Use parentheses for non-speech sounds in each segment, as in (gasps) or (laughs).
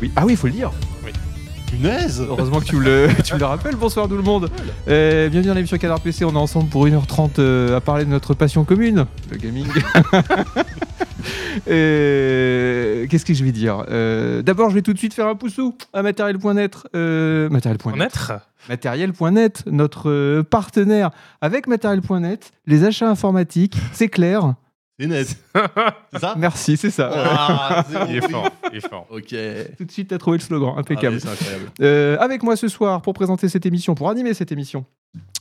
Oui. Ah oui, il faut le dire. Punaise Heureusement que tu me (laughs) le, tu me le rappelles. Bonsoir tout le monde. Euh, bienvenue dans l'émission Canard PC. On est ensemble pour 1h30 euh, à parler de notre passion commune, le gaming. (laughs) Euh, Qu'est-ce que je vais dire Euh, D'abord, je vais tout de suite faire un poussou à matériel.net. euh, matériel.net. Naître Matériel.net, notre euh, partenaire avec matériel.net, les achats informatiques, c'est clair. C'est net. (laughs) C'est ça Merci, c'est ça. Ah, c'est Il est fort, il est fort. Ok. Tout de suite, t'as trouvé le slogan, impeccable. Ah, mais c'est incroyable. Euh, avec moi ce soir pour présenter cette émission, pour animer cette émission.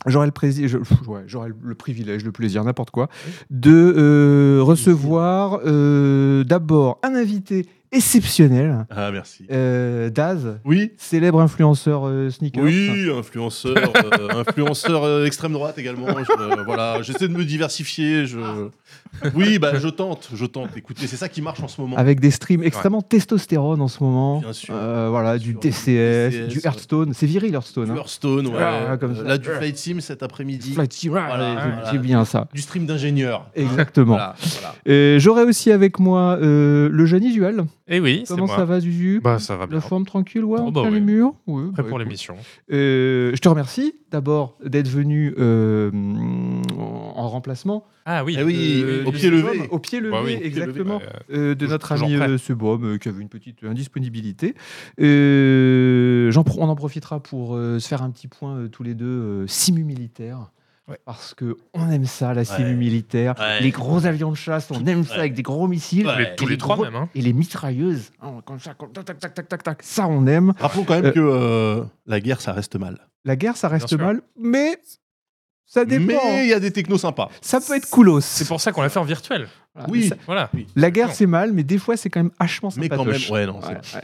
J'aurai le, prési- je- pff, ouais, j'aurai le privilège, le plaisir, n'importe quoi, de euh, recevoir euh, d'abord un invité exceptionnel, Ah, merci. euh, Daz, Oui célèbre influenceur euh, sneakers. oui, influenceur, euh, (laughs) influenceur euh, extrême droite également. Je- euh, voilà, j'essaie de me diversifier. Je... Ah. Oui, bah je tente, je tente. Écoutez, c'est ça qui marche en ce moment. Avec des streams extrêmement testostérone en ce moment. Bien sûr. Euh, voilà, Bien du sûr. TCS, Du du TCS, Hearthstone. C'est viril Du Hearthstone. hein. Hearthstone, ouais. Ah, comme ça. Euh, Là, du Fight Sim cet après-midi. Flight Sim, ouais, Voilà, c'est- voilà. C'est bien ça. Du stream d'ingénieur. Exactement. Voilà, voilà. Euh, J'aurai aussi avec moi euh, le jeune Isual. Eh oui, c'est Comment moi. ça va, Zuzu Bah ça va bien. La forme tranquille, ouais, Oh, en bah plein ouais. les murs. Ouais, bah, Prêt pour écoute. l'émission. Euh, je te remercie d'abord d'être venu euh, en en remplacement. Ah oui. Eh oui, euh, au du pied levé. Sebum, Au pied levé, Bah oui, au pied exactement. levé, ouais. euh, de notre toujours ami prêt. euh, Sebum, euh, qui avait une petite indisponibilité. Euh, j'en pro- on en profitera pour euh, se faire un petit point euh, tous les deux euh, simu militaire. Ouais. Parce que on aime ça, la simu Ouais. militaire. Ouais. Les gros avions de chasse, on aime ça Ouais. avec des gros missiles. Ouais. Les- tous Et les des trois gros- même. Hein. Et les mitrailleuses, hein, comme ça, comme tac, tac, tac, tac, tac, tac. Ça, on aime. Rappelons quand même Euh, que euh, la guerre, ça reste mal. La guerre, ça reste sûr. mal, mais ça dépend. Mais il y a des technos sympas. Ça peut être coolos. C'est pour ça qu'on l'a fait en virtuel. Voilà, mais Oui, ça- (laughs) Voilà. La guerre, c'est mal, mais des fois, c'est quand même hachement mais quand même. sympatoche. Ouais, non, c'est Ouais,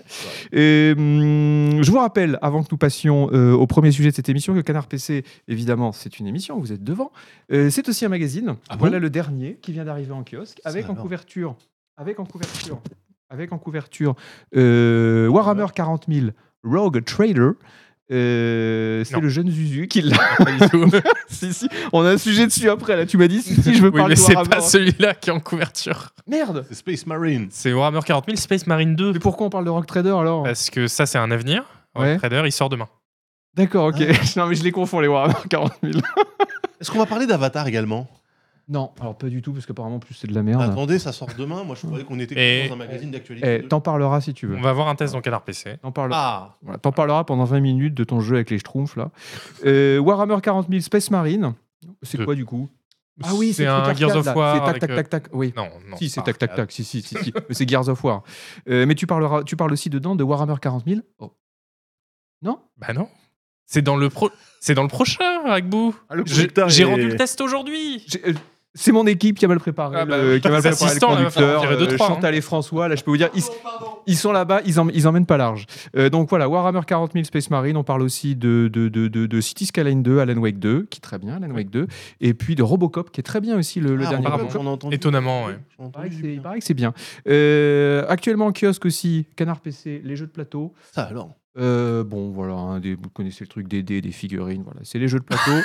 ouais. Et, hum, je vous rappelle, avant que nous passions euh, au premier sujet de cette émission, que Canard PC, évidemment, c'est une émission, vous êtes devant. Euh, c'est aussi un magazine. Ah voilà bon le dernier qui vient d'arriver en kiosque, avec en alors. couverture, avec en couverture, avec en couverture euh, Warhammer 40 000 Rogue Trader. Euh, c'est Non. le jeune Zuzu qui (laughs) l'a. Pas du tout. si, si, on a un sujet dessus après. Là, tu m'as dit si, si, je veux (laughs) oui, parler mais de c'est Warhammer. pas celui-là qui est en couverture. Merde. C'est Space Marine. C'est Warhammer 40 000 Space Marine 2. Mais pourquoi on parle de Rogue Trader alors Parce que ça, c'est un avenir. Ouais. Rogue Trader, il sort demain. D'accord, ok. Hein (laughs) non, mais je les confonds, les Warhammer 40 000. Est-ce qu'on va parler d'Avatar également Non, alors pas du tout, parce qu'apparemment, plus c'est de la merde. Attendez, ça sort demain. Moi, je croyais qu'on était Et- dans un magazine d'actualité. Eh, t'en parleras si tu veux. On va avoir un test dans Canard PC. T'en parleras. Ah Voilà, t'en parleras pendant 20 minutes de ton jeu avec les schtroumpfs, là. Euh, Warhammer 40 000 Space Marine. C'est Deux. quoi, du coup Ah oui, c'est c'est un truc Gears arcade, of là. War. C'est tac, avec, tac, euh, tac, tac. Oui. Non, non. si, c'est pas tac, tac, arcade. tac. Si, si, si, si. Mais c'est Gears of War. Euh, mais tu, parleras, tu parles aussi dedans de Warhammer 40 000. Oh. Non Bah non. C'est dans le pro. C'est dans le prochain, Agbou. le J'ai projecteur j'ai est- rendu le test aujourd'hui. J'ai- euh, C'est mon équipe qui a mal préparé, Ah bah, le, qui a mal préparé les le assistants, là, va falloir conducteur. en tirer deux, euh, trois, hein. Chantal et François, là, je peux vous dire, Oh, ils, ils sont là-bas, ils, en- ils emmènent pas large. Euh, donc voilà, Warhammer 40 000 Space Marine, on parle aussi de, de, de, de, de City Skyline 2, Alan Wake 2, qui est très bien, Alan Wake 2, et puis de Robocop, qui est très bien aussi, le, le Ah, dernier on- Robocop. Robocop. j'en ai entendu. Étonnamment, ouais. J'en ai Il paraît que entendu du c'est- il bien. paraît que c'est bien. Euh, actuellement en kiosque aussi, Canard PC, les jeux de plateau. Ça alors. Euh, bon, voilà, hein, des- vous connaissez le truc des dés, des figurines, voilà, c'est les jeux de (laughs) plateau.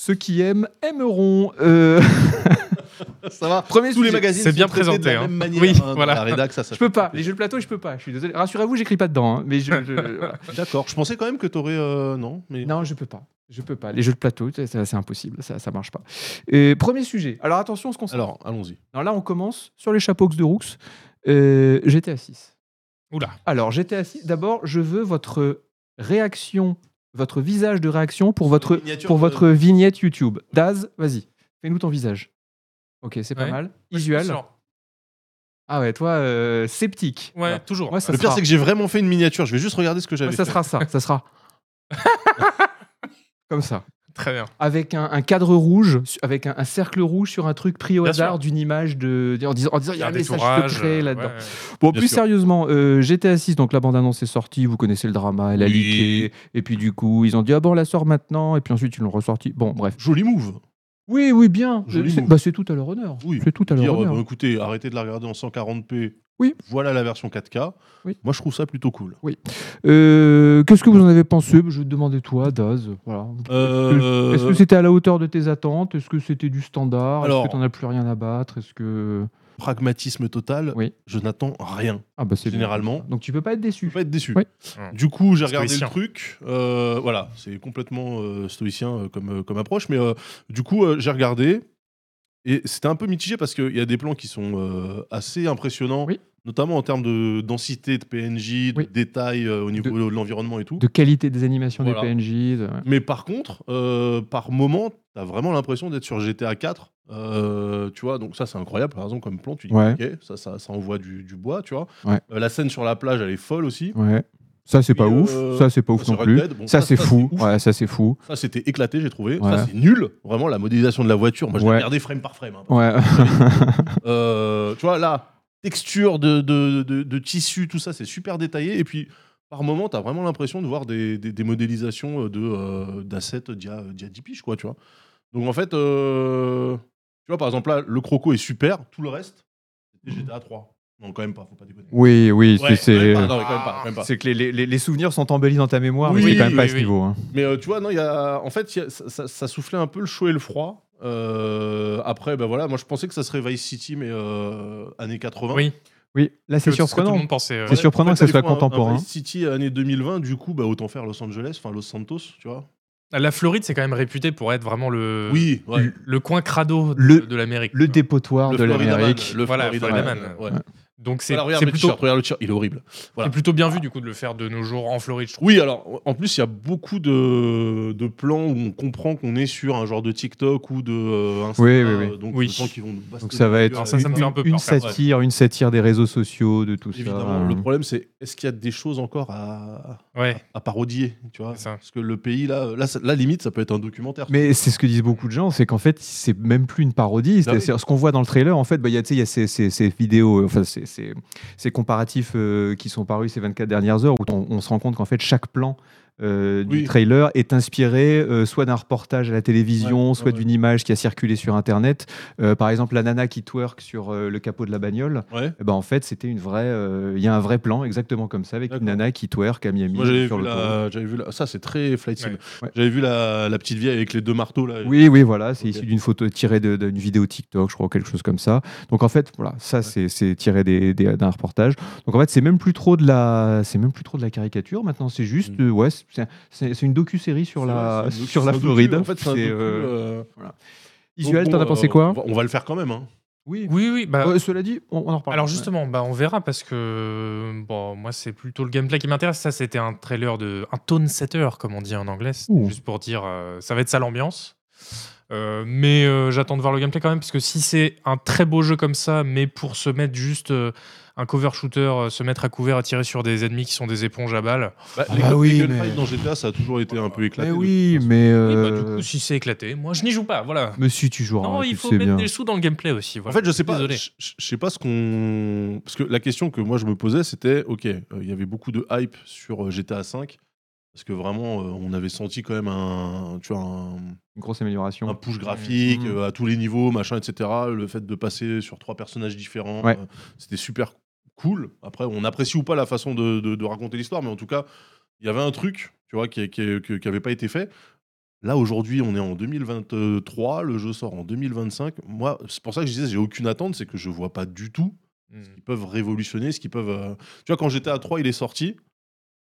Ceux qui aiment aimeront. euh, (laughs) Ça va. Premier Tous les sujet. magazines C'est sont bien traités présenté, De la hein. même manière, Oui, hein, dans voilà. La rédac, ça, ça Je peux pas, les jeux de plateau, je peux pas. Je suis désolé. Rassurez-vous, j'écris pas dedans, hein, mais je, je- (laughs) voilà. D'accord. Je pensais quand même que t'aurais. euh, non, mais. non, je peux pas. Je peux pas. Les jeux de plateau, ça- ça- c'est impossible, ça, ça marche pas. Et premier sujet. Alors attention, on se concentre. Alors, allons-y. Non, là, on commence sur les chapeaux de Roux. Euh, GTA 6. Oula. Alors GTA 6. D'abord, je veux votre réaction, votre visage de réaction pour votre Miniature pour de- votre vignette YouTube. Daz, vas-y, fais-nous ton visage. Ok, c'est pas Ouais. mal. Isual. Genre, Ah ouais, toi, euh, sceptique. Ouais, Voilà. toujours. Moi, ça Le pire, sera- c'est que j'ai vraiment fait une miniature. Je vais juste regarder ce que j'avais. Ouais, ça fait. sera ça, ça (laughs) sera. Comme ça. Très bien. Avec un, un cadre rouge, su- avec un, un cercle rouge sur un truc pris au Bien hasard sûr. d'une image de. En disant, en disant, il y a un message détourage, secret euh, là-dedans. ouais, ouais. Bon, Bien plus sûr. sérieusement, euh, GTA 6, donc la bande-annonce est sortie, vous connaissez le drama, elle a Oui. leaké, et puis du coup, ils ont dit, ah bon, on la sort maintenant, et puis ensuite, ils l'ont ressorti. Bon, bref. Joli move. Oui, oui, bien. Joli C'est move. bah, c'est tout à leur honneur. Oui. C'est tout à Dire, leur euh, honneur. bon, écoutez, arrêtez de la regarder en 140p. Oui. Voilà la version 4K. Oui. Moi, je trouve ça plutôt cool. Euh, Qu'est-ce que vous en avez pensé Je vais te demander, toi, Daz. Voilà. Euh, Est-ce que c'était à la hauteur de tes attentes Est-ce que c'était du standard Est-ce Alors- que t'en as plus rien à battre Est-ce que pragmatisme total, Oui. je n'attends rien, Ah bah c'est bien. généralement. Donc tu peux pas être Je déçu. peux pas être déçu. Oui. Mm. Du coup, j'ai regardé Stoïcien. le truc. euh, voilà, c'est complètement euh, stoïcien euh, comme, euh, comme approche. Mais euh, du coup, euh, j'ai regardé. Et c'était un peu mitigé parce qu'il y a des plans qui sont euh, assez impressionnants, Oui. notamment en termes de densité de PNJ, de Oui. détails euh, au niveau de, l'environnement et tout. De qualité des animations Voilà. des PNJ. de- Mais par contre, euh, par moment, t'as vraiment l'impression d'être sur GTA 4. euh, tu vois, donc ça c'est incroyable, par exemple, comme plan, tu dis, Ouais. ok, ça, ça, ça envoie du, du bois, tu vois. Ouais. Euh, la scène sur la plage, elle est folle aussi. Ouais. Ça c'est Puis, pas euh, ouf. Ça c'est pas ouf sur non Red plus. Dead, bon, ça ça, c'est ça, fou. c'est ouf. Ouais, ça c'est fou. Ça c'était éclaté, j'ai trouvé. Ouais. Ça c'est nul, vraiment, la modélisation de la voiture. Moi, je l'ai Ouais. regardé frame par frame. hein. Ouais. (laughs) Euh, tu vois, là, texture de, de, de- de tissu, tout ça, c'est super détaillé. Et puis, par moment, t'as vraiment l'impression de voir des, des- des modélisations euh, de, euh, d'assets d'il y a- d'il y a 10 piges, quoi, tu vois. Donc, en fait, euh, tu vois, par exemple, là, le croco est super, tout le reste, c'était GTA 3. Non, quand même pas, faut pas déconner. Oui, oui, Ouais, quand Mmh. c'est. même pas, non, mais quand même pas, quand même (laughs) pas. C'est que les, les- les- les souvenirs sont embellis dans ta mémoire, mais Oui, c'est quand même pas oui, à ce oui. niveau. hein. Mais euh, tu vois, non, il y a... en fait, il y a- ça, ça- ça soufflait un peu le chaud et le froid. Euh, après, ben voilà, moi je pensais que ça serait Vice City, mais euh, années 80. Oui, Oui, là c'est que- ce que Tout le surprenant. monde pensait. euh, C'est surprenant que ça des soit fois, un- contemporain. hein. Un, Vice City année 2020, du coup, bah, autant faire Los Angeles, enfin Los Santos, tu vois. La Floride, c'est quand même réputé pour être vraiment le, oui, ouais. le, le coin crado de, Le- de l'Amérique. Le dépotoir de Florida Man, l'Amérique. Le Voilà, Florida Florida Man, Man. ouais. Donc c'est Voilà, regarde c'est le plutôt, t-shirt, regarde le t-shirt, il est horrible. voilà. c'est plutôt bien vu du coup de le faire de nos jours en Floride, je trouve. Oui, alors en plus, il y a beaucoup de, de plans où on comprend qu'on est sur un genre de TikTok ou de euh, Insta, Oui, oui, oui. euh, Donc, Oui. le temps qu'ils vont nous Donc bastonner ça va la être gueule Alors, ça, ça me fait un peu une peur, ça, satire, une satire des réseaux sociaux, de tout Évidemment, ça. le problème c'est est-ce qu'il y a des choses encore à, Ouais. à parodier, tu vois C'est ça. Parce que le pays là, là, ça- là, limite ça peut être un documentaire. Mais c'est ce que disent beaucoup de gens, c'est qu'en fait, c'est même plus une parodie. Ah oui. C'est-à-dire, Ce qu'on voit dans le trailer, en fait, bah, il y a, tu sais, il y a ces, ces- ces vidéos, euh, enfin, ces, ces- ces comparatifs euh, qui sont parus ces 24 dernières heures, où on, on se rend compte qu'en fait, chaque plan euh, du Oui. trailer est inspiré euh, soit d'un reportage à la télévision, Ouais, soit ouais, d'une image qui a circulé sur Internet. Euh, par exemple, la nana qui twerk sur euh, le capot de la bagnole, Ouais. eh ben, en fait, c'était une vraie. euh, Il y a un vrai plan exactement comme ça, avec une D'accord. nana qui twerk à Miami Moi j'avais Mmh. sur vu, le pont. la... j'avais vu la- ça c'est très flight sim. Ouais. Ouais. J'avais vu la... la petite vieille avec les deux marteaux là. Oui, oui, voilà, c'est Euh, Ok. issu d'une photo tirée de- d'une vidéo TikTok, je crois, ou quelque chose comme ça. Donc en fait, voilà, ça c'est- c'est tiré des- des- d'un reportage. Donc en fait, c'est même plus trop de la, c'est même plus trop de la caricature. Maintenant, c'est juste, Mm. euh, ouais, c'est- c'est- c'est c'est une docu-série sur C'est la vrai, c'est un docu- sur la c'est un docu, Floride. En fait, c'est un C'est, docu, euh, euh, Visuel, donc, t'en as bon, pensé euh, quoi on va, on va le faire quand même. hein. Oui. Oui, oui. Bah, Euh, cela dit, on, on en reparle. alors justement, bah, on verra parce que bon, moi c'est plutôt le gameplay qui m'intéresse. Ça c'était un trailer de un tone setter comme on dit en anglais, C'était Ouh. juste pour dire euh, ça va être ça l'ambiance. Euh, mais euh, j'attends de voir le gameplay quand même parce que si c'est un très beau jeu comme ça, mais pour se mettre juste euh, un cover shooter, euh, se mettre à couvert, à tirer sur des ennemis qui sont des éponges à balles. Bah, Ah les bah gun- oui, les gunfights mais- dans GTA ça a toujours été un peu éclaté. Mais de Eh oui, toute façon. mais Oui, bah, du euh, coup, si c'est éclaté, moi je n'y joue pas. Voilà. Monsieur, tu joueras. non, hein, tu il le faut sais mettre bien. des sous dans le gameplay aussi. En voilà. fait, je sais pas, Désolé. je je- je sais pas ce qu'on. Parce que la question que moi je me posais, c'était ok, euh, il y avait beaucoup de hype sur euh, GTA V, parce que vraiment, euh, on avait senti quand même un, tu vois, un, Une grosse amélioration. un push graphique Mhm. euh, à tous les niveaux, machin, etc. Le fait de passer sur trois personnages différents, Ouais. euh, c'était super cool. Après, on apprécie ou pas la façon de, de- de raconter l'histoire, mais en tout cas, il y avait un truc, tu vois, qui n'avait pas été fait. Là, aujourd'hui, on est en 2023, le jeu sort en 2025. Moi, c'est pour ça que je disais, j'ai aucune attente, c'est que je vois pas du tout ce Hmm. qu'ils peuvent révolutionner, ce qu'ils peuvent. euh, Tu vois, quand j'étais à 3, il est sorti.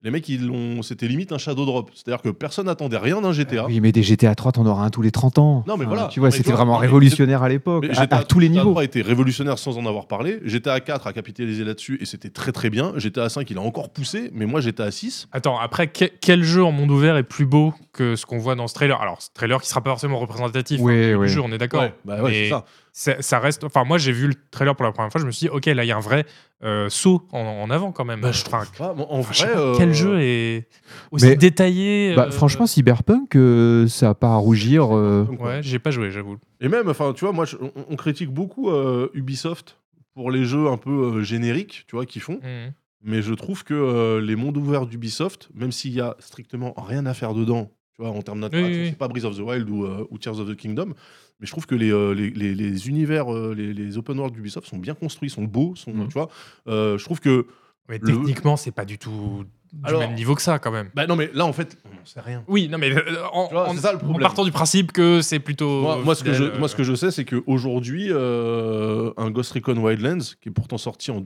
Les mecs, ils l'ont. C'était limite un shadow drop. C'est-à-dire que personne n'attendait rien d'un GTA. Oui, mais des GTA 3, t'en auras un tous les 30 ans. Non, mais Enfin, voilà. Tu vois, Non, mais tu c'était vois, vraiment non, mais- révolutionnaire à l'époque, Mais à, GTA à tous les GTA niveaux. 3 était révolutionnaire sans en avoir parlé. GTA 4 a capitalisé là-dessus et c'était très très bien. GTA 5 il a encore poussé, mais moi GTA 6. Attends, après, que- quel jeu en monde ouvert est plus beau que ce qu'on voit dans ce trailer Alors, ce trailer qui sera pas forcément représentatif Ouais, hein, du ouais. jeu, on est d'accord. Ouais, bah ouais, Mais c'est ça. Ça, ça reste. Enfin, moi, j'ai vu le trailer pour la première fois, je me suis dit, ok, là, il y a un vrai euh, saut en, en avant quand même. Enfin, Ah, mais en enfin, je sais vrai, pas, euh, quel jeu est aussi Mais- détaillé Bah, euh, franchement, Cyberpunk, euh, ça n'a pas à rougir. euh. donc, Ouais, j'ai pas joué, j'avoue. Et même, enfin, tu vois, moi, je- on, on critique beaucoup euh, Ubisoft pour les jeux un peu euh, génériques, tu vois, qu'ils font. Mm. Mhm. Mais je trouve que euh, les mondes ouverts d'Ubisoft, même s'il y a strictement rien à faire dedans, tu vois, en termes d'interaction, Oui, oui, oui. c'est pas Breath of the Wild ou, euh, ou Tears of the Kingdom, mais je trouve que les, euh, les, les- les univers, euh, les, les open world d'Ubisoft sont bien construits, sont beaux, sont, Mm. Mhm. tu vois. Euh, je trouve que. Mais Le- techniquement, c'est pas du tout du Alors- même niveau que ça quand même. Bah non, mais là, en fait, sais rien. Oui, non mais euh, en, Tu vois, en- c'est ça le en problème. partant du principe que c'est plutôt. Moi, moi, ce que je, fidèle, moi, ce que je sais, c'est qu'aujourd'hui, euh, un Ghost Recon Wildlands, qui est pourtant sorti en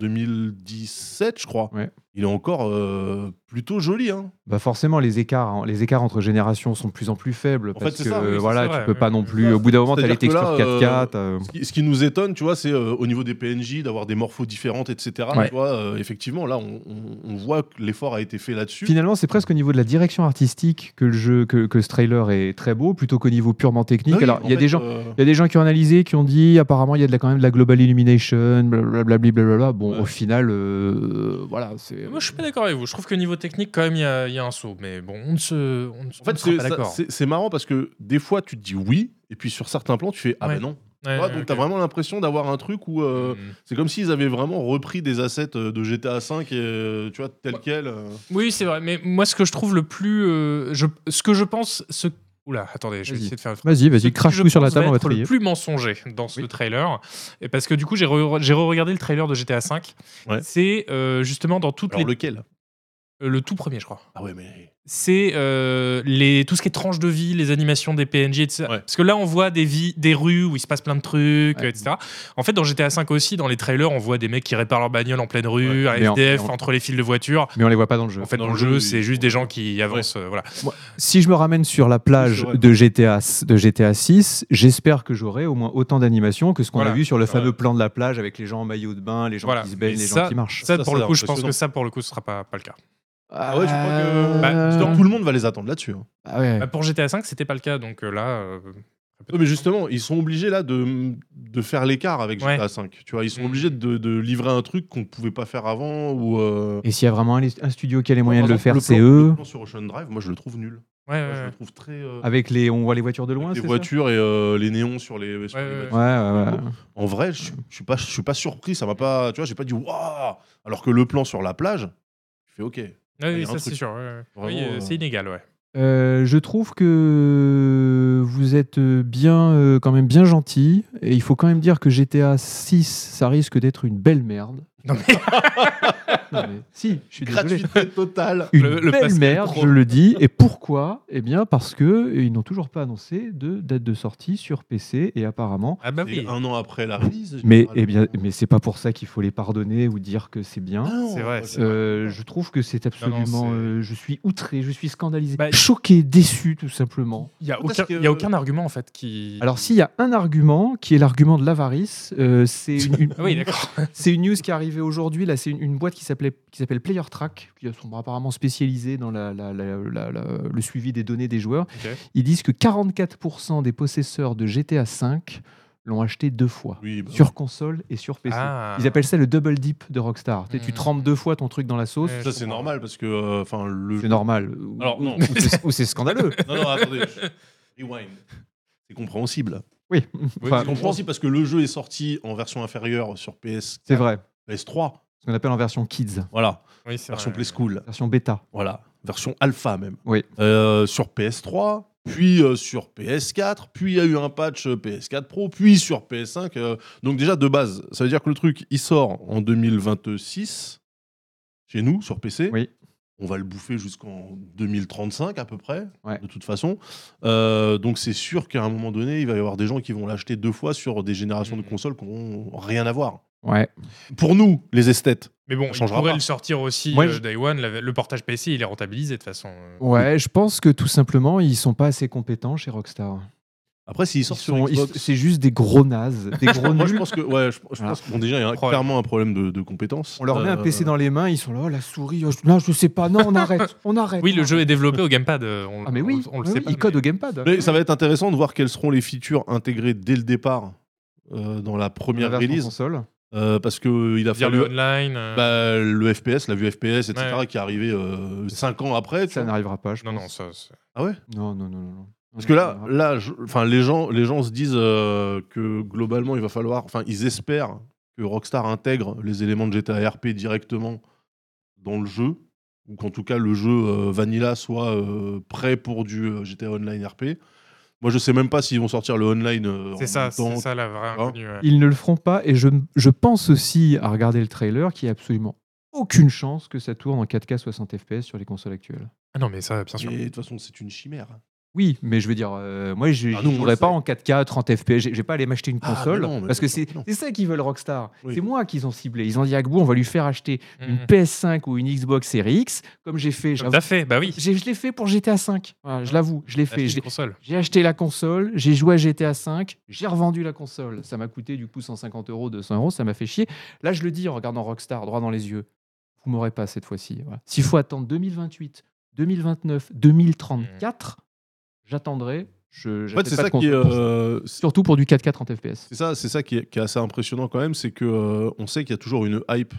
2017, je crois, Ouais. il est encore euh, plutôt joli. Hein. Bah forcément, les écarts, hein, les écarts entre générations sont de plus en plus faibles En parce fait, c'est que ça, oui, euh, ça, voilà, c'est tu vrai, peux oui. pas non plus. Au bout d'un moment, t'as les C'est-à-dire textures euh, que 4K. là, euh, t'as- Ce qui, ce qui nous étonne, tu vois, c'est euh, au niveau des PNJ, d'avoir des morphos différentes, etc. Ouais. Tu vois, euh, effectivement, là, on, on- on voit que l'effort a été fait là-dessus. Finalement, c'est presque au niveau de la direction artistique que le jeu, que, que ce trailer est très beau, plutôt qu'au niveau purement technique. Ah oui, Alors, en il y a fait, des gens. euh, Il y a des gens qui ont analysé, qui ont dit apparemment il y a de la, quand même de la global illumination, blablabla. blablabla. Bon, Ouais. au final, euh, voilà, c'est. Moi, je suis pas d'accord avec vous. Je trouve que niveau technique, quand même, il y, a- il y a un saut. Mais bon, on ne se, on, ne- En on fait, ne sera c'est- pas ça- d'accord. c'est c'est marrant parce que des fois, tu te dis oui, et puis sur certains plans, tu fais ah Ouais. ben non. Ouais, Ouais, donc, ok. t'as vraiment l'impression d'avoir un truc où. euh, Mm. C'est comme s'ils avaient vraiment repris des assets euh, de GTA V, et, euh, tu vois, tel Ouais. quel. euh. Oui, c'est vrai. Mais moi, ce que je trouve le plus, euh, je, ce que je pense, ce. Oula, attendez, je vais Vas-y. essayer de faire une Vas-y, Ce vas-y, qui, crache je tout sur la pense, table, va on va être trier. le plus mensonger dans ce Oui. trailer. Et parce que du coup, j'ai re- j'ai re-regardé le trailer de GTA V. Ouais. C'est euh, justement dans toutes Alors les. lequel euh, Le tout premier, je crois. Ah ouais, mais. C'est euh, les, tout ce qui est tranche de vie, les animations des PNJ, etc. Ouais. Parce que là, on voit des, vies, des rues où il se passe plein de trucs, Ouais. euh, etc. En fait, dans GTA V aussi, dans les trailers, on voit des mecs qui réparent leur bagnole en pleine rue, un Mais en- SDF mais en- entre les fils de voiture. Mais on les voit pas dans le jeu. En fait, Dans dans, le le jeu, jeu, ils- c'est juste des gens qui avancent. euh, voilà. Si je me ramène sur la plage Oui, c'est vrai. de GTA, de GTA 6, j'espère que j'aurai au moins autant d'animations que ce qu'on Voilà. a vu sur le Ouais. fameux plan de la plage avec les gens en maillot de bain, les gens Voilà. qui se baignent, Et les ça- gens qui marchent. Ça, Ça, pour ça a le l'air coup, je pense impressionnant. que ça, pour le coup, ce sera pas, pas le cas. Ah ouais, je crois que. Bah, Euh, Genre, tout le monde va les attendre là-dessus. hein. Ah ouais. Bah, pour GTA V, c'était pas le cas, donc euh, là. euh, Ouais, mais justement, ils sont obligés là de, de faire l'écart avec Ouais. GTA V. Tu vois, ils sont Mm. obligés de, de livrer un truc qu'on pouvait pas faire avant ou. euh, Et s'il y a vraiment un, un studio qui a les moyens par de le exemple, faire, c'est plan- eux. Le plan sur Ocean Drive, moi je le trouve nul. Ouais, ouais, Moi, je ouais. le trouve très. euh, Avec les, on voit les voitures de loin, avec c'est les ça voitures et euh, les néons sur les. sur Ouais, les ouais, Ouais, voitures. ouais, ouais. En vrai, je, je suis pas, je suis pas surpris. Ça m'a pas. Tu vois, j'ai pas dit waouh. Alors que le plan sur la plage, je fais ok. Ah Il y oui, a un ça c'est truc. sûr. ouais, ouais. Vraiment, Oui, euh, euh, c'est inégal, ouais. Euh, je trouve que vous êtes bien, euh, quand même bien gentil. Et il faut quand même dire que GTA 6, ça risque d'être une belle merde. Non, mais- Non, mais si, je suis désolé. Gratuité (laughs) totale. Une Le- le belle Pascal merde, Pro. je le dis. Et pourquoi Eh bien, parce que ils n'ont toujours pas annoncé de date de sortie sur PC et apparemment. Ah bah C'est oui, un an après la release. ah, Mais eh généralement. bien, mais c'est pas pour ça qu'il faut les pardonner ou dire que c'est bien. Ah non, C'est vrai, moi, c'est Euh, je trouve que c'est absolument. c'est- euh, je suis outré, je suis scandalisé, Bah, choqué, déçu, tout simplement. il n'y a, Parce aucun- que- il y a aucun argument en fait qui. Alors s'il y a un argument qui est l'argument de l'avarice, euh, c'est une, une- (laughs) Ah oui, d'accord. c'est une news qui est arrivée aujourd'hui. Là, c'est une, une boîte qui s'appelait qui s'appelle Player Track, qui sont apparemment spécialisés dans la- la- la- la- la- le suivi des données des joueurs. Ok. Ils disent que 44% des possesseurs de GTA V l'ont acheté deux fois Oui, bah, sur console et sur PC. Ah. Ils appellent ça le double dip de Rockstar. Tu sais, Tu Hmm. trempes deux fois ton truc dans la sauce. Ouais. ça c'est normal parce que euh, enfin le. C'est normal. Ou- Alors, non. ou c'est- ou c'est (laughs) scandaleux. (laughs) Non non attendez. je- Rewind. C'est compréhensible. Oui. Enfin, c'est compréhensible parce que le jeu est sorti en version inférieure sur PS. c'est vrai. PS3. Ce qu'on appelle en version kids, Voilà. Oui, c'est Version vrai. Play School. version bêta. Voilà. Version alpha même. Oui. Euh, sur PS3, puis euh, sur PS4, puis il y a eu un patch euh, PS4 Pro, puis sur PS5. euh, donc déjà de base, ça veut dire que le truc il sort en 2026 chez nous sur PC. Oui. On va le bouffer jusqu'en 2035 à peu près, Ouais. de toute façon. Euh, donc c'est sûr qu'à un moment donné, il va y avoir des gens qui vont l'acheter deux fois sur des générations Mm. de Mhm. consoles qui n'ont rien à voir. Ouais. Pour nous, les esthètes, Mais bon, on changera pourrait pas. le sortir aussi Moi, euh, je- Day One. la- Le portage PC, il est rentabilisé de toute façon. euh. Ouais, je pense que tout simplement, ils sont pas assez compétents chez Rockstar. après s'ils Ils sortent sont- sur ils- Xbox, c'est juste des gros nazes, des (laughs) gros Moi, je nuls. pense que, ouais, je, je Voilà. pense que, bon, déjà, il y a un- Problème. clairement un problème de, Euh, de compétences. On leur met un Euh, PC dans les mains, ils sont là, oh, la souris, oh, je, non, je sais pas, non, on (laughs) arrête, on arrête. Oui, le on jeu est développé au gamepad. euh, on- arrête. Ah mais oui, on, on le oui, sait oui, pas. ils codent mais- au gamepad. Mais ça va être intéressant de voir quelles seront les features intégrées dès le départ euh, dans la Dans la première version release. console. Euh, parce qu'il a Via le fallu. online. euh, bah, le FPS, la vue FPS, etc., Ouais. qui est arrivé 5 ans après. tu Ça vois. n'arrivera pas, je Non, non, pense. ça. c'est- Ah ouais Non, non, non, non. non. Parce que là, Ça n'arrivera là je- enfin, les, gens, les gens se disent euh, que globalement, il va falloir. Enfin, ils espèrent que Rockstar intègre les éléments de GTA RP directement dans le jeu, ou qu'en tout cas, le jeu euh, Vanilla soit euh, prêt pour du euh, GTA Online RP. Moi, je sais même pas s'ils vont sortir le online. euh, en C'est ça, même temps. c'est ça Hein la vraie vois. inconnue. ouais. Ils ne le feront pas et je, je pense aussi à regarder le trailer qui est absolument aucune chance que ça tourne en 4K 60 FPS sur les consoles actuelles. Ah non, mais ça, bien sûr. Mais de toute façon, c'est une chimère. Oui, mais je veux dire, euh, moi, je ne Ah, nous, on le pas sait. en 4K 30 FPS. Je vais pas aller m'acheter une Ah, mais console. non, mais parce que bien c'est sûr que non. c'est ça qu'ils veulent Rockstar. Oui. C'est moi qu'ils ont ciblé. Ils ont dit, Agbo, on va lui faire acheter une Mhm. PS5 ou une Xbox Series X, comme j'ai fait. Comme j'avoue. t'as fait, bah oui. J'ai- Je l'ai fait pour GTA 5. je l'avoue, je l'ai Acheter fait. Je une l'ai- console. J'ai acheté la console, j'ai joué à GTA 5, j'ai revendu la console. Ça m'a coûté du coup 150 euros, 200 euros, ça m'a fait chier. Là, je le dis en regardant Rockstar droit dans les yeux. Vous m'aurez pas cette fois-ci. Voilà. S'il faut attendre 2028, 2029, 2034, j'attendrai. Je, En fait, j'achète c'est pas de ça qui est, console pour ça. euh, c'est- Surtout pour du 4K 30 FPS. c'est ça, c'est ça qui est, qui est assez impressionnant quand même, c'est que euh, on sait qu'il y a toujours une hype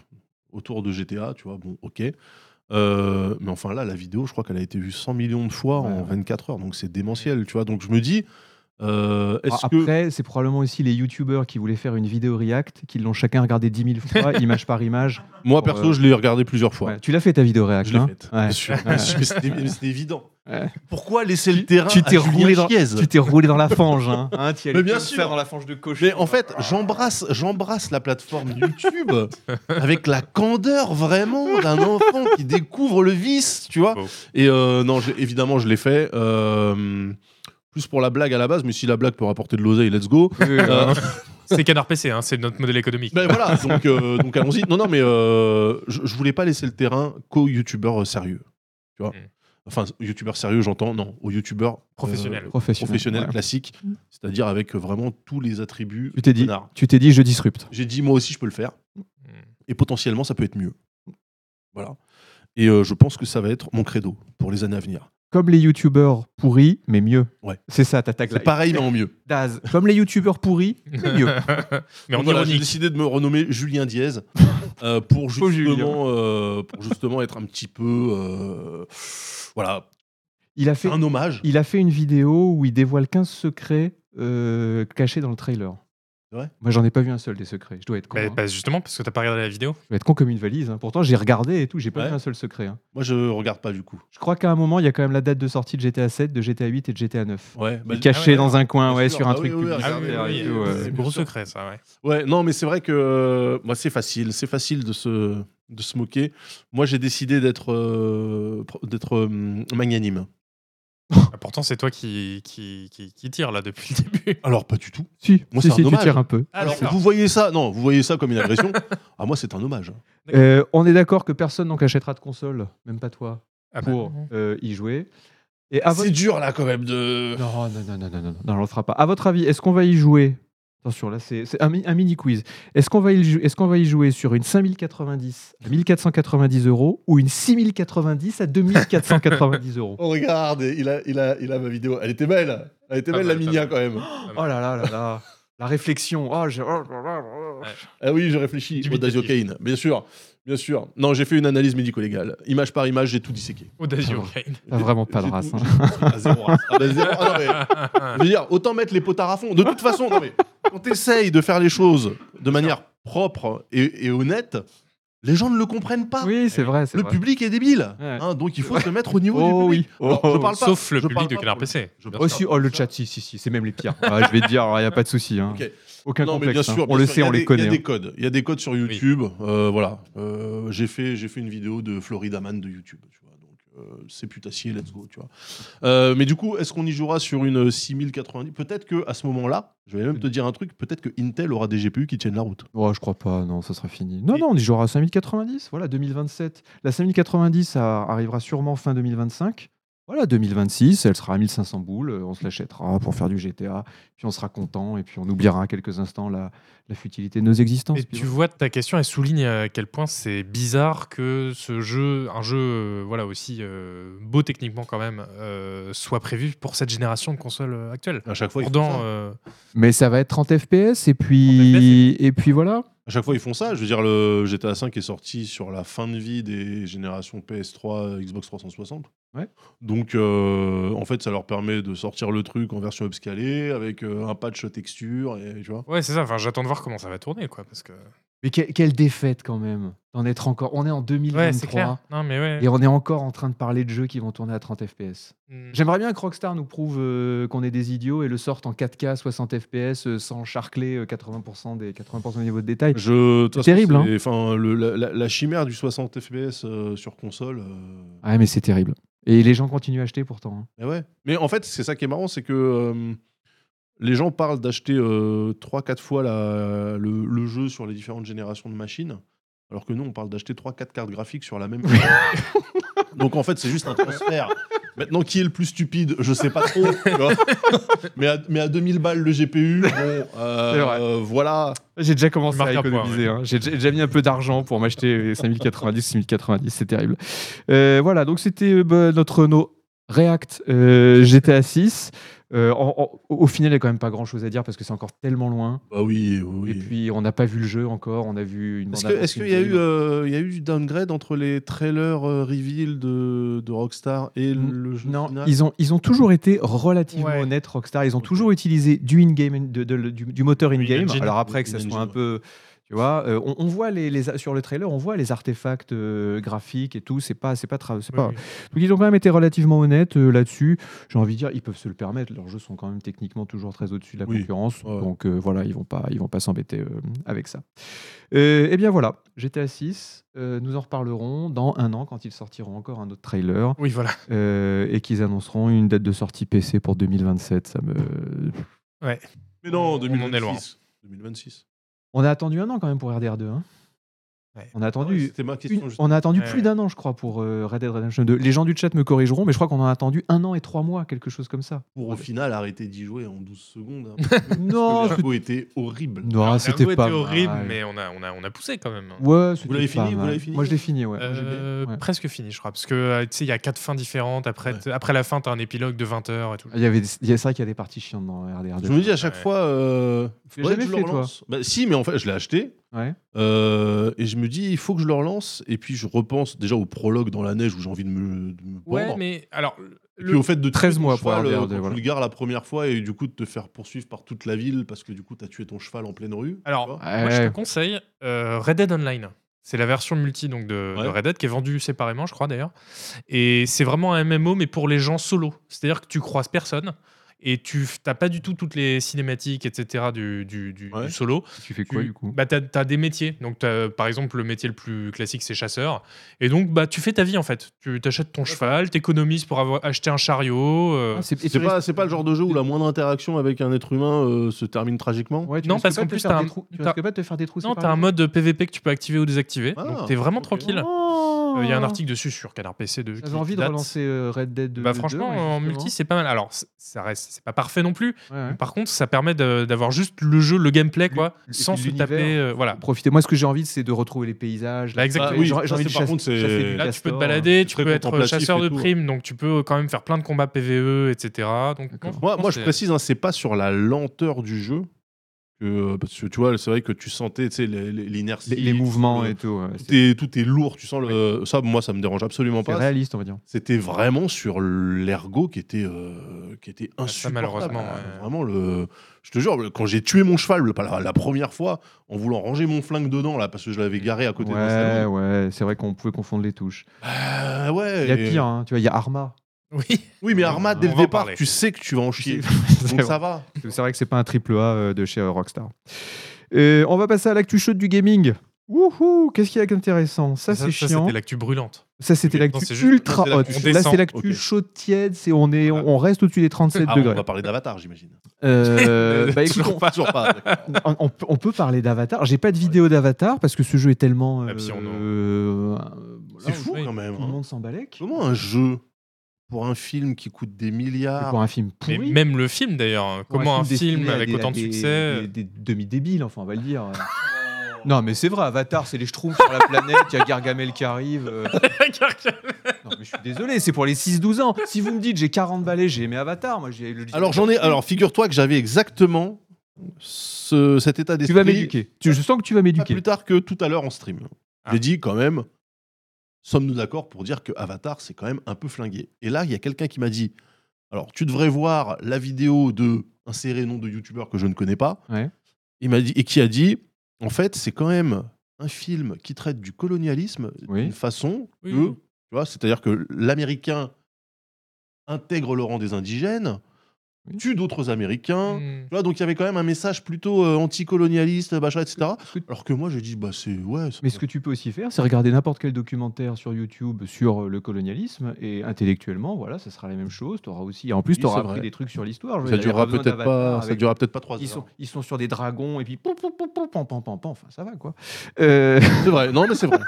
autour de GTA, tu vois. Bon, ok. Euh, mais enfin là, la vidéo, je crois qu'elle a été vue 100 millions de fois Ouais, en ouais. 24 heures, donc c'est démentiel, tu vois. Donc je me dis, euh, est-ce Alors que Ah, Après, c'est probablement aussi les youtubeurs qui voulaient faire une vidéo React, qui l'ont chacun regardé 10 000 (laughs) fois, image par image. moi Pour, perso, euh, je l'ai regardé plusieurs fois. Ouais, Tu l'as fait ta vidéo React (laughs) Je l'ai hein faite, Ouais. bien sûr. Ouais. Mais c'était- mais c'était évident. Ouais. Pourquoi laisser le terrain tu à t'es roulé Julien dans- Chiez Tu t'es roulé dans la fange. Hein, hein, t'y allais Mais bien comme sûr. ça dans la fange de cochon. Mais en fait, j'embrasse, j'embrasse la plateforme YouTube avec la candeur vraiment d'un enfant qui découvre le vice, tu vois. Beau. Et euh, non, j'ai- évidemment, je l'ai fait. euh, plus pour la blague à la base, mais si la blague peut rapporter de l'oseille, let's go. Euh, C'est Canard PC, hein, c'est notre modèle économique. Bah, ben voilà, donc, euh, donc allons-y. Non, non, mais euh, je, je voulais pas laisser le terrain qu'aux youtubeurs euh, sérieux, tu vois. Mm. Enfin, aux youtubeurs sérieux, j'entends, non, aux youtubeurs euh, (laughs) Professionnels. professionnel. professionnels, ouais. Hmm. classiques, c'est-à-dire avec euh, vraiment tous les attributs. Tu t'es dit, connards. tu t'es dit, je disrupte. J'ai dit, moi aussi, je peux le faire. Mm. euh, et potentiellement ça peut être mieux. Voilà. Et euh, je pense que ça va être mon credo pour les années à venir. Comme les youtubeurs pourris, mais mieux. Ouais. C'est ça ta tagline. C'est pareil mais en mieux. Daz. Comme les youtubeurs pourris, mais (laughs) mieux. Mm. (laughs) Mais en Donc voilà, j'ai ironique. décidé de me renommer (laughs) Julien Diez euh, pour, Faux justement, euh, pour justement être un petit peu euh, voilà Il a fait, un hommage. il a fait une vidéo où il dévoile 15 secrets euh, cachés dans le trailer. C'est vrai Moi, j'en ai pas vu un seul des secrets. Je dois être con. Bah, hein. bah, justement, parce que t'as pas regardé la vidéo. Je dois être con comme une valise. hein. Pourtant, j'ai regardé et tout. J'ai pas Ouais. vu un seul secret. hein. Moi je regarde pas du coup. Je crois qu'à un moment, il y a quand même la date de sortie de GTA 7, de GTA 8 et de GTA 9. Ouais. bah, caché ouais, dans un coin, bien ouais, sûr. sur un Ah truc oui, oui, publicitaire oui, et oui, tout, euh. oui, ouais. oui. c'est gros secret, ça, ouais. Ouais, non, mais c'est vrai que euh, moi, c'est facile, c'est facile de se, de se moquer. Moi, j'ai décidé d'être euh, pro- d'être euh, magnanime. Ah, Pourtant, c'est toi qui, qui, qui, qui tire là depuis le début. Alors, pas du tout. Si, Moi, si, c'est un si, tu hommage. tires un peu. Alors, vous voyez ça Non, vous voyez ça comme une agression. ah, moi, c'est un hommage. Euh, on est d'accord que personne n'en achètera de console, même pas toi, Ah bah, pour euh, y jouer. Et à votre... dur, là, quand même, de. Non, non, non, non, non, non, non, on le fera pas. À votre avis, est-ce qu'on va y jouer Attention, là, c'est c'est un, mini quiz. Est-ce qu'on va, y jou- est-ce qu'on va y jouer sur une 5090 à 1490 euros ou une 6090 à 2490 (laughs) euros Oh, regarde, il a, il, a, il a ma vidéo. Elle était belle. Ah, bah, Elle était Pas belle, mal, la pas minia, mal. quand même. Oh là là là là La réflexion. Oh, j'ai- oh, oh, oh, oh. Ah oui, je réfléchis. Dubitatif. Audazio Kane, bien sûr. Bien sûr. Non, j'ai fait une analyse médico-légale. Image par image, j'ai tout disséqué. Ah, Audazio Kane. T'as J'ai- vraiment pas de j'ai race, tout- hein. j'ai- Ah, zéro race. Ah, bah, zéro- ah, non, mais- Je veux dire, autant mettre les potards à fond. De toute façon, non, mais, quand t'essayes de faire les choses de manière propre et, et honnête, les gens ne le comprennent pas. Oui, c'est vrai, c'est Le vrai. public est débile. Ouais. hein, donc il faut se mettre au niveau Oh du public. oui. Alors, Oh, je parle pas- Sauf le je parle public de pas Canard pour- PC. je bien parle Oh, sûr. si, oh, le chat, si, si, si, c'est même les pires. Ah, je vais te dire, il n'y a pas de souci. hein. Ok. Aucun Non, mais complexe. bien hein. sûr, on bien le sûr, sait, il y a on les des- connaît. Il y a hein. des codes. Il y a des codes sur YouTube. euh, voilà. Euh, j'ai fait, j'ai fait une vidéo de Florida Man de YouTube. Tu vois, donc euh, c'est putassier, let's go. Tu vois. Euh, mais du coup, est-ce qu'on y jouera sur une 6090 Peut-être que à ce moment-là, je vais même te dire un truc. Peut-être que Intel aura des GPU qui tiennent la route. Oh, je crois pas, non, ça sera fini. Non, Et- non, on y jouera à 5090, voilà, 2027. La 5090 ça arrivera sûrement fin 2025. Voilà, 2026, elle sera à 1500 boules, euh, on se l'achètera pour faire du GTA, puis on sera content, et puis on oubliera à quelques instants la, la futilité de nos existences. Et puis tu vois, ta question, elle souligne à quel point c'est bizarre que ce jeu, un jeu euh, voilà aussi euh, beau techniquement quand même, euh, soit prévu pour cette génération de consoles euh, actuelles. euh, À chaque fois, ils font Pendant, ça. Mais ça va être 30 FPS, et puis, et puis voilà. À chaque fois, ils font ça. Je veux dire, le GTA 5 est sorti sur la fin de vie des générations PS3, Xbox 360. Ouais. Donc, euh, en fait, ça leur permet de sortir le truc en version upscalée avec euh, un patch texture et tu vois. Ouais, c'est ça. Enfin, j'attends de voir comment ça va tourner, quoi, parce que Mais quelle, quelle défaite quand même d'en être encore. On est en Ouais, c'est 2023 clair. Non, mais ouais. et on est encore en train de parler de jeux qui vont tourner à 30 FPS. Mm. J'aimerais bien que Rockstar nous prouve euh, qu'on est des idiots et le sorte en 4K 60 FPS euh, sans charcler euh, 80% des 80% du niveau de détail. Je, de toute façon, terrible, hein. c'est- Enfin, le- la, la- la chimère du 60 FPS euh, sur console. euh, Ah mais c'est terrible. Et les gens continuent à acheter pourtant. hein. Mais Eh ouais. Mais en fait, c'est ça qui est marrant, c'est que euh, les gens parlent d'acheter 3-4 fois la- le, le jeu sur les différentes générations de machines, alors que nous, on parle d'acheter 3-4 cartes graphiques sur la (laughs) même. Donc en fait, c'est juste un transfert. Maintenant, qui est le plus stupide Je sais pas trop. tu vois. mais, à, mais à 2000 balles le GPU, bon, euh, C'est vrai. euh, voilà. J'ai déjà commencé Marque à un point, économiser. hein. J'ai j'ai déjà mis un peu d'argent pour m'acheter 5090, 6090. C'est terrible. Euh, voilà, donc c'était euh, bah, notre nos React euh, GTA 6. Euh, en- en- au final, il n'y a quand même pas grand chose à dire parce que c'est encore tellement loin. Bah oui, oui. Et puis, on n'a pas vu le jeu encore. On a vu une. Est-ce que- bande-annonce, est-ce qu'il une y, a eu, vidéo. euh, il y a eu du downgrade entre les trailers euh, reveal de, de Rockstar et le, le jeu Non, final ils ont, ils ont toujours été relativement Ouais. honnêtes, Rockstar. Ils ont Ok. toujours utilisé du, in-game, de- de- du, du moteur Du in-game. engine. Alors après, que ça Du soit engine, un ouais. peu. Tu vois, euh, on, on voit les, les a- sur le trailer, on voit les artefacts euh, graphiques et tout. C'est pas, c'est pas, tra- c'est Oui, pas. oui. Donc ils ont quand même été relativement honnêtes euh, là-dessus. J'ai envie de dire, ils peuvent se le permettre. Leurs jeux sont quand même techniquement toujours très au-dessus de la Oui. concurrence. Ouais. Donc euh, voilà, ils vont pas, ils vont pas s'embêter euh, avec ça. Euh, eh bien voilà, GTA 6. euh, nous en reparlerons dans un an quand ils sortiront encore un autre trailer. Oui, voilà. Euh, et qu'ils annonceront une date de sortie PC pour 2027. Ça me... Mais non, On- on en est loin. 2026. 2026. On a attendu un an quand même pour RDR2. hein. Ouais. On a Ouais, attendu, C'était ma une- question. juste. on a attendu Ouais, plus ouais. d'un an, je crois, pour euh, Red Dead Redemption 2. Les gens du chat me corrigeront, mais je crois qu'on en a attendu un an et trois mois, quelque chose comme ça. Pour au final arrêter d'y jouer en 12 (laughs) secondes. hein, non, Non, c'est- L'ergo était horrible. non c'était pas ah, horrible, mal. mais on a, on, a, on a poussé quand même. hein. Ouais, c'était l'avez pas fini, vous mal. l'avez fini Moi, je l'ai fini, ouais. Euh, Ouais. Presque fini, je crois. Parce que euh, tu sais, il y a quatre fins différentes. Après, Ouais. t- après la fin, t'as un épilogue de 20 heures et tout. Il y avait, des- il y a- c'est vrai qu'il y a des parties chiantes dans RDR2. Je me dis à chaque Ouais. fois. Euh, faudrait jamais que je le fait, toi relance. Bah, si, mais en fait, je l'ai acheté. Ouais. euh, et je me dis, il faut que je le relance. Et puis je repense déjà au prologue dans la neige où j'ai envie de me, de me Ouais, pendre. mais alors. Et puis au fait de tuer 13 ton mois pour avoir cheval, euh, des- quand des- tu voilà. le gares la première fois et du coup de te faire poursuivre par toute la ville parce que du coup t'as tué ton cheval en pleine rue. Alors, tu vois. Moi, je Ouais. te conseille euh, Red Dead Online. C'est la version multi donc de, Ouais. de Red Dead qui est vendue séparément, je crois d'ailleurs. Et c'est vraiment un MMO, mais pour les gens solo. C'est-à-dire que tu croises personne et tu n'as pas du tout toutes les cinématiques, etc. du, du- du- Ouais. du solo. Tu fais Tu- quoi, du coup bah, T'as as des métiers. Donc, t'as, par exemple, le métier le plus classique, c'est chasseur. Et donc, bah, tu fais ta vie en fait. Tu t'achètes ton cheval, t'économises pour avoir acheté un chariot. euh, Ah, et tu C'est restes- pas, c'est pas le genre de jeu où la moindre interaction avec un être humain euh, se termine tragiquement. Ouais, tu Non, risques parce pas qu'en de te plus, faire t'as des un- trous- tu t'as- risques pas de te faire des trous non, séparés t'as un mode PVP que tu peux activer ou désactiver. Ah, donc, t'es vraiment ok. tranquille. Oh Il Euh, y a Ah. un article dessus sur Canard PC de. J'avais qui envie de date. relancer euh, Red Dead 2. Bah franchement, en multi, c'est pas mal. Alors, c- ça reste, c'est pas parfait non plus. mais Par contre, ça permet de- d'avoir juste le jeu, le gameplay, Lu- quoi, et sans puis se l'univers. taper. euh, voilà. Profiter. Moi, ce que j'ai envie, c'est de retrouver les paysages. la- Là, Bah, exactement. Ah oui, j'ai- ça, j'ai envie de c'est par chasser- contre, c'est- chasser du Là, tu castor, peux te c'est balader, tu très peux être contemplatif chasseur et de tout, hein. primes, donc tu peux quand même faire plein de combats PVE, etc. Donc, non, D'accord. Moi, moi, je c'est- précise, hein, c'est pas sur la lenteur du jeu que euh, parce que tu vois, c'est vrai que tu sentais, tu sais, les- les- euh, l'inertie, Les, les mouvements tout, et tout. ouais. le- tout C'est est, tout est lourd. Tu sens le ça, moi, ça me dérange absolument c'est pas. réaliste, on va dire. C'était vraiment sur l'ergot qui était euh, qui était Ah, insupportable. ça, malheureusement, Ah, ouais. Vraiment le, je te jure, quand j'ai tué mon cheval le- la, la première fois en voulant ranger mon flingue dedans là parce que je l'avais garé à côté d'un Ouais, salon. ouais, c'est vrai qu'on pouvait confondre les touches. Ah, ouais. Il y a et- pire, hein, tu vois, il y a Arma. (laughs) Oui. Oui, mais Arma, dès On le va en départ, parler. tu sais que tu vas en chier. (laughs) C'est Donc vrai. ça va. C'est vrai que c'est pas un triple A euh, de chez euh, Rockstar. Euh, on va passer à l'actu chaude du gaming. Wouhou, qu'est-ce qu'il y a d'intéressant Ça, c'est chiant. c'était l'actu brûlante. Ça, c'était Non, l'actu c'est juste- ultra non, c'est l'actu- haute. on Là, descend. c'est l'actu Ok. chaude tiède. c'est- On, est, on, Voilà. on reste au-dessus des 37 Ah, on degrés. va parler d'Avatar, j'imagine. Euh, (laughs) (laughs) bah, écoute, Toujours pas. Toujours pas. d'accord. on, on peut- on peut parler d'Avatar. J'ai pas de vidéo d'Avatar parce que ce jeu est tellement. Ah, puis on en- euh, (laughs) C'est fou oui, quand même. Tout le hein. monde s'en balèque. Comment un jeu pour un film qui coûte des Et milliards Pour un film pourri. Mais même le film d'ailleurs. hein. pour Comment un film destiné à avec des- autant de des- succès Des, des demi-débiles, enfin, on va le (laughs) dire. Non, mais c'est vrai, Avatar, c'est les schtroumpfs sur la planète, il y a Gargamel qui arrive. euh. (laughs) Non, mais je suis désolé, c'est pour les 6-12 ans. Si vous me dites j'ai 40 balais, j'ai aimé Avatar, moi j'ai le Alors j'en ai. Alors figure-toi que j'avais exactement ce- cet état Tu d'esprit. vas m'éduquer. Tu- Je sens que tu vas Pas m'éduquer. plus tard que tout à l'heure en stream. Ah. J'ai dit quand même. Sommes-nous d'accord pour dire que Avatar c'est quand même un peu flingué Et là, il y a quelqu'un qui m'a dit. Alors tu devrais voir la vidéo de insérer nom de youtubeur que je ne connais pas. Ouais. Il m'a dit et qui a dit. en fait, c'est quand même un film qui traite du colonialisme Oui. d'une façon Oui, que, oui. tu vois, c'est-à-dire que l'Américain intègre le rang des indigènes, Oui. tue d'autres Américains. Hmm. Tu vois, donc il y avait quand même un message plutôt euh, anticolonialiste, machin, etc. Ce que- Alors que moi, j'ai dit, bah c'est ouais. c'est- Mais ce que tu peux aussi faire, c'est regarder n'importe quel documentaire sur YouTube sur euh, le colonialisme et intellectuellement, voilà, ça sera la même chose. T'auras aussi, et en plus, Oui, tu auras c'est appris vrai. des trucs sur l'histoire. Je veux ça dire, il y aura durera besoin peut-être d'Avatar pas, ça avec- durera peut-être pas trois Ils heures. sont, ils sont sur des dragons et puis pom pom pom pom pom pom pom pom. Enfin, ça va quoi. Euh, C'est vrai, non (laughs) mais c'est vrai.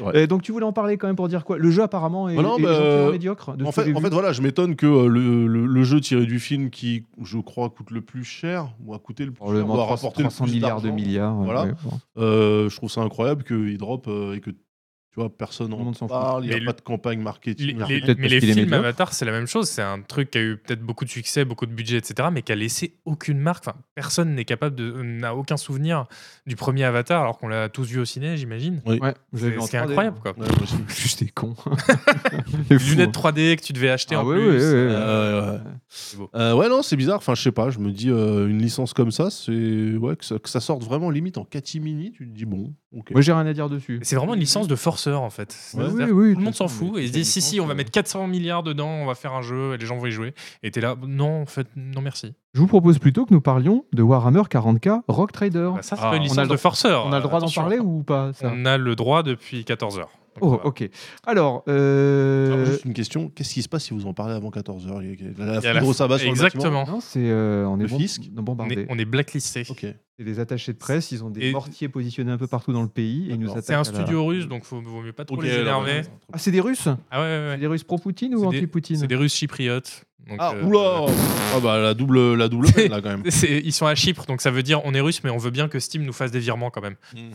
Ouais. euh, donc tu voulais en parler quand même pour dire quoi Le jeu apparemment est, Bah non, est bah, gentiment euh, médiocre. De en ce que fait, j'ai en vu. fait, voilà, je m'étonne que euh, le, le- le jeu tiré du film, qui, je crois, coûte le plus cher, ou a coûté le plus cher, Probablement ou a 300, rapporté le 300 plus milliards de d'argent, milliards. Voilà. ouais, bon. euh, je trouve ça incroyable qu'il drop euh, et que, tu vois, personne le n'en monde s'en fout. parle, il n'y Mais a pas de campagne Les- marketing. les- marketing. peut-être mais parce les qu'il est films médiocre. Avatar, c'est la même chose. C'est un truc qui a eu peut-être beaucoup de succès, beaucoup de budget, etc., mais qui a laissé aucune marque. Enfin, personne n'est capable de, euh, n'a aucun souvenir du premier Avatar, alors qu'on l'a tous vu au ciné, j'imagine. Ouais, je l'avais C'est en ce qui est 3D. (laughs) incroyable, quoi. Ouais, moi aussi. Juste des (laughs) cons. Les lunettes 3D que tu devais acheter hein. Ah en ouais, plus. ouais, ouais, ouais. euh, Euh, ouais. beau. Euh, ouais, non, c'est bizarre. Enfin, je sais pas. Je me dis, euh, une licence comme ça, c'est ouais, que, ça, que ça sorte vraiment limite en catimini. Tu te dis, bon, ok. Moi j'ai rien à dire dessus. C'est vraiment une licence de forceur en fait. Ouais, C'est-à-dire oui, que oui, tout le monde tout s'en à fait, fout mais et ils c'est se disent une si si on va licence, mettre 400 milliards dedans, on va faire un jeu et les gens vont y jouer. Et t'es là non en fait non merci. Je vous propose plutôt que nous parlions de Warhammer 40k Rock Trader. Bah, ça c'est Ah, pas une on a le licence de droit- forceur. On a le droit d'en Attention. Mm. parler ou pas ça On a le droit depuis 14 heures. Donc, Oh, ça va. ok. Alors, euh, Alors, juste une question. Qu'est-ce qui se passe si vous en parlez avant 14h La, la Il y a foudre la- au sabbat sur le bâtiment Exactement. non, c'est euh, on est Le bon- fisc non, On bombardé. est, on est blacklisté. Ok. C'est des attachés de presse, ils ont des Et- mortiers positionnés un peu partout dans le pays et ils nous D'accord. attaquent. C'est un à la- studio russe donc faut, vaut mieux pas trop Ok, les alors, énerver. Ah, c'est des Russes Ah ouais, ouais, C'est ouais. des Russes pro-Poutine C'est ou des- anti-Poutine C'est des Russes chypriotes. donc, Ah, euh, oula Ah, bah, la double, la double peine, là, quand même. (laughs) c'est- Ils sont à Chypre, donc ça veut dire on est russe, mais on veut bien que Steam nous fasse des virements quand même. Ah, Mm.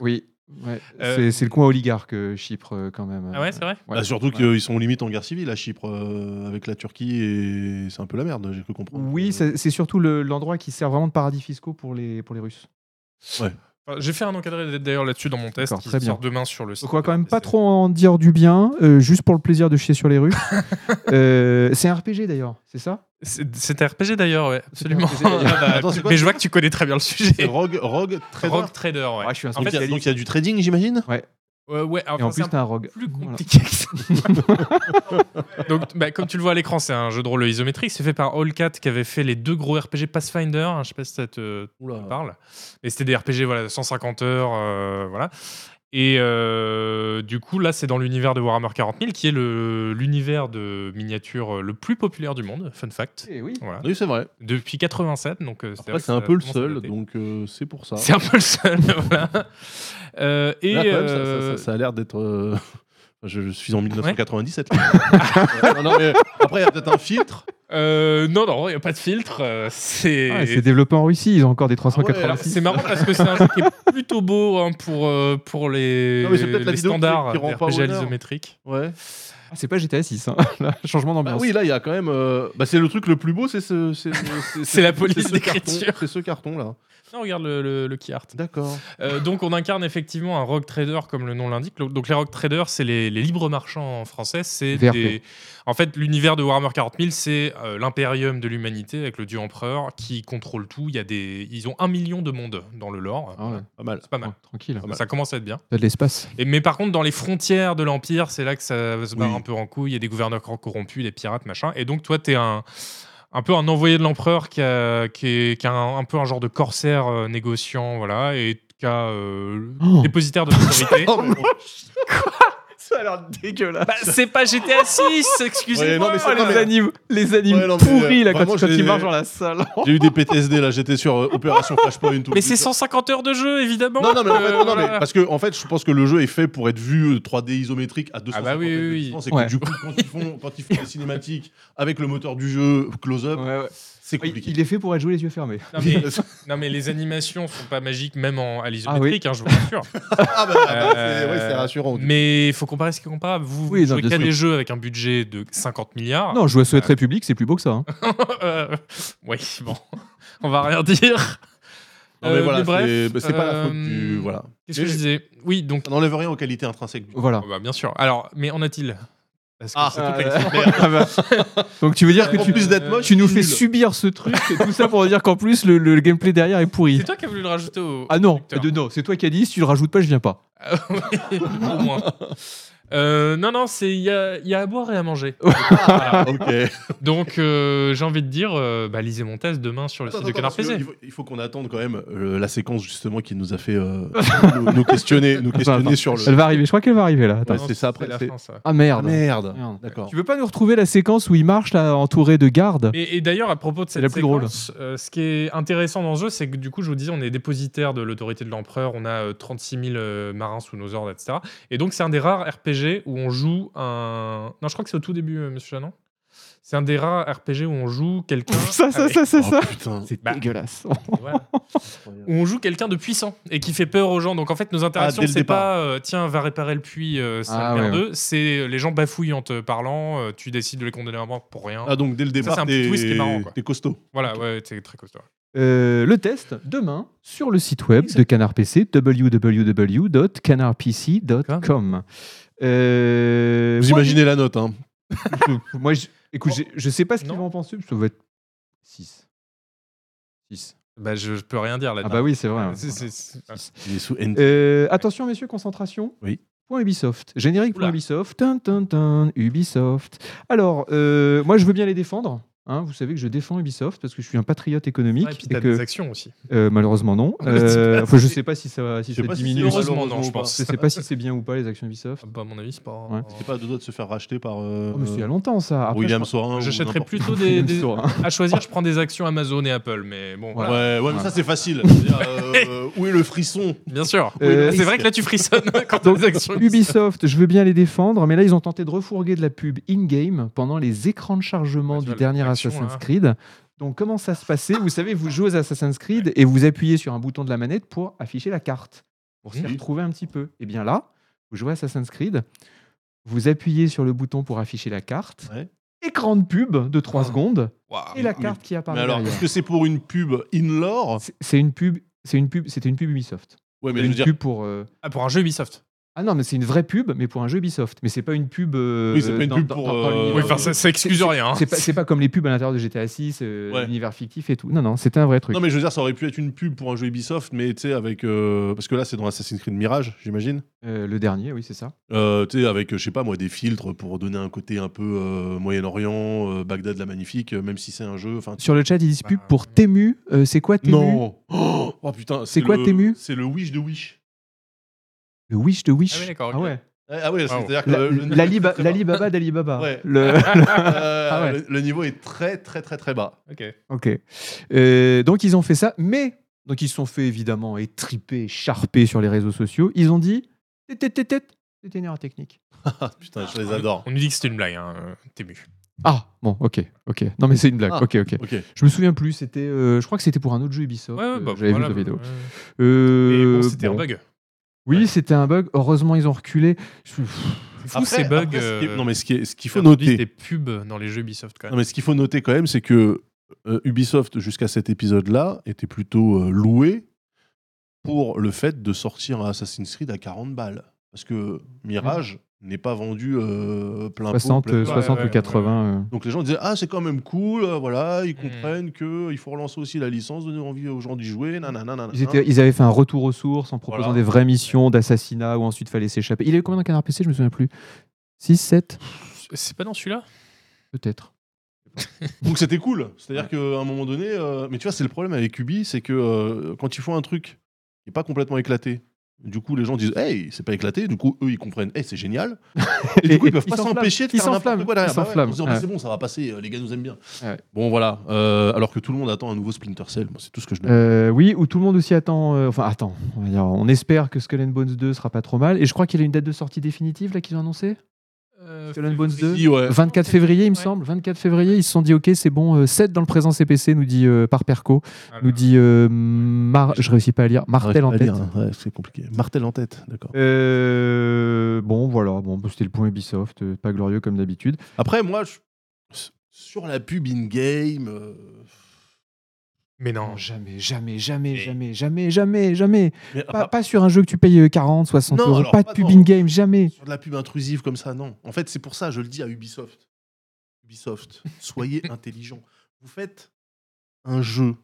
Oui. ouais. Euh, C'est- C'est le coin oligarque, euh, Chypre, euh, quand même. Ah ouais, c'est vrai. Ouais. Bah, surtout qu'ils sont limite en guerre civile à Chypre euh, avec la Turquie et c'est un peu la merde, j'ai cru comprendre. Euh, Oui, c'est c'est surtout le- l'endroit qui sert vraiment de paradis fiscaux pour les, pour les Russes. Enfin, Ah, J'ai fait un encadré d'ailleurs là-dessus dans mon test D'accord, qui très sort demain sur le site. Donc on va quand même pas C'est- trop en dire du bien, euh, juste pour le plaisir de chier sur les Russes. (laughs) Euh, c'est un RPG d'ailleurs, c'est ça C'est c'est un RPG d'ailleurs, ouais, (laughs) C'est absolument. un (laughs) RPG. Ah bah, Attends, c'est quoi mais je vois que tu connais très bien le C'est sujet. Rogue, Rogue, Trader. Rogue Trader, ouais. Ah, je suis un En Donc, fait, il y a- spécialiste. donc, il y a du trading, j'imagine Ouais, ouais, Et enfin, en c'est plus, un t'es un rogue. peu plus Voilà. compliqué que ça. (laughs) Donc, bah, comme tu le vois à l'écran, c'est un jeu de rôle isométrique. C'est fait par Allcat qui avait fait les deux gros RPG Pathfinder. hein, je sais pas si ça te, Oula. te parle. Et c'était des RPG voilà, de 150 heures. euh, voilà. Et euh, du coup, là, c'est dans l'univers de Warhammer 40 000, qui est le- l'univers de miniature le plus populaire du monde. Fun fact. Eh oui. Voilà. Oui, c'est vrai. Depuis 87, donc euh, Après, vrai que c'est un ça peu le commence à seul, dater. donc euh, c'est pour ça. C'est un peu le seul. (laughs) voilà. Euh, et Là, quand même, ça- ça, euh, ça- ça a l'air d'être. euh, (laughs) enfin, Je, je suis (laughs) en 1997. là. Euh, non, non, mais après, il y a peut-être un filtre. euh, non, non, il n'y a pas de filtre. euh, c'est Ah, c'est développé en Russie, ils ont encore des Ah Alors, 386. c'est marrant parce que c'est un jeu qui est plutôt beau hein, pour, euh, pour les, Non, mais c'est peut-être la les vidéo qui- standards qui rend des pas RPG à honneur. l'isométrique. Ouais. Ah, c'est pas GTA 6, hein. (laughs) Là, changement Bah d'ambiance. oui, là, il y a quand même. euh, Bah, c'est le truc le plus beau, c'est (laughs) ce. C'est c'est- C'est la police c'est ce carton- d'écriture. C'est ce carton-là. Non, regarde le, le, le key art. D'accord. Euh, donc, on incarne effectivement un rogue trader, comme le nom l'indique. Le- Donc, les rogue traders, c'est les, les libres marchands en français. C'est VRP. des- En fait, l'univers de Warhammer 40 000, c'est euh, l'impérium de l'humanité avec le dieu empereur qui contrôle tout. Il y a des... Ils ont un million de mondes dans le lore. Ah ouais, Pas mal. C'est pas mal. ouais, tranquille. mal. Ça commence à être bien. T'as de (laughs) l'espace. Et, mais par contre, dans les frontières de l'Empire, c'est là que ça se barre Oui. un peu en couille. Il y a des gouverneurs cor- corrompus, des pirates, machin. Et donc, toi, t'es un, un peu un envoyé de l'Empereur qui a, qui est, qui a un, un peu un genre de corsaire euh, négociant, voilà, et qui a euh, Oh. dépositaire (laughs) de l'autorité. (laughs) Oh, Ça a l'air dégueulasse. Bah, c'est pas GTA 6, Ouais, excusez-moi. non, mais c'est- les, non, mais- animes, les animes Oh, Ouais, non, mais, pourris euh, là, quand, vraiment, quand j'ai- ils marchent dans la (laughs) salle. J'ai eu des PTSD, là. J'étais sur euh, Opération Flashpoint. tout le Mais c'est truc. 150 heures de jeu, évidemment. Non, non, mais, en fait, Euh, non, non, mais voilà. parce que en fait, je pense que le jeu est fait pour être vu euh, 3D isométrique à 200 oui, Ah bah oui, oui. et que Ouais. du coup, quand ils font, quand ils font des cinématiques avec le moteur du jeu close-up, c'est Il, compliqué. il est fait pour être joué les yeux fermés. Non, mais, non, mais les animations sont pas magiques, même en, à l'isométrique, hein, je vous rassure. (laughs) ah bah, bah, c'est Euh, ouais, c'est rassurant. Mais il faut comparer ce qui est comparable. Vous, Oui, vous non, jouez bien qu'à sûr. des jeux avec un budget de 50 Ah. milliards. Non, jouer à Souhait République, c'est plus beau que ça. hein. (laughs) Euh, oui, bon, on va rien dire. Non, mais Euh, voilà, mais bref, c'est bah, c'est pas la faute euh, du. Voilà. Qu'est-ce que je disais Oui, donc. oh, Ça n'enlève rien aux qualités intrinsèques du Voilà. Ah bah, bien sûr. Alors, mais en a-t-il Parce que (laughs) Ah, c'est- c'est toute Ah, l'expérience. (laughs) Ah bah. Donc tu veux dire que En tu, plus d'être moche, (laughs) tu nous c'est fais nul. subir ce truc, et tout ça pour dire qu'en plus le, le gameplay derrière est pourri. C'est toi qui as voulu le rajouter au. Ah non, conducteur. de- non, c'est toi qui as dit, si tu le rajoutes pas, je viens pas. (laughs) au moins. Euh, non, non, c'est il y a, il y a à boire et à manger. Ah, ok. Donc euh, j'ai envie de dire, euh, bah, lisez mon test demain sur le Attends, site de attends, Canard parce que PC. Il faut, il faut qu'on attende quand même euh, la séquence justement qui nous a fait euh, nous, nous questionner, nous questionner attends. sur le. Elle va arriver, je crois qu'elle va arriver là. Attends. Oh Ouais, c'est ça après, la c'est- fin, ça. Ah Ah, merde. merde. Merde. D'accord. Tu veux pas nous retrouver la séquence où il marche là, entouré de gardes Et, et d'ailleurs, à propos de cette la plus drôle. séquence, euh, ce qui est intéressant dans ce jeu, c'est que du coup, je vous disais, on est dépositaire de l'autorité de l'empereur, on a euh, 36 000 euh, marins sous nos ordres, etc. Et donc, c'est un des rares RPG où on joue un. Non, je crois que c'est au tout début, euh, monsieur Chanon. C'est un des rares RPG où on joue quelqu'un. Ça, ça, avec- ça, ça, Oh, ça. putain. C'est Bah. dégueulasse. Voilà. où on joue quelqu'un de puissant et qui fait peur aux gens. Donc en fait, nos interactions, dès le c'est départ. pas euh, tiens, va réparer le puits, euh, sale Ah, merdeux. ouais, C'est euh, les gens bafouillent en te parlant, euh, tu décides de les condamner à mort pour rien. Ah donc dès le c'est un départ, petit t'es twist qui est marrant, quoi. t'es costaud. voilà, ouais, c'est très costaud. Euh, le test demain sur le site web de Canard PC www.canardpc.com. Euh, Vous moi, imaginez la note, hein je- (laughs) Moi, je, écoute, j'ai- je sais pas ce qu'ils Non. vont en penser, ça va être 6. 6. Bah, je, je peux rien dire là. Ah bah oui, c'est vrai. C'est- c'est- c'est- Il est sous NT. Euh, attention, messieurs, concentration. Oui. Point Ubisoft. Générique point Oula. Ubisoft. Tin, tin, tin, Ubisoft. Alors, euh, moi, je veux bien les défendre. hein. vous savez que je défends Ubisoft parce que je suis un patriote économique. Ah, et puis et t'as que, des actions aussi. euh, malheureusement, non. Je sais Euh, pas enfin, je si- sais pas si ça, va- si Je sais ça pas si diminue. c'est Heureusement, malheureusement non, je ou pas. pense. je sais pas si c'est bien ou pas les actions Ubisoft. Bah, à mon avis, c'est pas. Ouais. T'es pas à deux doigts de se faire racheter par euh, Oh, mais c'est il y a longtemps ça. Après, William je Sorin. ou J'achèterais n'importe- plutôt crois- des, des- Sur, hein. À choisir, je prends des actions Amazon et Apple, mais bon. Voilà. Voilà. Ouais, ouais, mais Ouais. ça c'est (laughs) facile. C'est-à-dire, euh, où est le frisson Bien sûr. Euh, c'est vrai que là, tu frissonnes quand t'as Donc, des actions. Ubisoft, je veux bien les défendre, mais là ils ont tenté de refourguer de la pub in-game pendant les écrans de chargement Ouais, tu du vois, dernier l'action, Assassin's là. Creed. Donc comment ça se passait Vous savez, vous jouez aux Assassin's Creed et vous appuyez sur un bouton de la manette pour afficher la carte, pour s'y Mhm. retrouver un petit peu. Et bien là, vous jouez à Assassin's Creed, vous appuyez sur le bouton pour afficher la carte, Ouais. écran de pub de 3 Ah. secondes Waouh. et la Ah, mais- carte qui apparaît Mais alors, derrière. est-ce que c'est pour une pub in-lore C'est- C'est une pub, c'est une pub, c'était une pub Ubisoft. Ouais, mais je Une veux dire, pub pour euh, Ah, pour un jeu Ubisoft. Ah non, mais c'est une vraie pub, mais pour un jeu Ubisoft. Mais c'est pas une pub. euh, Oui, c'est pas une dans- pub dans- pour, dans- dans euh, l'univers. Oui, enfin, ça, ça excuse rien. hein. C'est pas, c'est pas comme les pubs à l'intérieur de GTA 6, euh, Ouais. l'univers fictif et tout. Non, non, c'était un vrai truc. Non mais je veux dire, ça aurait pu être une pub pour un jeu Ubisoft, mais tu sais avec euh, parce que là c'est dans Assassin's Creed Mirage, j'imagine. Euh, le dernier, oui, c'est ça. Euh, tu sais avec euh, je sais pas moi des filtres pour donner un côté un peu euh, Moyen-Orient, euh, Bagdad la magnifique, euh, même si c'est un jeu. Enfin Sur le chat, ils disent Bah, pub pour Temu. Euh, c'est quoi Temu non. Oh, oh, putain. C'est quoi, le- Tému C'est le Wish de Wish. Le Wish de Wish. Ah oui, d'accord, ok. ouais. Ah ouais, c'est-à-dire que La- le- le niveau est (laughs) l'Aliba- très bas. L'Alibaba d'Alibaba. Ouais. Le- (laughs) Euh, Ah ouais. le- le niveau est très très très très bas. Ok. ok. Euh, donc, ils ont fait ça, mais. Donc, ils se sont fait évidemment étriper, charper sur les réseaux sociaux. Ils ont dit Tête, tête, tête, tête, C'était une erreur technique. Ah, putain, je les adore. On nous dit que c'était une blague, hein. euh, T'es mu. Ah, bon, ok, ok. Non, mais c'est une blague. Ah. Ok, ok. Ok. Je me souviens plus, c'était, euh, je crois que c'était pour un autre jeu Ubisoft. euh, bah, J'avais vu la vidéo. Et Euh, bon, c'était un bon. bug. Oui, c'était un bug. Heureusement, ils ont reculé. Je- C'est fou Après- ces bugs. après, ce qui est- euh, Non mais ce qui est- ce qu'il faut qui introduisent noter. des pubs dans les jeux Ubisoft quand Non, même. mais ce qu'il faut noter quand même, c'est que euh, Ubisoft, jusqu'à cet épisode-là, était plutôt euh, loué pour le fait de sortir un Assassin's Creed à 40 balles. Parce que Mirage n'est pas vendu euh, plein pot, 60, plein euh, pot. 60 ouais, ou ouais. 80. euh. Donc les gens disaient Ah, c'est quand même cool, euh, voilà, ils Mm. comprennent que qu'il faut relancer aussi la licence, donner envie aux gens d'y jouer, nanana. nanana. Ils, étaient- ils avaient fait un retour aux sources en proposant Voilà. des vraies missions d'assassinat où ensuite fallait s'échapper. Il est combien dans Canard PC Je me souviens plus. 6, 7 C'est pas dans celui-là Peut-être. Donc c'était cool. C'est-à-dire qu'à un moment donné, euh, mais tu vois, c'est le problème avec Ubi, c'est que euh, quand ils font un truc qui n'est pas complètement éclaté, du coup les gens disent Hey, c'est pas éclaté, du coup eux ils comprennent, Hey, c'est génial. (laughs) Et, du coup ils peuvent ils pas s'enflamment. s'empêcher de Ils faire n'importe s'enflamment. quoi derrière. Ils Bah ouais, s'enflamment. en se disant, Bah, Ouais. c'est bon, ça va passer, euh, les gars nous aiment bien. Ouais. Bon voilà, Euh, alors que tout le monde attend un nouveau Splinter Cell, Moi, c'est tout ce que je demande. Euh, oui, où tout le monde aussi attend. euh, enfin, attend. On, va dire, on espère que Skull and Bones 2 sera pas trop mal. Et je crois qu'il y a une date de sortie définitive là qu'ils ont annoncé. Skull and Bones 2. Si, ouais. 24 février, il me Ouais. semble. 24 février, ils se sont dit OK, c'est bon. 7 dans le présent CPC, nous dit euh, par Perco. Ah, Nous dit euh, Mar- je réussis pas à lire. Martel en J'arrive pas tête. à lire, hein. Ouais, c'est compliqué. Martel en tête, d'accord. Euh, bon, voilà. Bon, c'était le point Ubisoft, euh, pas glorieux comme d'habitude. Après, moi, je- sur la pub in-game, euh, Mais non. Non, jamais, jamais, jamais, Et- jamais, jamais, jamais, jamais. Mais à Pas, part- pas sur un jeu que tu payes euh, 40, 60 Non, euros. alors, Ah. pas de pas pub dans- in-game, jamais. sur de la pub intrusive comme ça, non. En fait, c'est pour ça, je le dis à Ubisoft. (laughs) Ubisoft, soyez intelligent. Vous faites un jeu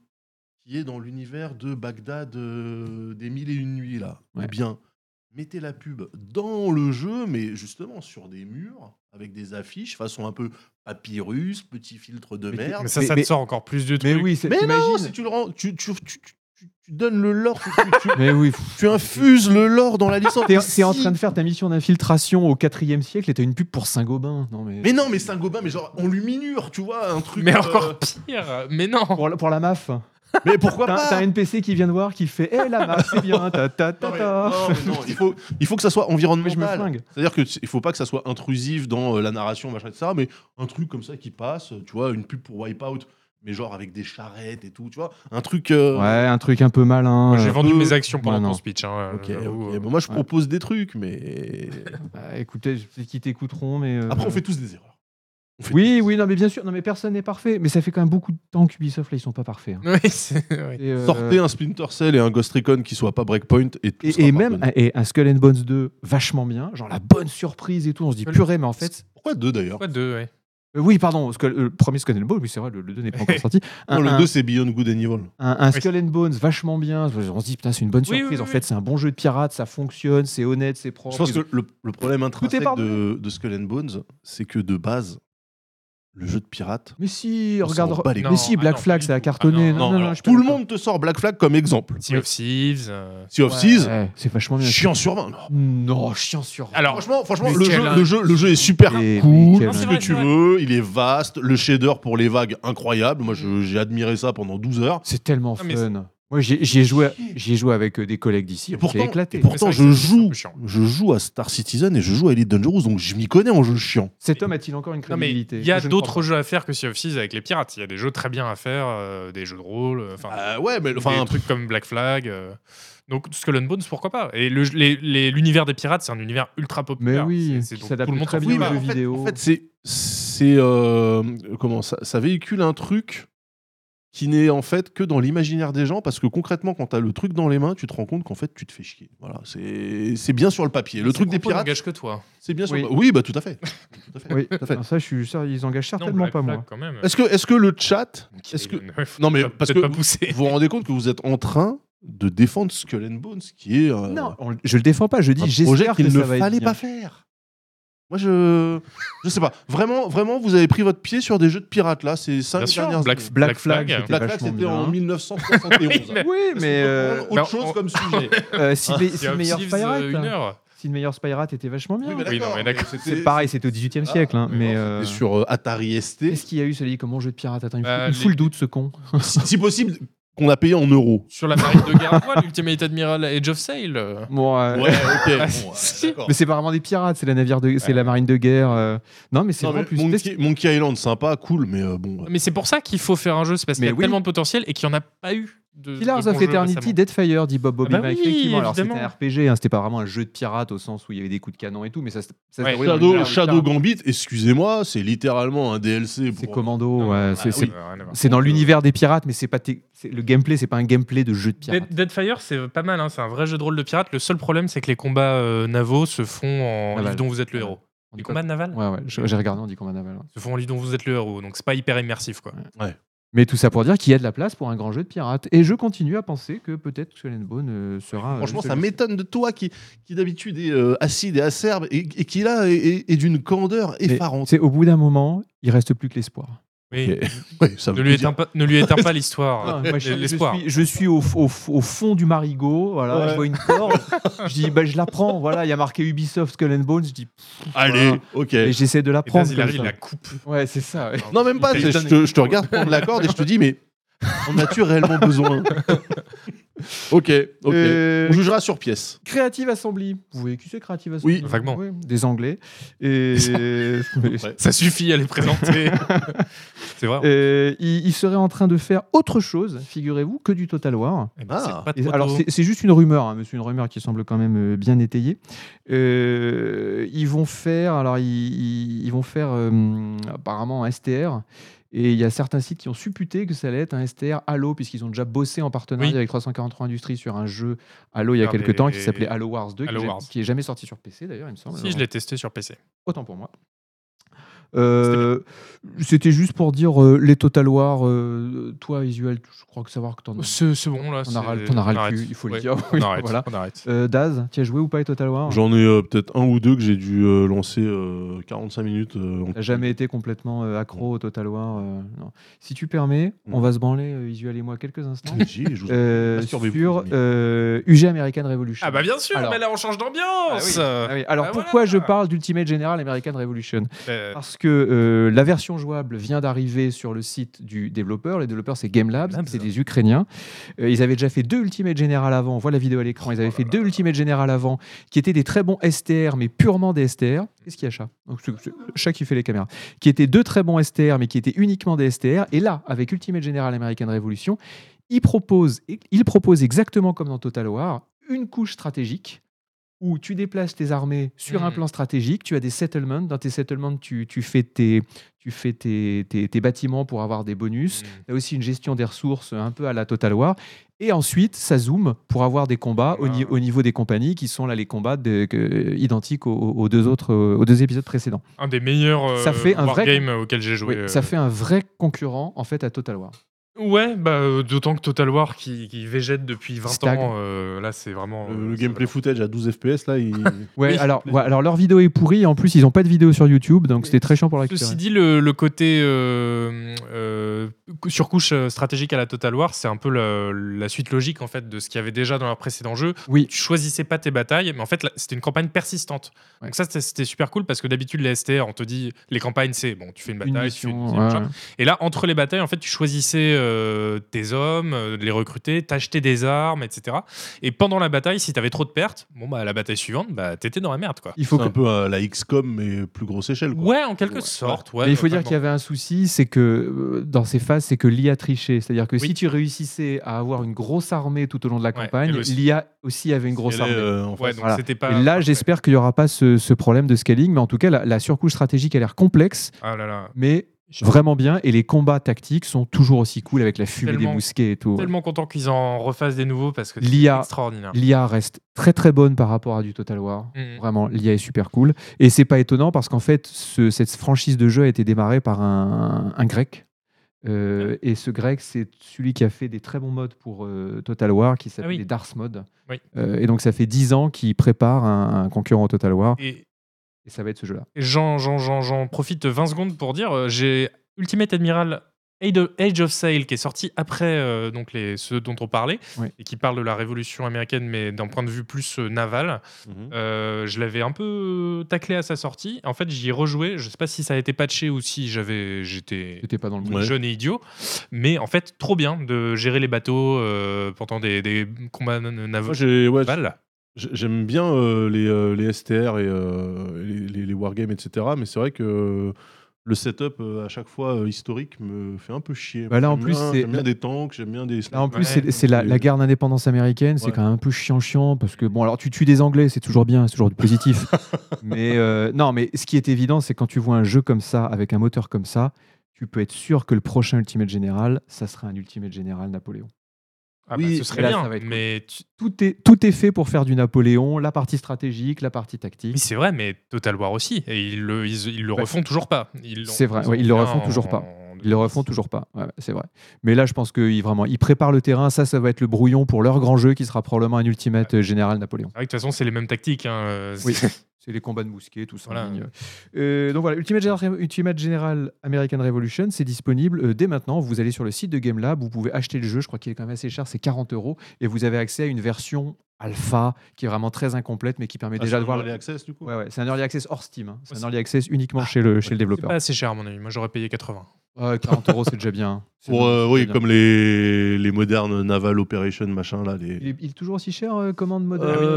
qui est dans l'univers de Bagdad euh, des mille et une nuits, là. Ouais. Eh bien, mettez la pub dans le jeu, mais justement sur des murs, avec des affiches, façon un peu papyrus, petit filtre de Mais t'es- merde. Mais ça, Mais- ça mais- te sort encore plus de trucs. Mais oui, c'est Mais non, t'imagines si tu le rends, tu, tu, tu- tu- tu- tu donnes le lore, tu, tu- tu- Mais oui, (laughs) tu infuses le lore dans la licence. T'es Si. t'es en train de faire ta mission d'infiltration au 4 siècle et t'as une pub pour Saint-Gobain. Non, mais... Mais non, mais Saint-Gobain, mais genre en luminure, tu vois, un truc. Mais euh, (laughs) encore pire. Mais non. Pour, la- pour la MAF. Mais pourquoi T'as pas t'as un NPC qui vient de voir qui fait Eh, la MAF, c'est bien, ta ta ta Non, mais- ta. non, mais non, il, faut, il faut que ça soit Mais je me flingue. environnemental. C'est-à-dire qu'il ne faut pas que ça soit intrusif dans euh, la narration, machin, etc. Mais un truc comme ça qui passe, euh, tu vois, une pub pour Wipeout, mais genre avec des charrettes et tout, tu vois. Un truc. euh, Ouais, un truc un peu malin. Moi, J'ai euh, vendu peu- mes actions pendant Ouais, non. ton speech. hein, ok, j'avoue, ok. euh, Bon, moi, je ouais. propose des trucs, mais. bah, écoutez, je sais qu'ils t'écouteront, mais. euh, (laughs) Après, on fait tous des erreurs. On fait Oui, tous- oui, non, mais bien sûr, non, mais personne n'est parfait. Mais ça fait quand même beaucoup de temps qu'Ubisoft, là, ils sont pas parfaits. hein. (laughs) Oui, c'est- oui. Et, euh, Sortez un Splinter Cell et un Ghost Recon qui soient pas Breakpoint et tout Et, sera et pas même bon. un, et un Skull and Bones 2, vachement bien. Genre la bonne surprise et tout. On se dit, Skull- purée, mais en fait. Pourquoi deux d'ailleurs Quoi deux, ouais. Euh, oui, pardon, Skull- euh, le premier Skull and Bones, oui, c'est vrai, le, le 2 n'est pas (laughs) encore sorti. Un- Non, Le un- 2, c'est Beyond Good and Evil. un, un Oui. Skull and Bones vachement bien. On se dit, putain, c'est une bonne Oui, surprise. oui, en oui, fait, oui. c'est un bon jeu de pirate, ça fonctionne, c'est honnête, c'est propre. Je pense que le, le problème intrinsèque pardonné. de, de Skull and Bones, c'est que de base, le jeu de pirate. Mais si, On s'en regarde. bat les Mais couilles. si, Non, Black ah non, Flag, pas ça a du tout. cartonné. Ah non, non, non, alors, je suis tout le pas d'accord. monde te sort Black Flag comme exemple. Sea of Thieves. euh, Sea of Thieves, Ouais, c'est vachement bien. chiant sur 20. Non, chiant sur. Alors, franchement, franchement Mais le, quel jeu, un- le, jeu, le jeu est super Et- mais cool, quel tout ce un- que tu veux, il est vaste, le shader pour les vagues, incroyable. Moi, je- j'ai admiré ça pendant 12 heures. C'est tellement Ah, mais fun. Moi, j'ai j'y ai joué, j'y ai joué avec euh, des collègues d'ici. Et On s'est pourtant, et éclaté. pourtant Mais c'est je, vrai que c'est un joue, peu chiant. je joue à Star Citizen et je joue à Elite Dangerous, donc je m'y connais en jeu chiant. Cet homme a-t-il encore une Non, mais crédibilité il y a Je ne crois d'autres pas. jeux à faire que Sea of Thieves avec les pirates. Il y a des jeux très bien à faire, euh, des jeux de rôle, euh, enfin Bah Euh, ouais, mais des enfin, trucs comme Black Flag. euh, donc Skull and Bones, pourquoi pas Et le- les- les- l'univers des pirates, c'est un univers ultra populaire. Mais oui, C'est- c'est qui donc s'adapte tout le monde très s'en bien fout, aux là. jeux bah, en fait- vidéo. En fait, c'est. c'est euh, comment ça, ça véhicule un truc qui n'est en fait que dans l'imaginaire des gens parce que concrètement, quand t'as le truc dans les mains, tu te rends compte qu'en fait, tu te fais chier. Voilà, c'est c'est bien sur le papier. Le Ces truc des propos pirates, n'engagent que toi. c'est bien sur Oui. le Oui, bah tout à fait. Tout à fait. (laughs) Oui, à fait. non, ça, je suis sûr, ils engagent Non, certainement Black pas Flag, moi. quand même. Est-ce que, est que le chat. Ok, est-ce que- (laughs) ouais, faut Non, mais peut-être parce pas que- pousser. Vous vous rendez compte que vous êtes en train de défendre Skull and Bones, qui est euh, Non, on- je le défends pas. Je dis, un projet j'espère que qu'il ça ne va être fallait bien. pas faire. Moi, je. Je sais pas. Vraiment, vraiment, vous avez pris votre pied sur des jeux de pirates, là, ces cinq Bien sûr, dernières Black, années. Black Black Flag, Flag. c'était Black Flag, vachement c'était en bien. 1971. (laughs) Oui, mais- Oui, mais euh, Autre bah, chose on- (laughs) comme sujet. euh, si, le- si Sea le of meilleur Thieves, Pirate, euh, une heure. si le meilleur Spirate était vachement bien. Oui, mais Oui, non, mais d'accord. c'était- c'est pareil, c'était au 18e siècle. hein, Ah, mais non, euh, c'était sur euh, Atari (laughs) qu'est-ce ST. qu'il y a eu, celui comme mon jeu de pirate Attends, il me fout- Bah, il me fout le les- doute, ce con. si, si possible, qu'on a payé en euros. Sur la marine de guerre à voile, Ultimate Admiral Age of Sail. euh. Bon, euh, (laughs) Ouais, ok. bon, ouais, si. d'accord. mais c'est pas vraiment des pirates, c'est la navire de, c'est Ouais. la marine de guerre. euh. Non, mais c'est Non, vrai mais en plus. Monkey, Monkey Island, sympa, cool, mais euh, bon. Mais c'est pour ça qu'il faut faire un jeu, c'est parce qu'il y a Mais oui. tellement de potentiel et qu'il n'y en a pas eu. De, Pillars de bons of jeux Eternity, récemment. Deadfire, dit Bob Bobby. Ah bah oui, effectivement, alors c'était évidemment. un RPG, hein, c'était pas vraiment un jeu de pirate au sens où il y avait des coups de canon et tout, mais ça, se- ça se Ouais, déroulait dans Shadow, l'univers des Shadow pirates. Gambit, excusez-moi, c'est littéralement un DLC. Pour... C'est commando, ouais, Ah, c'est, oui, c'est, bah, rien à voir. c'est dans l'univers des pirates, mais c'est pas té- c'est- le gameplay, c'est pas un gameplay de jeu de pirate. Dead- Deadfire, c'est pas mal, hein, c'est un vrai jeu de rôle de pirate. Le seul problème, c'est que les combats euh, navaux se font en Naval. livre dont vous êtes le héros. On Les dit combats navals Ouais, ouais, je- j'ai regardé, on dit combien naval. ouais. se font en livre dont vous êtes le héros, donc c'est pas hyper immersif. quoi. Mais tout ça pour dire qu'il y a de la place pour un grand jeu de pirate. Et je continue à penser que peut-être Skull and Bone euh, sera. euh, Franchement, ça celui- m'étonne de toi qui, qui d'habitude est euh, acide et acerbe et, et qui là est, est- est d'une candeur Mais effarante. C'est au bout d'un moment, il reste plus que l'espoir. Oui. Ok. Ouais, ça Ne, veut lui dire- éteins pas, ne lui éteins pas l'histoire. Ah, moi, je, je L'espoir. suis, je suis au, f- au f- au fond du marigot, voilà, Ouais. je vois une corde, je dis bah, je la prends, voilà, il y a marqué Ubisoft Skull and Bones, je dis Allez, ok. et j'essaie de la Et prendre. Daz, il arrive, comme il ça. la coupe. Ouais, c'est ça. ouais. Non, même pas. Il Je t'étonne. te, je te regarde prendre la corde et je te (laughs) dis, mais en as-tu réellement besoin Ok, ok. Euh, On jugera sur pièce. Creative Assembly. Vous voyez qui c'est Creative Assembly Oui. Vaguement. Oui, Des Anglais. (laughs) Et, Ouais. Ça suffit à les présenter. (laughs) c'est vrai. et ils ils seraient en train de faire autre chose, figurez-vous, que du Total War. Eh ben, c'est Ah. pas Et trop alors tôt. c'est c'est juste une rumeur, hein, mais c'est une rumeur qui semble quand même euh, bien étayée. Euh, ils vont faire, alors ils, ils- ils vont faire euh, apparemment un STR Et il y a certains sites qui ont supputé que ça allait être un STR Halo, puisqu'ils ont déjà bossé en partenariat Oui. avec 343 Industries sur un jeu Halo il y a Ah, quelques mais- temps qui s'appelait Halo Wars 2, qui Halo est ja- Wars. qui est jamais sorti sur PC d'ailleurs, il me semble. Si, je l'ai testé sur PC. Autant pour moi. Euh, C'était juste pour dire euh, les Total War, euh, toi, Isuel, je crois que savoir que t'en as. C'est c'est bon, On là. a c'est- ras le- on a ras le arrête. cul, il faut le Ouais, dire. On (laughs) Oui, arrête. voilà. On arrête. Euh, Daz, tu as joué ou pas les Total War J'en ai euh, peut-être un ou deux que j'ai dû euh, lancer euh, 45 minutes. euh, en- T'as jamais été complètement euh, accro au Total War euh, non. Si tu permets, Mm. Non. on va se branler, euh, Isuel et moi, quelques instants. Mais j'y ai, je vous- euh, Masturbez-vous, sur les amis. euh, UG American Revolution. Ah bah bien sûr, Alors- mais là on change Ah d'ambiance. oui. Ah oui. Alors Ah, pourquoi voilà. je parle d'Ultimate General American Revolution Euh, Parce que euh, la version jouable vient d'arriver sur le site du développeur. Les développeurs, c'est Game Labs, Labs. c'est des Ukrainiens. Euh, ils avaient déjà fait deux Ultimate General avant. On voit la vidéo à l'écran. Ils avaient fait deux Ultimate General avant, qui étaient des très bons STR, mais purement des STR. Qu'est-ce qu'il y a, chat Donc, c'est- c'est Chat qui fait les caméras. Qui étaient deux très bons STR, mais qui étaient uniquement des STR. Et là, avec Ultimate General American Revolution, ils proposent, ils proposent exactement comme dans Total War, une couche stratégique où tu déplaces tes armées sur un Mhm. plan stratégique, tu as des settlements. Dans tes settlements, tu, tu fais, tes, tu fais tes, tes- tes bâtiments pour avoir des bonus. hmm. Tu as aussi une gestion des ressources un peu à la Total War. Et ensuite, ça zoome pour avoir des combats au, ni- Ah. au niveau des compagnies qui sont là les combats de- que- identiques aux, aux deux autres, aux deux épisodes précédents. Un des meilleurs euh, Ça fait un vrai wargames auquel j'ai joué. Oui, euh. Ça fait un vrai concurrent en fait à Total War. Ouais, bah, euh, d'autant que Total War qui, qui végète depuis 20 Stagne. ans, euh, là c'est vraiment. Le, euh, le ça gameplay footage à 12 FPS, là, il... Ouais, Oui. alors, ouais, alors leur vidéo est pourrie. et En plus, ils n'ont pas de vidéo sur YouTube, donc c'était très chiant pour la Ceci dit, le, le côté euh, euh, cou- surcouche euh, stratégique à la Total War, c'est un peu la, la suite logique en fait de ce qu'il y avait déjà dans leur précédent jeu. Oui. Tu choisissais pas tes batailles, mais en fait là, c'était une campagne persistante. Ouais. Donc ça c'était- c'était super cool parce que d'habitude les STR, on te dit les campagnes c'est bon, tu fais une bataille, Une tu fais mission, une deuxième, ouais. machin. Et là entre les batailles en fait tu choisissais euh, tes hommes, euh, de les recruter, t'achetais des armes, etc. Et pendant la bataille, si t'avais trop de pertes, bon bah à la bataille suivante, bah t'étais dans la merde quoi. Il faut c'est que un peu euh, la XCOM, mais plus grosse échelle. Quoi. Ouais, en quelque Ouais. sorte. Ouais, Mais il faut dire totalement. qu'il y avait un souci, c'est que euh, dans ces phases, c'est que l'IA trichait. C'est-à-dire que Oui. si tu réussissais à avoir une grosse armée tout au long de la Ouais, campagne, elle aussi. l'IA aussi avait une grosse Elle est, armée. euh, en Ouais, face. donc Voilà. c'était pas. Et là, j'espère qu'il n'y aura pas ce, ce problème de scaling, mais en tout cas, la, la surcouche stratégique a l'air complexe, Ah là là. mais Je- vraiment bien. Et les combats tactiques sont toujours aussi cool avec la fumée des Tellement- mousquets et tout. Tellement content qu'ils en refassent des nouveaux parce que c'est L'IA. extraordinaire. L'IA reste très très bonne par rapport à du Total War. Mm. Vraiment, l'IA est super cool. Et c'est pas étonnant parce qu'en fait, ce- cette franchise de jeu a été démarrée par un, un grec. Euh, Et ce grec, c'est celui qui a fait des très bons modes pour euh, Total War qui s'appelle Ah oui. les Dars Mode. Oui. Euh, et donc, ça fait 10 ans qu'il prépare un, un concurrent au Total War. Et Et ça va être ce jeu-là. j'en, j'en, j'en, j'en profite 20 secondes pour dire euh, j'ai Ultimate Admiral Age of- Age of Sail qui est sorti après euh, donc les, ceux dont on parlait Oui. et qui parle de la révolution américaine mais d'un point de vue plus euh, naval. Mhm. Euh, je l'avais un peu taclé à sa sortie. En fait, j'y ai rejoué. Je sais pas si ça a été patché ou si j'avais, j'étais J'étais pas dans le monde. Ouais. jeune et idiot, mais en fait, trop bien de gérer les bateaux euh, pendant des, des combats Moi, Euh, navals. Ah bah, j'ai- bah, ouais, j'ai- j'aime bien euh, les, euh, les STR et euh, les, les- les wargames, etc. Mais c'est vrai que le setup euh, à chaque fois euh, historique me fait un peu chier. Bah là, en J'aime plus, bien- c'est- J'aime bien des tanks, j'aime bien des. Là, en plus, Ouais. c'est- c'est la, la guerre d'indépendance américaine. C'est Ouais. quand même un peu chiant-chiant parce que, bon, alors tu tues des Anglais, c'est toujours bien, c'est toujours du (laughs) positif. mais euh, non, mais ce qui est évident, c'est quand tu vois un jeu comme ça, avec un moteur comme ça, tu peux être sûr que le prochain Ultimate Général, ça sera un Ultimate Général Napoléon. Ah Oui, bah, ce serait là, bien, ça va être cool. mais tu- Tout est, tout est fait pour faire du Napoléon, la partie stratégique, la partie oui, tactique. c'est vrai, mais Total War aussi, et ils le, ils, ils le Ouais. refont toujours pas. Ils l'ont- C'est vrai, ouais, ont ils le fait refont un toujours pas. en Ils le refont toujours pas, Ouais, ouais, c'est vrai. Mais là, je pense qu'ils vraiment, ils préparent le terrain. Ça, ça va être le brouillon pour leur grand jeu qui sera probablement un Ultimate Général Napoléon. C'est vrai que de toute façon, c'est les mêmes tactiques. hein, euh, Oui. (laughs) c'est- C'est les combats de mousquets, tout ça. en Voilà. ligne. Euh, donc voilà, Ultimate, Gener- Ultimate General American Revolution, c'est disponible euh, dès maintenant. Vous allez sur le site de Game Lab, vous pouvez acheter le jeu, je crois qu'il est quand même assez cher, c'est 40 euros, et vous avez accès à une version alpha qui est vraiment très incomplète, mais qui permet Ah, déjà de voir. les access, du coup. Ouais, ouais, c'est un early access hors Steam, hein. c'est Ouais, un early access uniquement chez le, chez le C'est développeur. pas assez cher, à mon avis. Moi, j'aurais payé 80. Ouais, 40 euros, c'est déjà (laughs) bien. C'est Pour, vraiment- euh, c'est oui, déjà bien. comme les, les modernes Naval Operation, machin, là. Les... Il est, il est toujours aussi cher, euh, commande modèle Euh,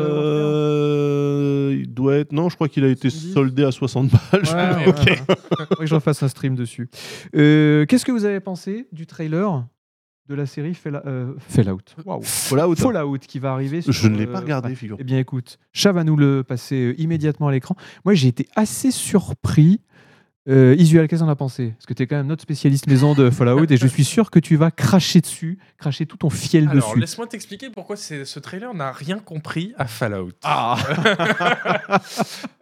il doit être. Non, je crois qu'il a été 70. soldé à 60 (laughs) balles. Ouais, ouais, ok. ouais. Faudrait que je refasse un stream dessus. Euh, Qu'est-ce que vous avez pensé du trailer de la série Fell- euh, Fallout Waouh. Fallout. Fallout qui va arriver sur, Je ne l'ai euh, pas regardé, ouais. figure. Eh bien, écoute, Chat va nous le passer euh, immédiatement à l'écran. Moi, j'ai été assez surpris Euh, Isuel, qu'est-ce qu'on a pensé Parce que tu es quand même notre spécialiste maison de Fallout et je suis sûr que tu vas cracher dessus, cracher tout ton fiel Alors, dessus. laisse-moi t'expliquer pourquoi c'est- ce trailer n'a rien compris à Fallout. Ah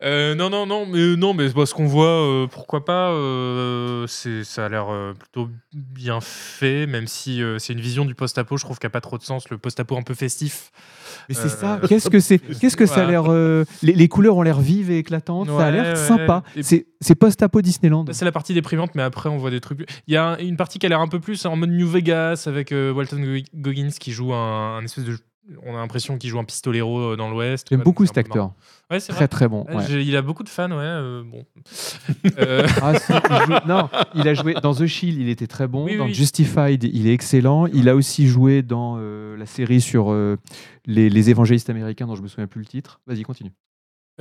Euh, non, non, non, mais, non, mais bah, ce qu'on voit, euh, pourquoi pas, euh, c'est- ça a l'air euh, plutôt bien fait, même si euh, c'est une vision du post-apo, je trouve qu'il n'y a pas trop de sens, le post-apo un peu festif. Mais c'est ça, Euh, qu'est-ce que (laughs) c'est Qu'est-ce que ça a Voilà. l'air euh, les, les couleurs ont l'air vives et éclatantes, ça a l'air Ouais, ouais. sympa. Et- C'est c'est post-apo Disneyland. Ça, Bah, c'est la partie déprimante, mais après, on voit des trucs. Il y a un- une partie qui a l'air un peu plus en mode New Vegas avec euh, Walton Go- Goggins qui joue un, un espèce de. On a l'impression qu'il joue un pistolero euh, dans l'Ouest. J'aime quoi, donc beaucoup c'est un cet peu marrant. acteur, Ouais, c'est très vrai. très bon. Ah, ouais. j'ai- Il a beaucoup de fans, ouais. euh, bon. (laughs) Euh, Ah, si, il joue- Non, il a joué dans The Shield, il était très bon. Oui, dans oui. Justified, il est excellent. Il a aussi joué dans euh, la série sur euh, les, les évangélistes américains, dont je me souviens plus le titre. Vas-y, continue.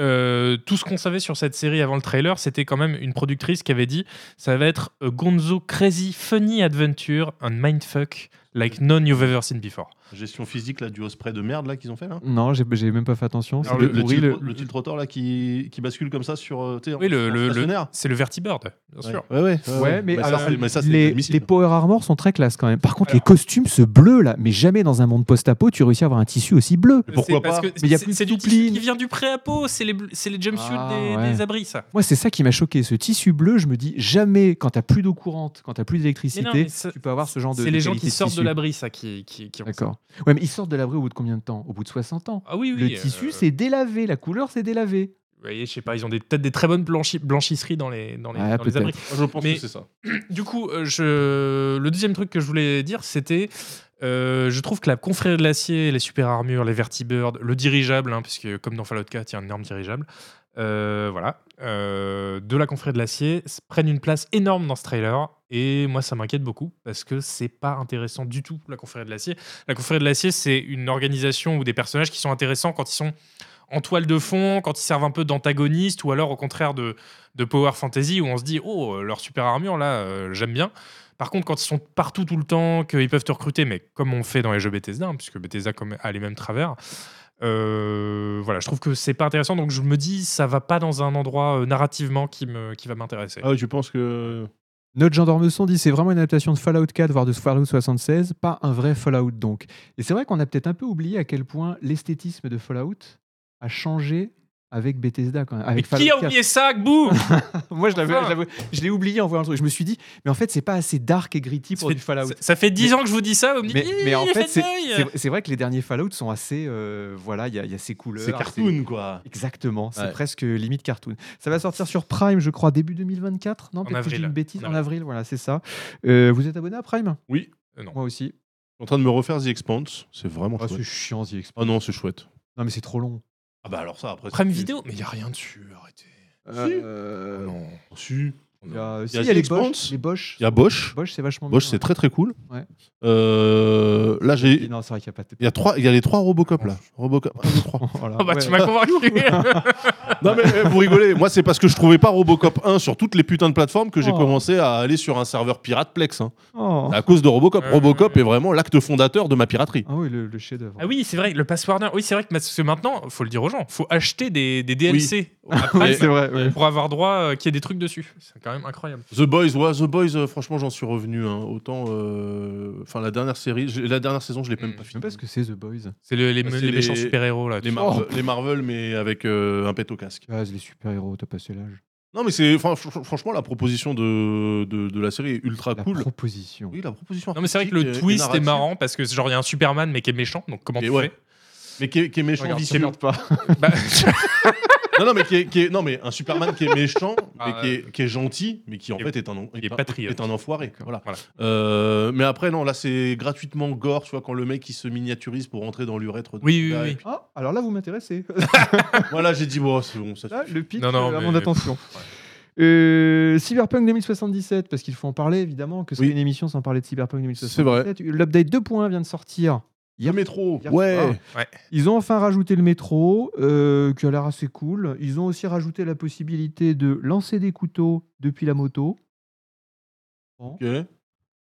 Euh, tout ce qu'on savait sur cette série avant le trailer, c'était quand même une productrice qui avait dit ça va être a Gonzo Crazy Funny Adventure and Mindfuck like none you've ever seen before. Gestion physique là, du spray de merde là qu'ils ont fait là Non, j'ai- j'ai même pas fait attention. Alors, c'est le, de le pourri, tilt- le- le tilt rotor là qui, qui bascule comme ça sur. euh, tu sais, Oui, le- en le- le- stationnaire. C'est le Vertibird, bien Ouais, sûr. ouais, ouais, ouais, Ouais, ouais. mais ça, alors, c'est- mais ça, c'est les, inadmissible. les Power Armor sont très classe quand même. Par contre, les Alors. costumes, ce bleu là, mais jamais dans un monde post-apo, tu réussis à avoir un tissu aussi bleu. Mais pourquoi C'est parce pas que Mais y a c'est- plus de C'est du soupline. tissu qui vient du pré-apo, c'est les, bl- c'est les jumpsuits Ah, des, ouais. des abris, ça. Moi, c'est ça qui m'a choqué. Ce tissu bleu, je me dis jamais, quand t'as plus d'eau courante, quand t'as plus Mais d'électricité, non, mais ça- tu peux avoir ce genre de. de C'est les gens qualité de qui sortent de tissu. l'abri, ça, qui, qui, qui ont ça. D'accord. Ouais, mais ils sortent de l'abri au bout de combien de temps Au bout de 60 ans. Ah oui, Le oui. tissu, euh, c'est délavé, la couleur, c'est délavé. Vous voyez, je sais pas, ils ont des- peut-être des très bonnes blanchi- blanchisseries dans les, dans les, Ah, dans les abris. Moi, Je pense Mais- que c'est ça. Du coup, euh, je... le deuxième truc que je voulais dire, c'était. euh, je trouve que la confrérie de l'acier, les super armures, les vertibirds, le dirigeable, hein, puisque comme dans Fallout 4, il y a un énorme dirigeable, euh, voilà, euh, de la confrérie de l'acier s- prennent une place énorme dans ce trailer. Et moi, ça m'inquiète beaucoup parce que c'est pas intéressant du tout, la confrérie de l'acier. La confrérie de l'acier, c'est une organisation ou des personnages qui sont intéressants quand ils sont en toile de fond, quand ils servent un peu d'antagoniste ou alors au contraire de, de Power Fantasy où on se dit oh euh, leur super armure là euh, j'aime bien. Par contre quand ils sont partout tout le temps qu'ils peuvent te recruter mais comme on fait dans les jeux Bethesda hein, puisque Bethesda comme- a les mêmes travers. euh, voilà, je trouve que c'est pas intéressant donc je me dis ça va pas dans un endroit euh, narrativement qui me qui va m'intéresser. Ah, ouais, je pense que. Notre Jean d'Ormesson dit c'est vraiment une adaptation de Fallout 4, voire de Fallout 76, pas un vrai Fallout donc. Et c'est vrai qu'on a peut-être un peu oublié à quel point l'esthétisme de Fallout a changé avec Bethesda quand même. mais Avec qui a Fallout 4. oublié ça, Gbou Moi je l'avais, Enfin. je l'avais- je l'ai oublié en voyant le truc. Je me suis dit mais en fait c'est pas assez dark et gritty (laughs) ça, pour du Fallout. fait- ça fait 10 Mais- ans que je vous dis ça, vous me dites Mais, mais (laughs) en "Ih, fait faites c'est, l'œil c'est- c'est vrai que les derniers Fallout sont assez euh, voilà il y, a- il y a ces couleurs. C'est ces- cartoon quoi. Exactement, c'est Ouais. presque limite cartoon. Ça va sortir sur Prime, je crois, début 2024. Non, peut-être que je dis avril. une bêtise. En En avril, voilà, c'est ça. Euh, vous êtes abonné à Prime Oui. Euh, non. Moi aussi. Je suis en train de me refaire The Expanse. C'est vraiment Ah, c'est chouette. chiant, The Expanse. Ah non, c'est chouette. Non, mais c'est trop long. Ah bah alors ça, après. Prime c'est- vidéo, mais il y a rien dessus, arrêtez. Euh, Ah, Non. Si. Il y a, si, y a il y a The les Bosch. Expanse. Les Bosch, Il y a Bosch. Bosch, c'est vachement Bosch, bien. c'est très très cool. Ouais. Euh, là, j'ai. Non, c'est vrai qu'il n'y a pas de. (laughs) Il y, a Ah, trois, il y a les trois Robocop là. Robocop 1, 2, 3. Voilà, Oh bah tu ouais. m'as (laughs) convaincu Non mais eh, vous rigolez, moi c'est parce que je trouvais pas Robocop 1 sur toutes les putains de plateformes que j'ai Oh. commencé à aller sur un serveur pirate Plex. hein. Oh. À cause de Robocop. Euh. Robocop est vraiment l'acte fondateur de ma piraterie. Ah oui, le, le chef-d'œuvre. Ah oui, c'est vrai, le password. Oui, c'est vrai que parce que maintenant, faut le dire aux gens, faut acheter des, des (laughs) DLC Ouais, Ah, après, c'est vrai. ouais. pour avoir droit euh, qu'il y ait des trucs dessus. C'est quand même incroyable. The Boys, ouais, The Boys, euh, franchement j'en suis revenu. hein. Autant, euh, enfin la dernière série, j'ai- la dernière saison, je l'ai même Mm. pas Je fini. sais pas ce que c'est, The Boys. C'est le- les, Bah, me- c'est les méchants les- super-héros là. Les, Marvel, les Marvel, mais avec euh, un pet au casque. Ah, c'est les super-héros, t'as passé l'âge. Non mais c'est, enfin, fr- franchement la proposition de, de, de la série est ultra La cool. proposition. Oui, la proposition. Non, mais c'est vrai que artistique le et- et twist est narrative. marrant parce que genre il y a un Superman mais qui est méchant, donc comment Mais tu ouais. fais Mais qui est, qui est méchant, Regarde, vicieux. regarde pas. Bah, (laughs) Non, non, mais qui est, qui est- non, mais un Superman qui est méchant, Ah, mais qui est, qui est gentil, mais qui en Qui fait est un, en- il est un- patriote. est un enfoiré. Voilà. Voilà. Euh, mais après, non, là, c'est gratuitement gore, tu vois, quand le mec il se miniaturise pour rentrer dans l'urètre. de- Oui, oui, Ouais. oui. Ah, alors là, vous (laughs) m'intéressez. Moi, là, j'ai dit, bon, c'est bon, ça Là, suffit. le pitch Non, non, euh, à mais- mon attention. Euh, Cyberpunk 2077, parce qu'il faut en parler évidemment, que c'est Oui. une émission sans parler de Cyberpunk 2077. C'est vrai. L'update 2.1 vient de sortir. Le métro, Hier soir. ouais. Ils ont enfin rajouté le métro, euh, qui a l'air assez cool. Ils ont aussi rajouté la possibilité de lancer des couteaux depuis la moto. Bon. Ok. De-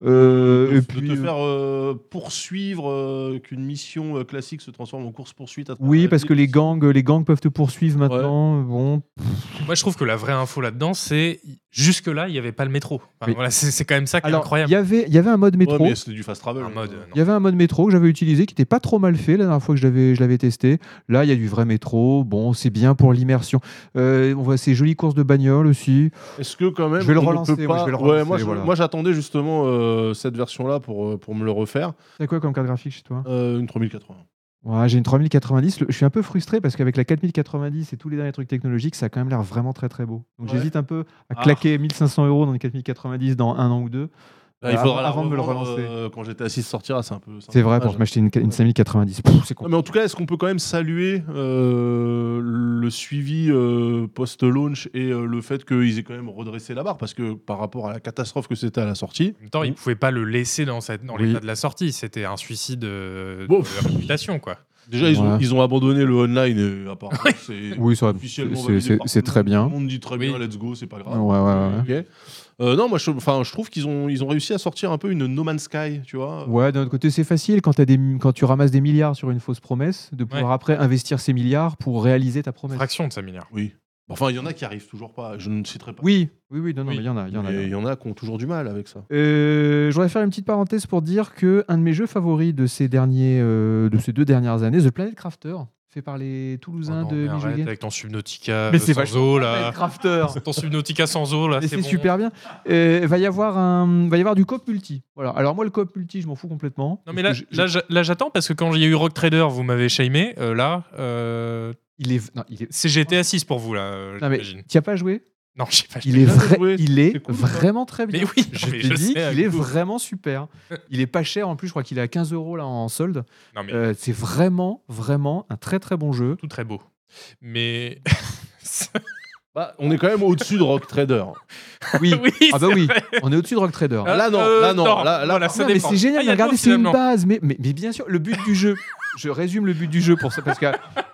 Euh, et de puis, te euh, faire euh, poursuivre, euh, qu'une mission euh, classique se transforme en course-poursuite. à travers euh, oui, la parce ville. que les gangs, les gangs peuvent te poursuivre maintenant. Bon, Moi je trouve que la vraie info là-dedans c'est Jusque-là, il n'y avait pas le métro. Enfin, Oui. voilà, c'est c'est quand même ça qui est Alors, il incroyable. y avait- il y avait un mode Ouais, métro. mais c'était du fast travel. Un mode, Euh, non. Il y avait un mode métro que j'avais utilisé qui n'était pas trop mal fait la dernière fois que je l'avais, je l'avais testé. Là, il y a du vrai métro. Bon, c'est bien pour l'immersion. Euh, on voit ces jolies courses de bagnole aussi. Est-ce que quand même. Je vais le on ne relancer, peut ouais, pas- je vais le Ouais, relancer, moi, je- voilà. moi, j'attendais justement euh, cette version-là pour, euh, pour me le refaire. T'as quoi comme carte graphique chez toi Euh, une 3080. Ouais, J'ai une 3090. Le- Je suis un peu frustré parce qu'avec la 4090 et tous les derniers trucs technologiques, ça a quand même l'air vraiment très très beau. Donc Ouais. j'hésite un peu à Ah. claquer 1500 euros dans une 4090 dans un an ou deux. Là, Ah, il Avant- faudra la avant de me le revendre, relancer. euh, quand j'étais assis sortira, c'est un peu. un C'est peu vrai, dommage. pour m'acheter une, ca- une Ouais. 5090, Pouf, c'est con. Non, mais en tout cas, est-ce qu'on peut quand même saluer euh, le suivi euh, post-launch et euh, le fait qu'ils aient quand même redressé la barre Parce que par rapport à la catastrophe que c'était à la sortie, En même temps, ils ne pouvaient pas le laisser dans, cette- dans Oui. l'état de la sortie. C'était un suicide euh, de Bon. la réputation, quoi. déjà, ils, ont, Ouais. ils ont abandonné le online. euh, à part, c'est Oui, ça va. officiellement C'est- validé c'est- par c'est tout le très monde. bien. Tout le monde dit très Oui. bien, let's go, c'est pas Ouais, grave. ouais, ouais. Ok. Euh, non, moi, je, enfin, je trouve qu'ils ont, ils ont réussi à sortir un peu une No Man's Sky, tu vois. Ouais, d'un autre côté, c'est facile quand, t'as des, quand tu ramasses des milliards sur une fausse promesse, de pouvoir après investir ces milliards pour réaliser ta promesse. Fraction de sa milliard. Oui. Enfin, il y en a qui arrivent toujours pas. Je ne citerai pas. Oui, oui, oui, non, non, Oui. euh, mais il y en a. il Y en a, il y en a. Mais il y en a qui ont toujours du mal avec ça. Euh, je voudrais faire une petite parenthèse pour dire que un de mes jeux favoris de ces, derniers, euh, de ces deux dernières années, The Planet Crafter, fait par les Oh Toulousains non, de mais arrête Bijouguet. avec ton Subnautica Mais euh, c'est sans vachement- eau, Planet là. Crafter Ton Subnautica sans eau, là. Mais c'est bon. super bien. Euh, va y avoir un, va y avoir du cop multi. Voilà. Alors moi le cop multi, je m'en fous complètement. Non mais là, Parce que je- là, j'a- là, j'attends parce que quand il y a eu Rock Trader, vous m'avez shamé. Euh, là, euh, il est, non, il est. c'est GTA 6 pour vous là. euh, Non, mais- j'imagine. T'y as pas joué Non, j'ai pas. Il est, jamais vrai- joué, il est c'est cool, hein. ça. vraiment très bien. Mais oui, je mais te je dis, sais, il est cool. vraiment super. Il est pas cher en plus, je crois qu'il est à 15 euros là en solde. Non mais Euh, c'est vraiment, vraiment un très très bon jeu. tout très beau. Mais Bah, on est quand même au-dessus de Rock Trader. Oui, (laughs) oui, ah bah c'est oui, vrai. on est au-dessus de Rock Trader. Ah, là, non, là, non, là, là, voilà, ça Non, mais dépend. c'est génial, Ah, il y mais a de l'eau, regardez, c'est une finalement. base. Mais, mais, mais bien sûr, le but du jeu, je résume le but du jeu pour ça, parce que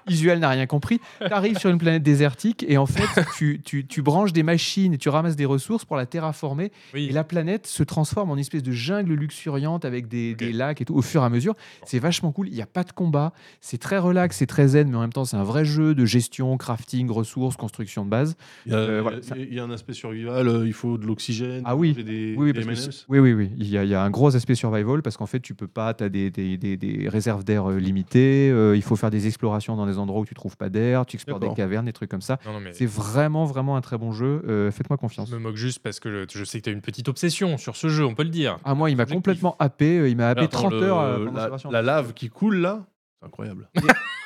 Isuel n'a rien compris. Tu arrives sur une planète désertique et en fait, tu, tu, tu branches des machines et tu ramasses des ressources pour la terraformer. Oui. Et la planète se transforme en une espèce de jungle luxuriante avec des, Ok. des lacs et tout au fur et à mesure. C'est vachement cool. Il n'y a pas de combat. C'est très relax, c'est très zen, mais en même temps, c'est un vrai jeu de gestion, crafting, ressources, construction de base. Il y, a, (laughs) Euh, voilà, il y a- ça- il y a un aspect survival, euh, il faut de l'oxygène, Ah oui. manger des, Oui, oui, des parce que M&M's. c'est- oui, oui, oui. Il y, a, il y a un gros aspect survival parce qu'en fait, tu peux pas, tu as des, des- des- des réserves d'air euh, limitées, euh, il faut faire des explorations dans des endroits où tu trouves pas d'air, tu explores des D'accord. cavernes, des trucs comme ça. Non, non, mais C'est vraiment, vraiment un très bon jeu. euh, Faites-moi je confiance. me moque juste parce que le- je sais que tu as une petite obsession sur ce jeu, on peut le dire. Ah, moi, il m'a Objectif. complètement happé. euh, Il m'a happé Attends, 30 le- heures. euh, pendant la, cette version. la lave qui coule là, (laughs) c'est incroyable.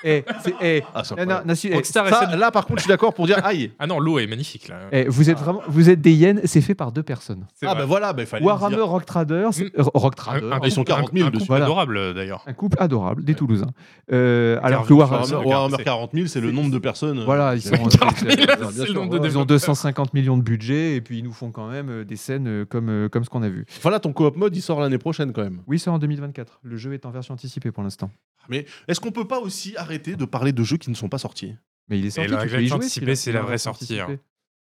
Eh, c'est- eh, Ah, c'est non, non, incroyable. non, si, eh, Rockstar Ça, essaie de- là, par contre, je suis d'accord pour dire aïe. Ah non, l'eau est magnifique là. eh, vous êtes vraiment, vous êtes des yens, c'est fait par deux personnes. C'est ah vrai. bah voilà, bah, il fallait. le dire. Warhammer Rock Trader, Hum. c'est- euh, Rock Trader, Un- un Ah, ils sont couple- un- 40 000 un couple dessus. Voilà. adorable euh, d'ailleurs. un couple adorable, des Toulousains. Euh, alors que Carville, Warhammer, Warhammer, Regarde, Warhammer c'est- 40 000, c'est le c'est- nombre de personnes. euh, Voilà, ils qui- sont (laughs) bien c'est le sûr, nombre de ouais. Ils ont développeurs. 250 millions de budget et puis ils nous font quand même euh, des scènes euh, comme, euh, comme ce qu'on a vu. Enfin là, ton coop mode, il sort l'année prochaine quand même. Oui, c'est en 2024. Le jeu est en version anticipée pour l'instant. Mais est-ce qu'on peut pas aussi arrêter de parler de jeux qui ne sont pas (coughs) sortis Mais il est sorti. la tu peux y version jouer, celui-là, anticipée, c'est s'il est la en vraie version sortie, hein. anticipée.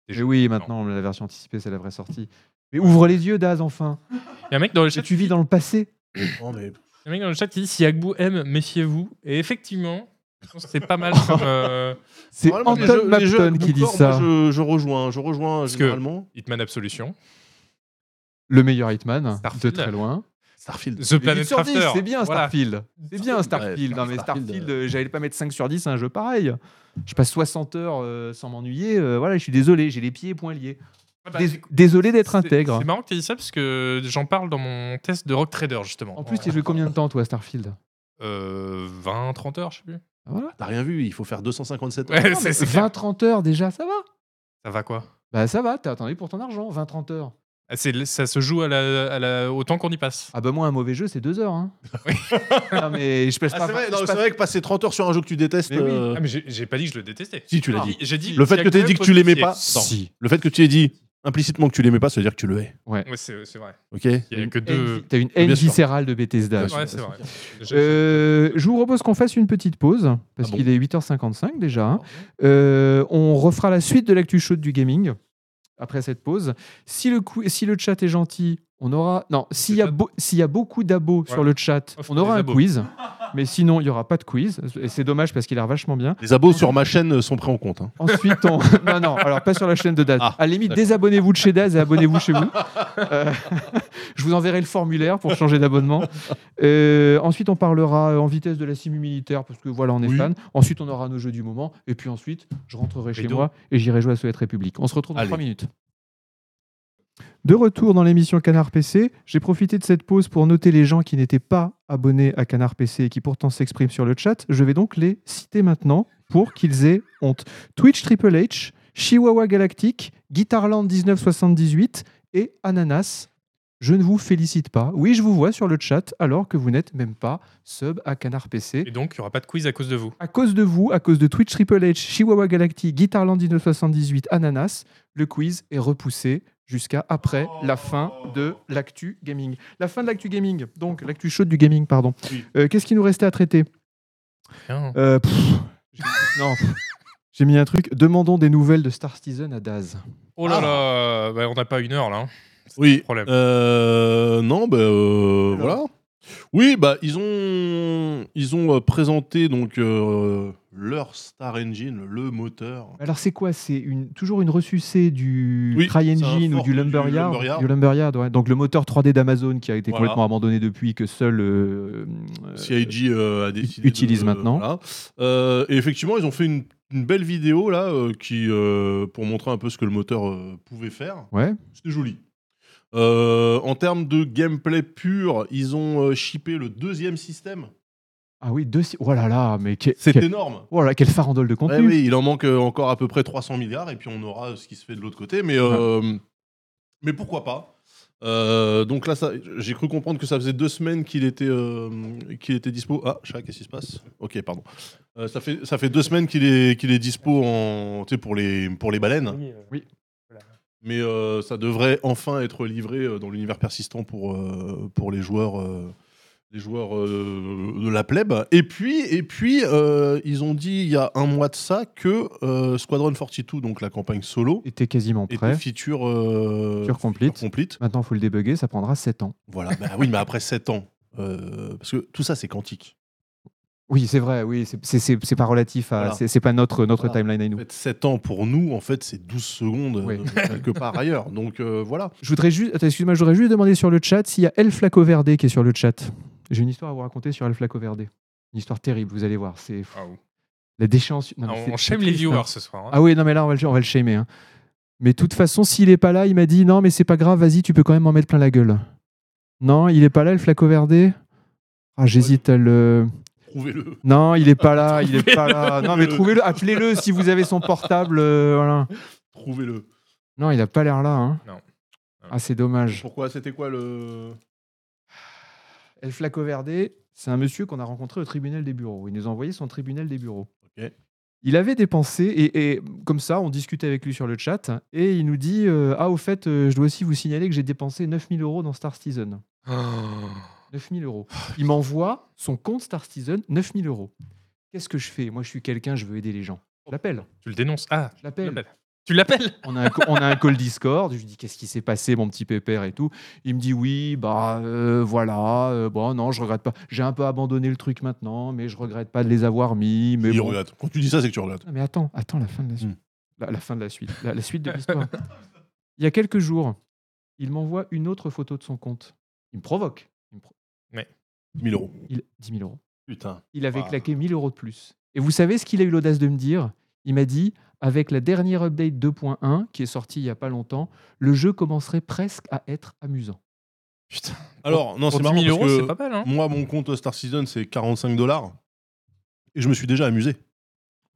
Des Mais jeux- oui, non. maintenant, la version anticipée, c'est la vraie sortie. Mais ouvre les yeux, Daz, enfin. Il y a un mec dans le chat Tu vis dans le passé. Non, Oh, Il mais y a un mec dans le chat qui dit si Agbu aime, méfiez-vous. Et effectivement, je pense que c'est pas mal comme. euh, C'est normalement, les Anton jeux- les jeux Mapton Blue qui dit Corps, ça. moi, je, je rejoins, je rejoins Parce que- généralement. Hitman Absolution. Le meilleur Hitman, de Starfield. très loin. Starfield. The Mais Planet huit sur dix, Crafter. C'est bien, Voilà. Starfield. C'est bien, Starfield. Non, mais Starfield, Starfield, euh, j'allais pas mettre 5 sur 10 à un jeu pareil. Je passe 60 heures euh, sans m'ennuyer. euh, voilà, je suis désolé, j'ai les pieds et poings liés. Ouais, bah, Dés- c'est- désolé d'être c'est- intègre. C'est marrant que tu dit ça parce que j'en parle dans mon test de Rock Trader justement. En plus, tu as joué combien de temps, toi, à Starfield Euh, 20, 30 heures, je sais plus. Voilà. T'as rien vu, il faut faire 257 Ouais, heures. c'est- c'est clair. 20-30 heures déjà, ça va Ça va quoi Bah ça va, t'as attendu pour ton argent, 20-30 heures. Ah, c'est- Ça se joue à la, à la- au temps qu'on y passe. Ah bah moi, un mauvais jeu, c'est 2 heures. Hein. non mais je passe Ah, pas... c'est vrai, je non, passe- c'est vrai que passer 30 heures sur un jeu que tu détestes. Mais oui. euh, Ah, mais j'ai j'ai pas dit que je le détestais. Si, tu l'as Ah. dit. J'ai dit. Le fait si que t'aies Agbu dit que aime, tu l'aimais faut pas, kiffer. Si. Le fait que tu aies dit implicitement que tu l'aimais pas, ça veut dire que tu le hais. Ouais, c'est c'est vrai. Ok Il y a Une que haine deux. vi- T'as une haine Bien sûr. viscérale de Bethesda. Bien je sûr. Ouais, sais c'est pas. vrai. Euh, je vous propose qu'on fasse une petite pause, parce Ah bon qu'il est 8h55 déjà. Ah hein. Euh, on refera la suite de l'actu chaude du gaming après cette pause. Si le, cou- si le chat est gentil, On aura. Non, s'il C'est y, a pas- beau- s'il y a beaucoup d'abos sur le chat, Offre on aura des un abos. (laughs) quiz. Mais sinon, il n'y aura pas de quiz. Et c'est dommage parce qu'il a l'air vachement bien. Les abos sur ma chaîne sont pris en compte. hein. Ensuite, (laughs) on. non, non, alors pas sur la chaîne de Daz. Ah, à la limite, d'accord. désabonnez-vous de chez Daz et abonnez-vous chez vous. Euh, (laughs) je vous enverrai le formulaire pour changer d'abonnement. Euh, ensuite, on parlera en vitesse de la simu militaire parce que voilà, on est Oui. fan. Ensuite, on aura nos jeux du moment. Et puis ensuite, je rentrerai chez Rideau. moi et j'irai jouer à Soviet République. On se retrouve dans Allez. 3 minutes. De retour dans l'émission Canard PC, j'ai profité de cette pause pour noter les gens qui n'étaient pas abonnés à Canard PC et qui pourtant s'expriment sur le chat. Je vais donc les citer maintenant pour qu'ils aient honte. Twitch Triple H, Chihuahua Galactique, Guitarland 1978 et Ananas. Je ne vous félicite pas. Oui, je vous vois sur le chat alors que vous n'êtes même pas sub à Canard PC. Et donc, il n'y aura pas de quiz à cause de vous. À cause de vous, à cause de Twitch Triple H, Chihuahua Galactique, Guitarland 1978, Ananas, le quiz est repoussé jusqu'à après la fin de l'actu gaming. La fin de l'actu gaming, donc l'actu chaude du gaming, pardon. Oui. Euh, Qu'est-ce qui nous restait à traiter Rien. Euh, pff, j'ai- Non. pff, J'ai mis un truc. Demandons des nouvelles de Star Citizen à Daz. Oh Ah. là là, bah, on n'a pas une heure là. hein. Oui. Problème. Euh, non, bah, euh, Alors. voilà. Oui, bah ils ont ils ont euh, présenté donc euh, leur Star Engine, le moteur. Alors c'est quoi C'est une, toujours une ressucée du Oui, c'est un CryEngine ou fork du du Lumberyard, Lumberyard. du Lumberyard, ouais. Donc le moteur 3D d'Amazon qui a été Voilà. complètement abandonné depuis que seul euh, euh, CIG euh, a décidé. utilise de- maintenant. voilà. Euh, et effectivement, ils ont fait une, une belle vidéo là euh, qui euh, pour montrer un peu ce que le moteur euh, pouvait faire. ouais. C'était joli. Euh, en termes de gameplay pur, ils ont euh, shippé le deuxième système. Ah oui, deux. si- Oh là là, mais que- C'est que- énorme. oh là, quelle farandole de Ouais, contenu. Bah oui, il en manque euh, encore à peu près 300 milliards et puis on aura euh, ce qui se fait de l'autre côté. Mais, euh, mais pourquoi pas Euh, Donc là, ça- j'ai cru comprendre que ça faisait deux semaines qu'il était, euh, qu'il était dispo. Ah, chat, qu'est-ce qui se passe Ok, pardon. Euh, ça, fait, ça fait deux semaines qu'il est, qu'il est dispo en, tu sais, pour, les, pour les baleines. Mais euh, ça devrait enfin être livré euh, dans l'univers persistant pour, euh, pour les joueurs, euh, les joueurs euh, de la plèbe. Et puis, et puis euh, ils ont dit il y a un mois de ça que euh, Squadron 42, donc la campagne solo, Était quasiment était prêt. feature, euh, Feature complete. complete. Maintenant, faut le débugger, ça prendra 7 ans. Voilà, bah oui, mais après 7 ans. euh, parce que tout ça, c'est quantique. Oui, c'est vrai. Oui, c'est- c'est- c'est c'est pas relatif à. Voilà. C'est c'est pas notre notre Voilà. timeline à nous. En fait, 7 ans pour nous, en fait, c'est 12 secondes Oui. (laughs) euh, quelque part ailleurs. Donc euh, voilà. (laughs) Je voudrais juste, attends, excuse-moi, je voudrais juste demander sur le chat s'il y a El Flaco Verde qui est sur le chat. J'ai une histoire à vous raconter sur El Flaco Verde. Une histoire terrible, vous allez voir. C'est Ah, ouh. la déchéance. non, Ah, mais on c'est- shame c'est les triste, hein. viewers ce soir. hein. Ah oui, non, mais là, on va le, on va le shamer. hein. Mais de toute façon, s'il est pas là, il m'a dit non, mais c'est pas grave, vas-y, tu peux quand même m'en mettre plein la gueule. Non, il est pas là, El Flaco Verde Ah, j'hésite à le. Trouvez-le. Non, il est pas là, il est pas là. Non, mais trouvez-le, appelez-le si vous avez son portable. euh, voilà. Trouvez-le. Non, il a pas l'air là. hein. Non. Ah, c'est dommage. Pourquoi C'était quoi le. El Flaco Verde, c'est un monsieur qu'on a rencontré au tribunal des bureaux. Il nous a envoyé son tribunal des bureaux. Ok. Il avait des pensées, et, et comme ça, on discutait avec lui sur le chat, et il nous dit euh, Ah, au fait, euh, je dois aussi vous signaler que j'ai dépensé 9000 euros dans Star Citizen. Ah. 9000 euros. Il m'envoie son compte Star Citizen, 9000 euros. Qu'est-ce que je fais Moi, je suis quelqu'un, je veux aider les gens. Je l'appelle. (gasps) Tu le dénonces. Ah, Je tu l'appelle. l'appelles. Tu l'appelles On a, un, co- on a un call Discord. Je lui dis qu'est-ce qui s'est passé, mon petit pépère et tout. Il me dit oui, bah euh, voilà, euh, bon non, je regrette pas. J'ai un peu abandonné le truc maintenant, mais je regrette pas de les avoir mis. Mais Il bon. regrette. Quand tu dis ça, c'est que tu regrettes. Non, Ah, mais attends, attends la fin de la suite. Hmm. La, la fin de la suite. La, la suite de l'histoire. Il y a quelques jours, il m'envoie une autre photo de son compte. Il me provoque. Il me pro- 1000 euros. il- 10 000 euros. Putain. Il avait Waouh. claqué 1000 euros de plus. Et vous savez ce qu'il a eu l'audace de me dire Il m'a dit avec la dernière update 2.1 qui est sortie il y a pas longtemps, le jeu commencerait presque à être amusant. Putain. Alors, non, Pour c'est 10 marrant 000 parce euros, que c'est pas mal. Hein moi, mon compte Star Citizen, c'est 45 dollars. Et je me suis déjà amusé.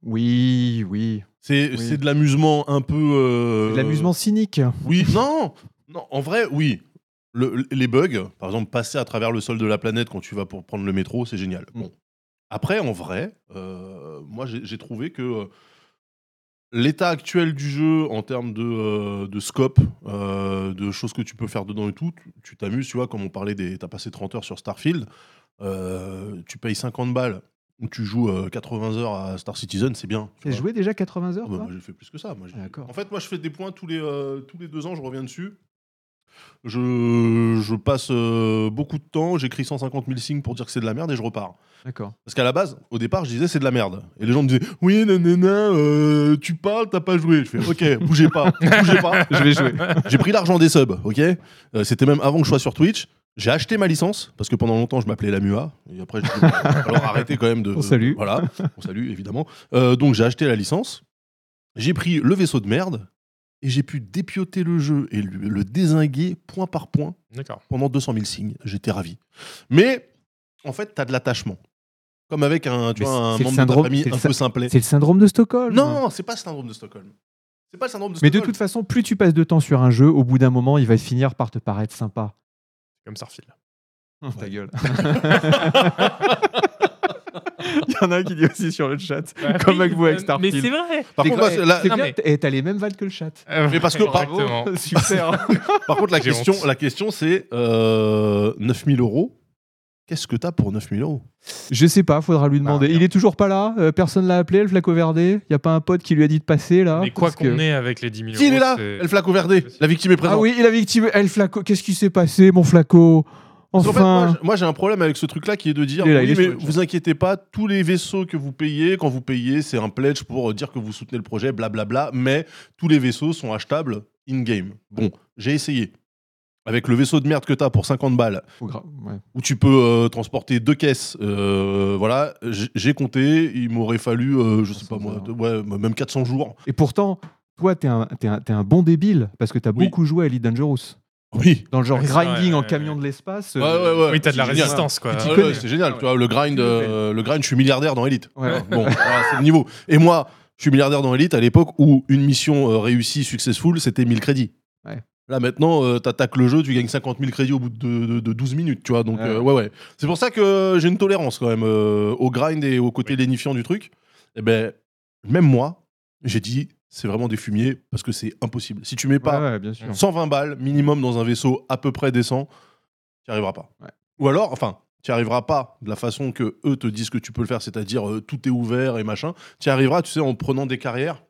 Oui, oui. C'est Oui. c'est de l'amusement un peu. euh, C'est de L'amusement cynique. Oui, non Non, en vrai, oui. Le- les bugs, par exemple, passer à travers le sol de la planète quand tu vas pour prendre le métro, c'est génial. Mm. Bon. Après, en vrai, euh, moi, j'ai j'ai trouvé que euh, l'état actuel du jeu, en termes de, euh, de scope, euh, de choses que tu peux faire dedans et tout, tu- tu t'amuses, tu vois, comme on parlait des. T'as passé 30 heures sur Starfield, euh, tu payes 50 balles ou tu joues euh, 80 heures à Star Citizen, c'est bien. tu T'as vois. joué déjà 80 heures Ah bah, toi moi, j'ai fait plus que ça. Moi, j'ai- Ah, d'accord. En fait, moi, je fais des points tous les, euh, tous les deux ans, je reviens dessus. je, je passe euh, beaucoup de temps, j'écris 150 000 signes pour dire que c'est de la merde et je repars. (laughs) D'accord. Parce qu'à la base, au départ, je disais c'est de la merde. Et les gens me disaient oui, nanana, euh, tu parles, t'as pas joué. Je fais ok, bougez pas, bougez pas, (laughs) Je vais jouer. j'ai pris l'argent des subs, ok Euh, C'était même avant que je sois sur Twitch. J'ai acheté ma licence parce que pendant longtemps je m'appelais la MUA et après j'ai dit, (laughs) bon, alors arrêtez quand même de On salue. voilà on salue évidemment Euh, donc j'ai acheté la licence j'ai pris le vaisseau de merde et j'ai pu dépioter le jeu et le, le désinguer point par point D'accord. pendant 200 000 signes j'étais ravi mais en fait t'as de l'attachement comme avec un tu Mais vois, c'est- un c'est le membre syndrome- de ta c'est famille le un sy- peu simplet C'est le syndrome de Stockholm. non c'est pas le syndrome de Stockholm c'est pas le syndrome de Mais de Stockholm toute façon, plus tu passes de temps sur un jeu, au bout d'un moment, il va finir par te paraître (laughs) sympa. Comme ça refile. Ta gueule. Il y en a un qui dit aussi sur le chat. Comme avec vous avec Bah euh, Mais Starfield. c'est vrai. par C'est contre quoi, là, c'est- là- c'est non, bien, mais- Et t'as les mêmes vals que le chat. Mais parce que, par- Exactement. Super. Par contre, la J'ai question, honte. la question c'est euh, 9000 euros. Qu'est-ce que t'as pour 9000 euros (laughs) Je sais pas, faudra lui demander. Ah, il est toujours pas là. euh, personne l'a appelé, le flaco verdé. Y a pas un pote qui lui a dit de passer là. mais quoi Ah, parce qu'on que- ait avec les 10 000 euros. Si, il est là c'est- El Flaco Verde La victime est présente. Ah oui, il a victime. Elle flaco. Qu'est-ce qui s'est passé, mon flaco Parce qu'en fait, moi, Enfin. j'ai- moi, j'ai un problème avec ce truc-là qui est de dire Il est là, oui, il est mais sur le chat. vous inquiétez pas, tous les vaisseaux que vous payez, quand vous payez, c'est un pledge pour euh, dire que vous soutenez le projet, blablabla, mais tous les vaisseaux sont achetables in-game. Bon, j'ai essayé. Avec le vaisseau de merde que t'as pour 50 balles, Faut gra- ouais. où tu peux euh, transporter deux caisses. euh, voilà, j- j'ai compté, il m'aurait fallu, euh, je sais pas moi, 400 de- ouais, même 400 jours. Et pourtant, toi, t'es un, t'es un, t'es un bon débile parce que t'as Oui. beaucoup joué à Elite Dangerous. Oui. Dans le genre Ouais, c'est grinding vrai, en ouais, camion ouais. de l'espace. Ouais, euh, ouais, ouais. Oui, t'as de la C'est génial. résistance, quoi. Tu Ah ouais, connais. ouais, c'est génial, Ah tu vois, le Tu grind, le euh, le grind, je suis milliardaire dans Elite. ouais. Ouais. (laughs) Bon, voilà, c'est le niveau. Et moi, je suis milliardaire dans Elite à l'époque où une mission euh, réussie, successful, c'était 1000 crédits. Ouais. Là maintenant, euh, t'attaques le jeu, tu gagnes 50 000 crédits au bout de, de- de 12 minutes, tu vois. Donc Ouais. euh, ouais, ouais. C'est pour ça que j'ai une tolérance quand même euh, au grind et au côté lénifiant du truc. Et ben, même moi, j'ai dit, c'est vraiment des fumiers parce que c'est impossible. Si tu mets pas Ouais, ouais, bien sûr. 120 balles minimum dans un vaisseau à peu près décent, tu arriveras pas. Ouais. Ou alors, enfin, tu arriveras pas de la façon que eux te disent que tu peux le faire, c'est-à-dire euh, tout est ouvert et machin. Tu arriveras, tu sais, en prenant des carrières.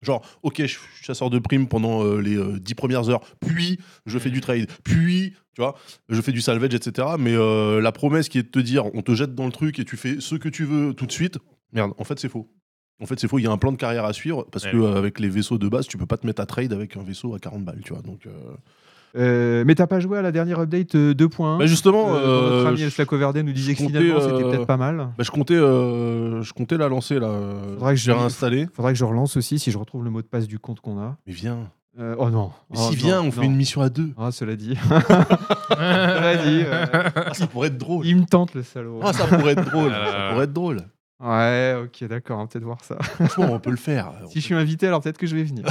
Genre, ok, je suis chasseur de primes pendant euh, les euh, 10 premières heures, puis je Mm. fais du trade, puis, tu vois, je fais du salvage, etc. Mais euh, la promesse qui est de te dire, on te jette dans le truc et tu fais ce que tu veux tout de suite, merde, en fait, c'est faux. En fait, c'est faux, il y a un plan de carrière à suivre parce Ouais. que euh, avec les vaisseaux de base, tu peux pas te mettre à trade avec un vaisseau à 40 balles, tu vois. Donc, euh, Euh, mais t'as pas joué à la dernière update euh, 2.1 bah justement, Euh, dont euh, notre ami je, El Flaco Verde nous disait que je comptais, finalement c'était euh, peut-être pas mal. bah, je comptais, euh, je comptais la lancer là. Faudrait que j'ai je- réinstallé. Faudrait que je relance aussi si je retrouve le mot de passe du compte qu'on a. Mais viens. Euh, oh non. Mais Oh si non, viens, on fait non. une mission (laughs) à deux. Ah, cela (laughs) dit. Cela dit, euh, Ah, ça pourrait être drôle. Il me tente le salaud. Ah, ça pourrait être drôle. Ah là là. ça pourrait être drôle. Ouais, ok, d'accord, on va peut-être voir ça. Franchement, Ah, on peut le faire. (laughs) Si je suis invité, alors peut-être que je vais (laughs) venir.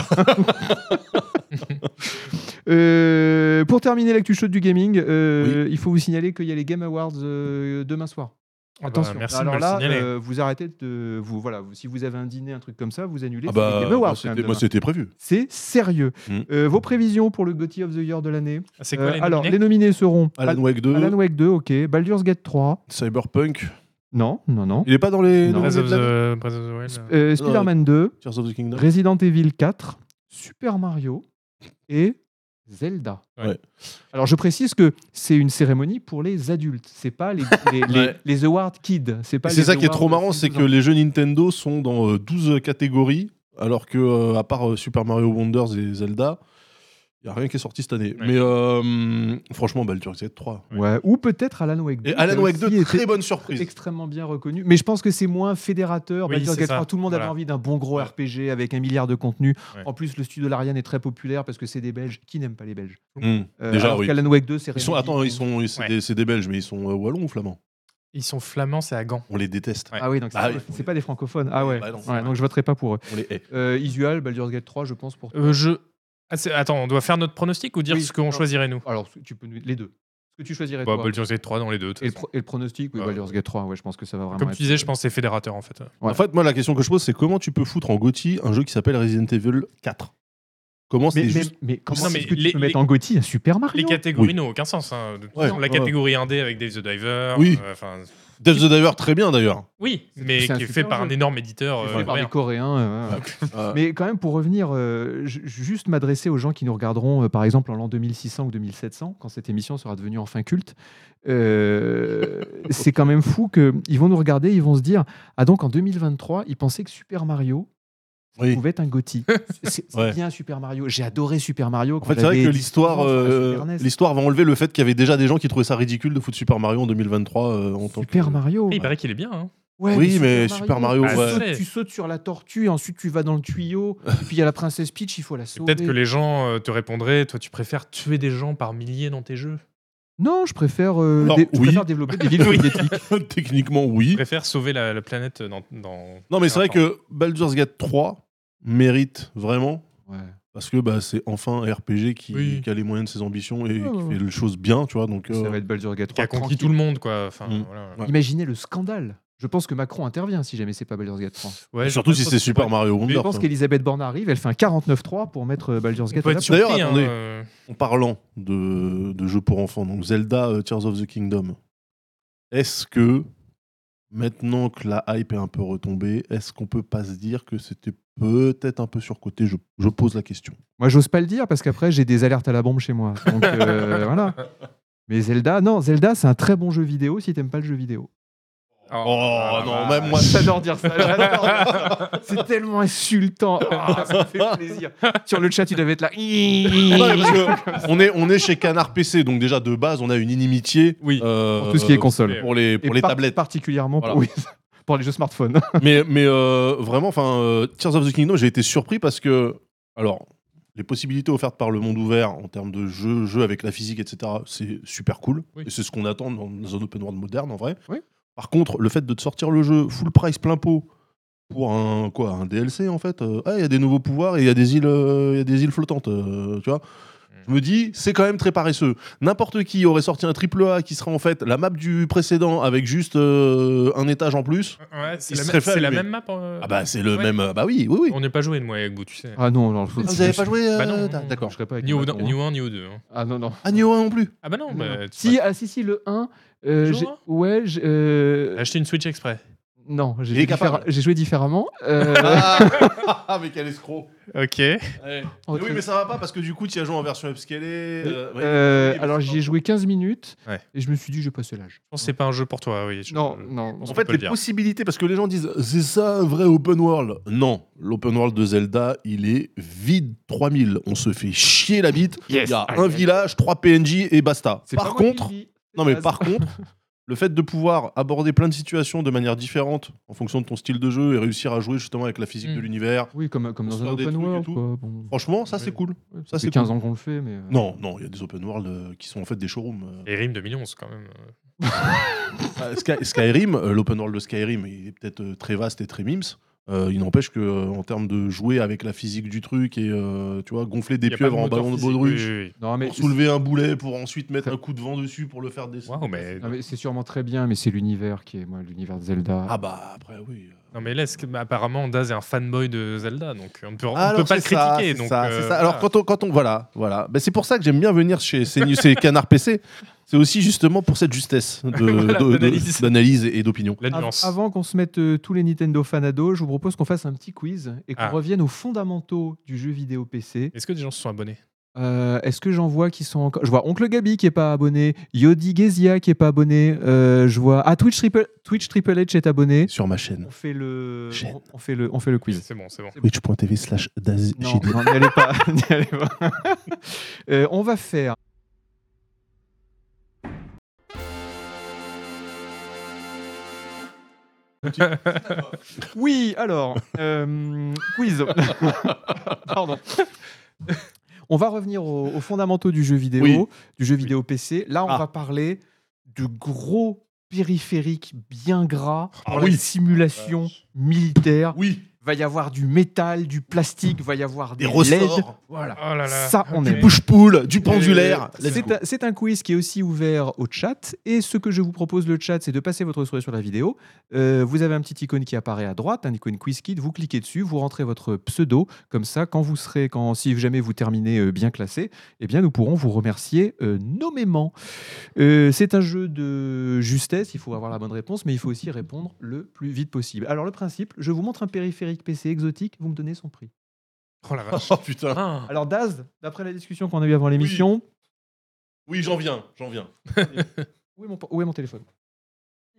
Euh, pour terminer l'actu chaude du gaming, euh, il faut vous signaler qu'il y a les Game Awards euh, demain soir. (laughs) Attention. Ah bah, merci de alors me le là, signaler. euh, vous arrêtez de vous voilà. vous- si vous avez un dîner, un truc comme ça, vous annulez. Ah c'est les bah, Game Awards, moi, quand c'était- même, moi demain. c'était prévu. C'est sérieux. Mm. Euh, vos prévisions pour le GOTY of the Year de l'année. Ah, C'est quoi Euh, les alors, nominés les nominés seront Alan Al- Wake 2, Alan Wake 2, ok. Baldur's Gate 3, Cyberpunk. non, non, non. Il est pas dans les. Non. nominés Breath of de l'année the, Breath of the Wild, euh, Euh, Spider-Man 2, Tears of the Kingdom. Resident Evil 4, Super Mario et Zelda. Ouais. Alors je précise que c'est une cérémonie pour les adultes, c'est pas (laughs) les, les, les- Ouais. les Award Kids. C'est pas Et C'est les ça qui est awards trop de marrant, six c'est que ans. les jeux Nintendo sont dans euh, 12 catégories, alors que euh, à part euh, Super Mario Wonders et Zelda, il n'y a rien qui est sorti cette année. Ouais. Mais euh, franchement, Baldur's Gate 3. Ouais, ou peut-être Alan Wake 2. Et Alan qui a Wake 2, aussi très été bonne surprise. extrêmement bien reconnu, mais je pense que c'est moins fédérateur. Oui, Baldur's c'est Gate ça. 3, tout le monde avait Voilà. envie d'un bon gros Ouais. RPG avec un milliard de contenus. Ouais. En plus, le studio Larian est très populaire parce que c'est des Belges qui n'aiment pas les Belges. Hmm, Euh, Déjà, alors oui. qu'Alan Wake 2, c'est Ils sont, Remedy. attends, ils sont, c'est Ouais. des, c'est des Belges, mais ils sont euh, wallons ou flamands Ils sont flamands, c'est à Gand. On les déteste. Ouais. Ah oui, donc c'est Bah pas- oui. c'est pas des francophones. Ah ouais. Bah non. Ouais, donc je voterai pas pour eux. On les hait. Euh, Isual, Baldur's Gate 3, je pense pour toi. Euh, je... Ah, c'est- Attends, on doit faire notre pronostic ou dire Oui, ce qu'on alors- choisirait nous Alors, tu peux nous- les deux. Ce que tu choisirais bah, toi. Baldur's Gate 3 dans les deux. de Et le, toute pro- et le pronostic, oui, Ouais. Baldur's Gate 3, ouais, je pense que ça va vraiment. façon. Comme être- tu disais, je pense que c'est fédérateur en fait. Ouais. En fait, moi, la question que je pose, c'est comment tu peux foutre en Gotti un jeu qui s'appelle Resident Evil 4 Comment Mais, c'est mais, juste. mais comment Non, mais est-ce que les- tu peux les- mettre en Gotti un Super Mario Les catégories Oui. n'ont aucun sens. hein. De toute Ouais. façon, La Ouais. catégorie 1D avec Dave the Diver. Oui. euh, enfin, Death the Diver, très (laughs) bien d'ailleurs. Oui, mais c'est un qui est fait super par jeu. un énorme éditeur. Fait euh, par des coréen. Coréens. euh, voilà. Euh, Mais quand même, pour revenir, euh, ju- juste m'adresser aux gens qui nous regarderont, euh, par exemple, en l'an 2600 ou 2700, quand cette émission sera devenue enfin culte, (laughs) euh, c'est quand même fou qu'ils vont nous regarder, ils vont se dire Ah, donc en 2023, ils pensaient que Super Mario oui. pouvait être un (laughs) Gotti. C'est c'est Ouais. bien Super Mario. J'ai adoré Super Mario. En fait, c'est vrai que l'histoire, euh, Super, E l'histoire va enlever le fait qu'il y avait déjà des gens qui trouvaient ça ridicule de foutre Super Mario en 2023 euh, en tant que- Super Mario. Et Il paraît qu'il est bien. hein. Ouais, Oui, mais Super Mario, tu, ouais. sautes, tu sautes sur la tortue, et ensuite tu vas dans le tuyau, et puis il y a la princesse Peach, il faut la Et sauver. Peut-être que les gens euh, te répondraient toi, tu préfères tuer des gens par milliers dans tes jeux Non, je préfère, euh, Alors, dé- je oui. préfère développer des villes Oui. avec des (laughs) flics. Techniquement, Tu oui. préfères sauver la, la planète dans. dans- Non, mais c'est vrai Attends. que Baldur's Gate 3 mérite vraiment. Ouais. Parce que bah, c'est enfin un RPG qui, Oui. qui a les moyens de ses ambitions et Ouais, ouais, qui fait les choses bien, tu vois. Donc, euh, Oh. Ça va être Baldur's Gate Qui 3. a conquis tranquille. tout le monde, quoi. Enfin, Mm. voilà. Ouais. Imaginez le scandale. Je pense que Macron intervient si jamais c'est pas Baldur's Gate 3. Ouais, surtout je si pense c'est que Super pourrait- Mario Wonder. Je pense quoi. qu'Elisabeth Borne arrive, elle fait un 49-3 pour mettre euh, Baldur's On Gate peut à être la D'ailleurs, surpris. hein, attendez. euh, En parlant de, de jeux pour enfants, donc Zelda euh, Tears of the Kingdom, est-ce que, maintenant que la hype est un peu retombée, est-ce qu'on peut pas se dire que c'était peut-être un peu surcoté je, je pose la question. Moi, j'ose pas le dire parce qu'après, j'ai des alertes à la bombe chez moi. Donc euh, voilà. Mais Zelda, non, Zelda, c'est un très bon jeu vidéo si t'aimes pas le jeu vidéo. Oh, Oh, la non, vache. même moi- J'adore dire ça. j'adore dire ça. (laughs) C'est tellement insultant. Ah, ça me fait plaisir. Sur le chat, tu devais être là. Ouais, parce (laughs) que on, est, on est chez Canard PC, donc déjà de base, on a une inimitié. Oui. euh, Pour tout ce qui est console. Pour les, Et pour les par- tablettes. Particulièrement pour, Voilà. oui, pour les (laughs) jeux smartphones. mais mais euh, vraiment, enfin, euh, Tears of the Kingdom, j'ai été surpris parce que, alors, les possibilités offertes par le monde ouvert en termes de jeux, jeux avec la physique, etc., c'est super cool. Oui. Et c'est ce qu'on attend dans, dans un open world moderne, en vrai. Oui. Par contre, le fait de te sortir le jeu full price, plein pot, pour un, quoi, un DLC, en fait, euh, ah, il y a des nouveaux pouvoirs et il y, a des îles, euh, il y a des îles flottantes, euh, tu vois. Je me dis, c'est quand même très paresseux. N'importe qui aurait sorti un triple A qui serait en fait la map du précédent avec juste euh, un étage en plus. Ouais, c'est Il la, se même- serait fait c'est la allumer. même map. euh, Ah bah c'est le ouais. même. euh, Bah oui, oui, oui. On n'est pas joué de moi avec vous, tu sais. Ah non, alors, je- (laughs) Ah, vous avez pas joué euh, Bah non. t'as- D'accord. Je serais pas avec Ni au- Macron, hein. ni au 1, ni au 2. hein. Ah non, non. Ah, Nioh 1 non plus. Ah bah non, Non, non. bah, tu Si, ah, si, si, le 1. euh, Toujours j'ai- un ouais, j'ai, euh, T'as acheté une Switch exprès. non, j'ai Il est joué, capable. différem- j'ai joué différemment. euh, Ah, mais quel escroc. Ok. Ouais. entre- Mais oui, mais ça va pas parce que du coup, tu as joué en version upscalée. euh, ouais. euh, (laughs) Oui, mais alors c'est j'y ai pas- joué 15 minutes Ouais. et je me suis dit, je passe l'âge. Je pense que c'est pas un jeu pour toi, oui. je- Non, non. non. En on fait, peut les le dire. possibilités, parce que les gens disent c'est ça un vrai open world. Non, l'open world de Zelda, il est vide 3000. On se fait chier la bite. Il y a un village, trois PNJ et basta. C'est pas Par moi qui contre, le dis, c'est non mais Taz. par contre, le fait de pouvoir aborder plein de situations de manière différente en fonction de ton style de jeu et réussir à jouer justement avec la physique Mm. de l'univers, Oui, comme, comme on dans se un fait des open trucs et world. tout. Quoi. Bon, franchement, ça Oui. c'est cool. ouais, ça, ça c'est fait 15 ans qu'on le fait, mais. euh, Non, non, il y a des open world euh, qui sont en fait des showrooms. Et Rim 2011, quand même. Euh, (laughs) Sky- Skyrim, euh, l'open world de Skyrim, il est peut-être euh, très vaste et très mimes. Euh, il n'empêche que euh, en termes de jouer avec la physique du truc et euh, tu vois gonfler des Y a pas pieuvres en moteur ballon de physique, baudruche oui, oui, Non, mais pour soulever un boulet pour ensuite mettre Ça- un coup de vent dessus pour le faire oui. descendre. Waouh, mais. non, Ah, mais c'est sûrement très bien, mais c'est l'univers qui est, moi, l'univers de Zelda. Ah bah après oui. Non, mais laisse. que- bah, apparemment, Daz est un fanboy de Zelda, donc on ne peut, on Alors, peut pas le Ah, c'est ça, critiquer. c'est donc, ça, euh, c'est ça. Alors voilà. quand on, quand on voilà, voilà. Ben, c'est pour ça que j'aime bien venir chez CNU, chez Canard PC. C'est aussi justement pour cette justesse de- (laughs) Voilà, de- de- d'analyse. d'analyse et d'opinion. La Av- nuance. Avant qu'on se mette euh, tous les Nintendo fans à dos, je vous propose qu'on fasse un petit quiz et qu'on Ah. revienne aux fondamentaux du jeu vidéo PC. Est-ce que des gens se sont abonnés Euh, Est-ce que j'en vois qui sont encore. Je vois Oncle Gabi qui est pas abonné, Yodi Gezia qui est pas abonné, euh, je vois. Ah, Twitch Triple, Twitch Triple H est abonné. Sur ma chaîne On fait le, Chaîne. on- on fait le, on fait le quiz. C'est bon, c'est bon. twitch.tv slash Non, non, n'y allez pas. (laughs) n'y allez pas. Euh, on va (laughs) faire. Oui, alors, euh, (laughs) quiz. Pardon. (laughs) On va revenir aux, aux fondamentaux du jeu vidéo, Oui. du jeu vidéo PC. Là, on Ah. va parler de gros périphériques bien gras Ah pour oui. la simulation militaire Oui, va y avoir du métal, du plastique, va y avoir des, Des LED. ressorts, Voilà. Oh là là. Ça, on Ok. aime. du push-pull, du pendulaire. Euh, let's C'est go. un, c'est un quiz qui est aussi ouvert au chat. Et ce que je vous propose, le chat, c'est de passer votre souris sur la vidéo. Euh, vous avez un petit icône qui apparaît à droite, un icône quiz kit. Vous cliquez dessus, vous rentrez votre pseudo. Comme ça, quand vous serez, quand si jamais vous terminez euh, bien classé, eh bien, nous pourrons vous remercier euh, nommément. Euh, c'est un jeu de justesse. Il faut avoir la bonne réponse, mais il faut aussi répondre le plus vite possible. Alors, le principe, je vous montre un périphérique PC exotique. Vous me donnez son prix. Oh la vache. Oh putain. Ah. Alors, Daz, d'après la discussion qu'on a eue avant l'émission. Oui, j'en viens, j'en viens. Où est mon, où est mon téléphone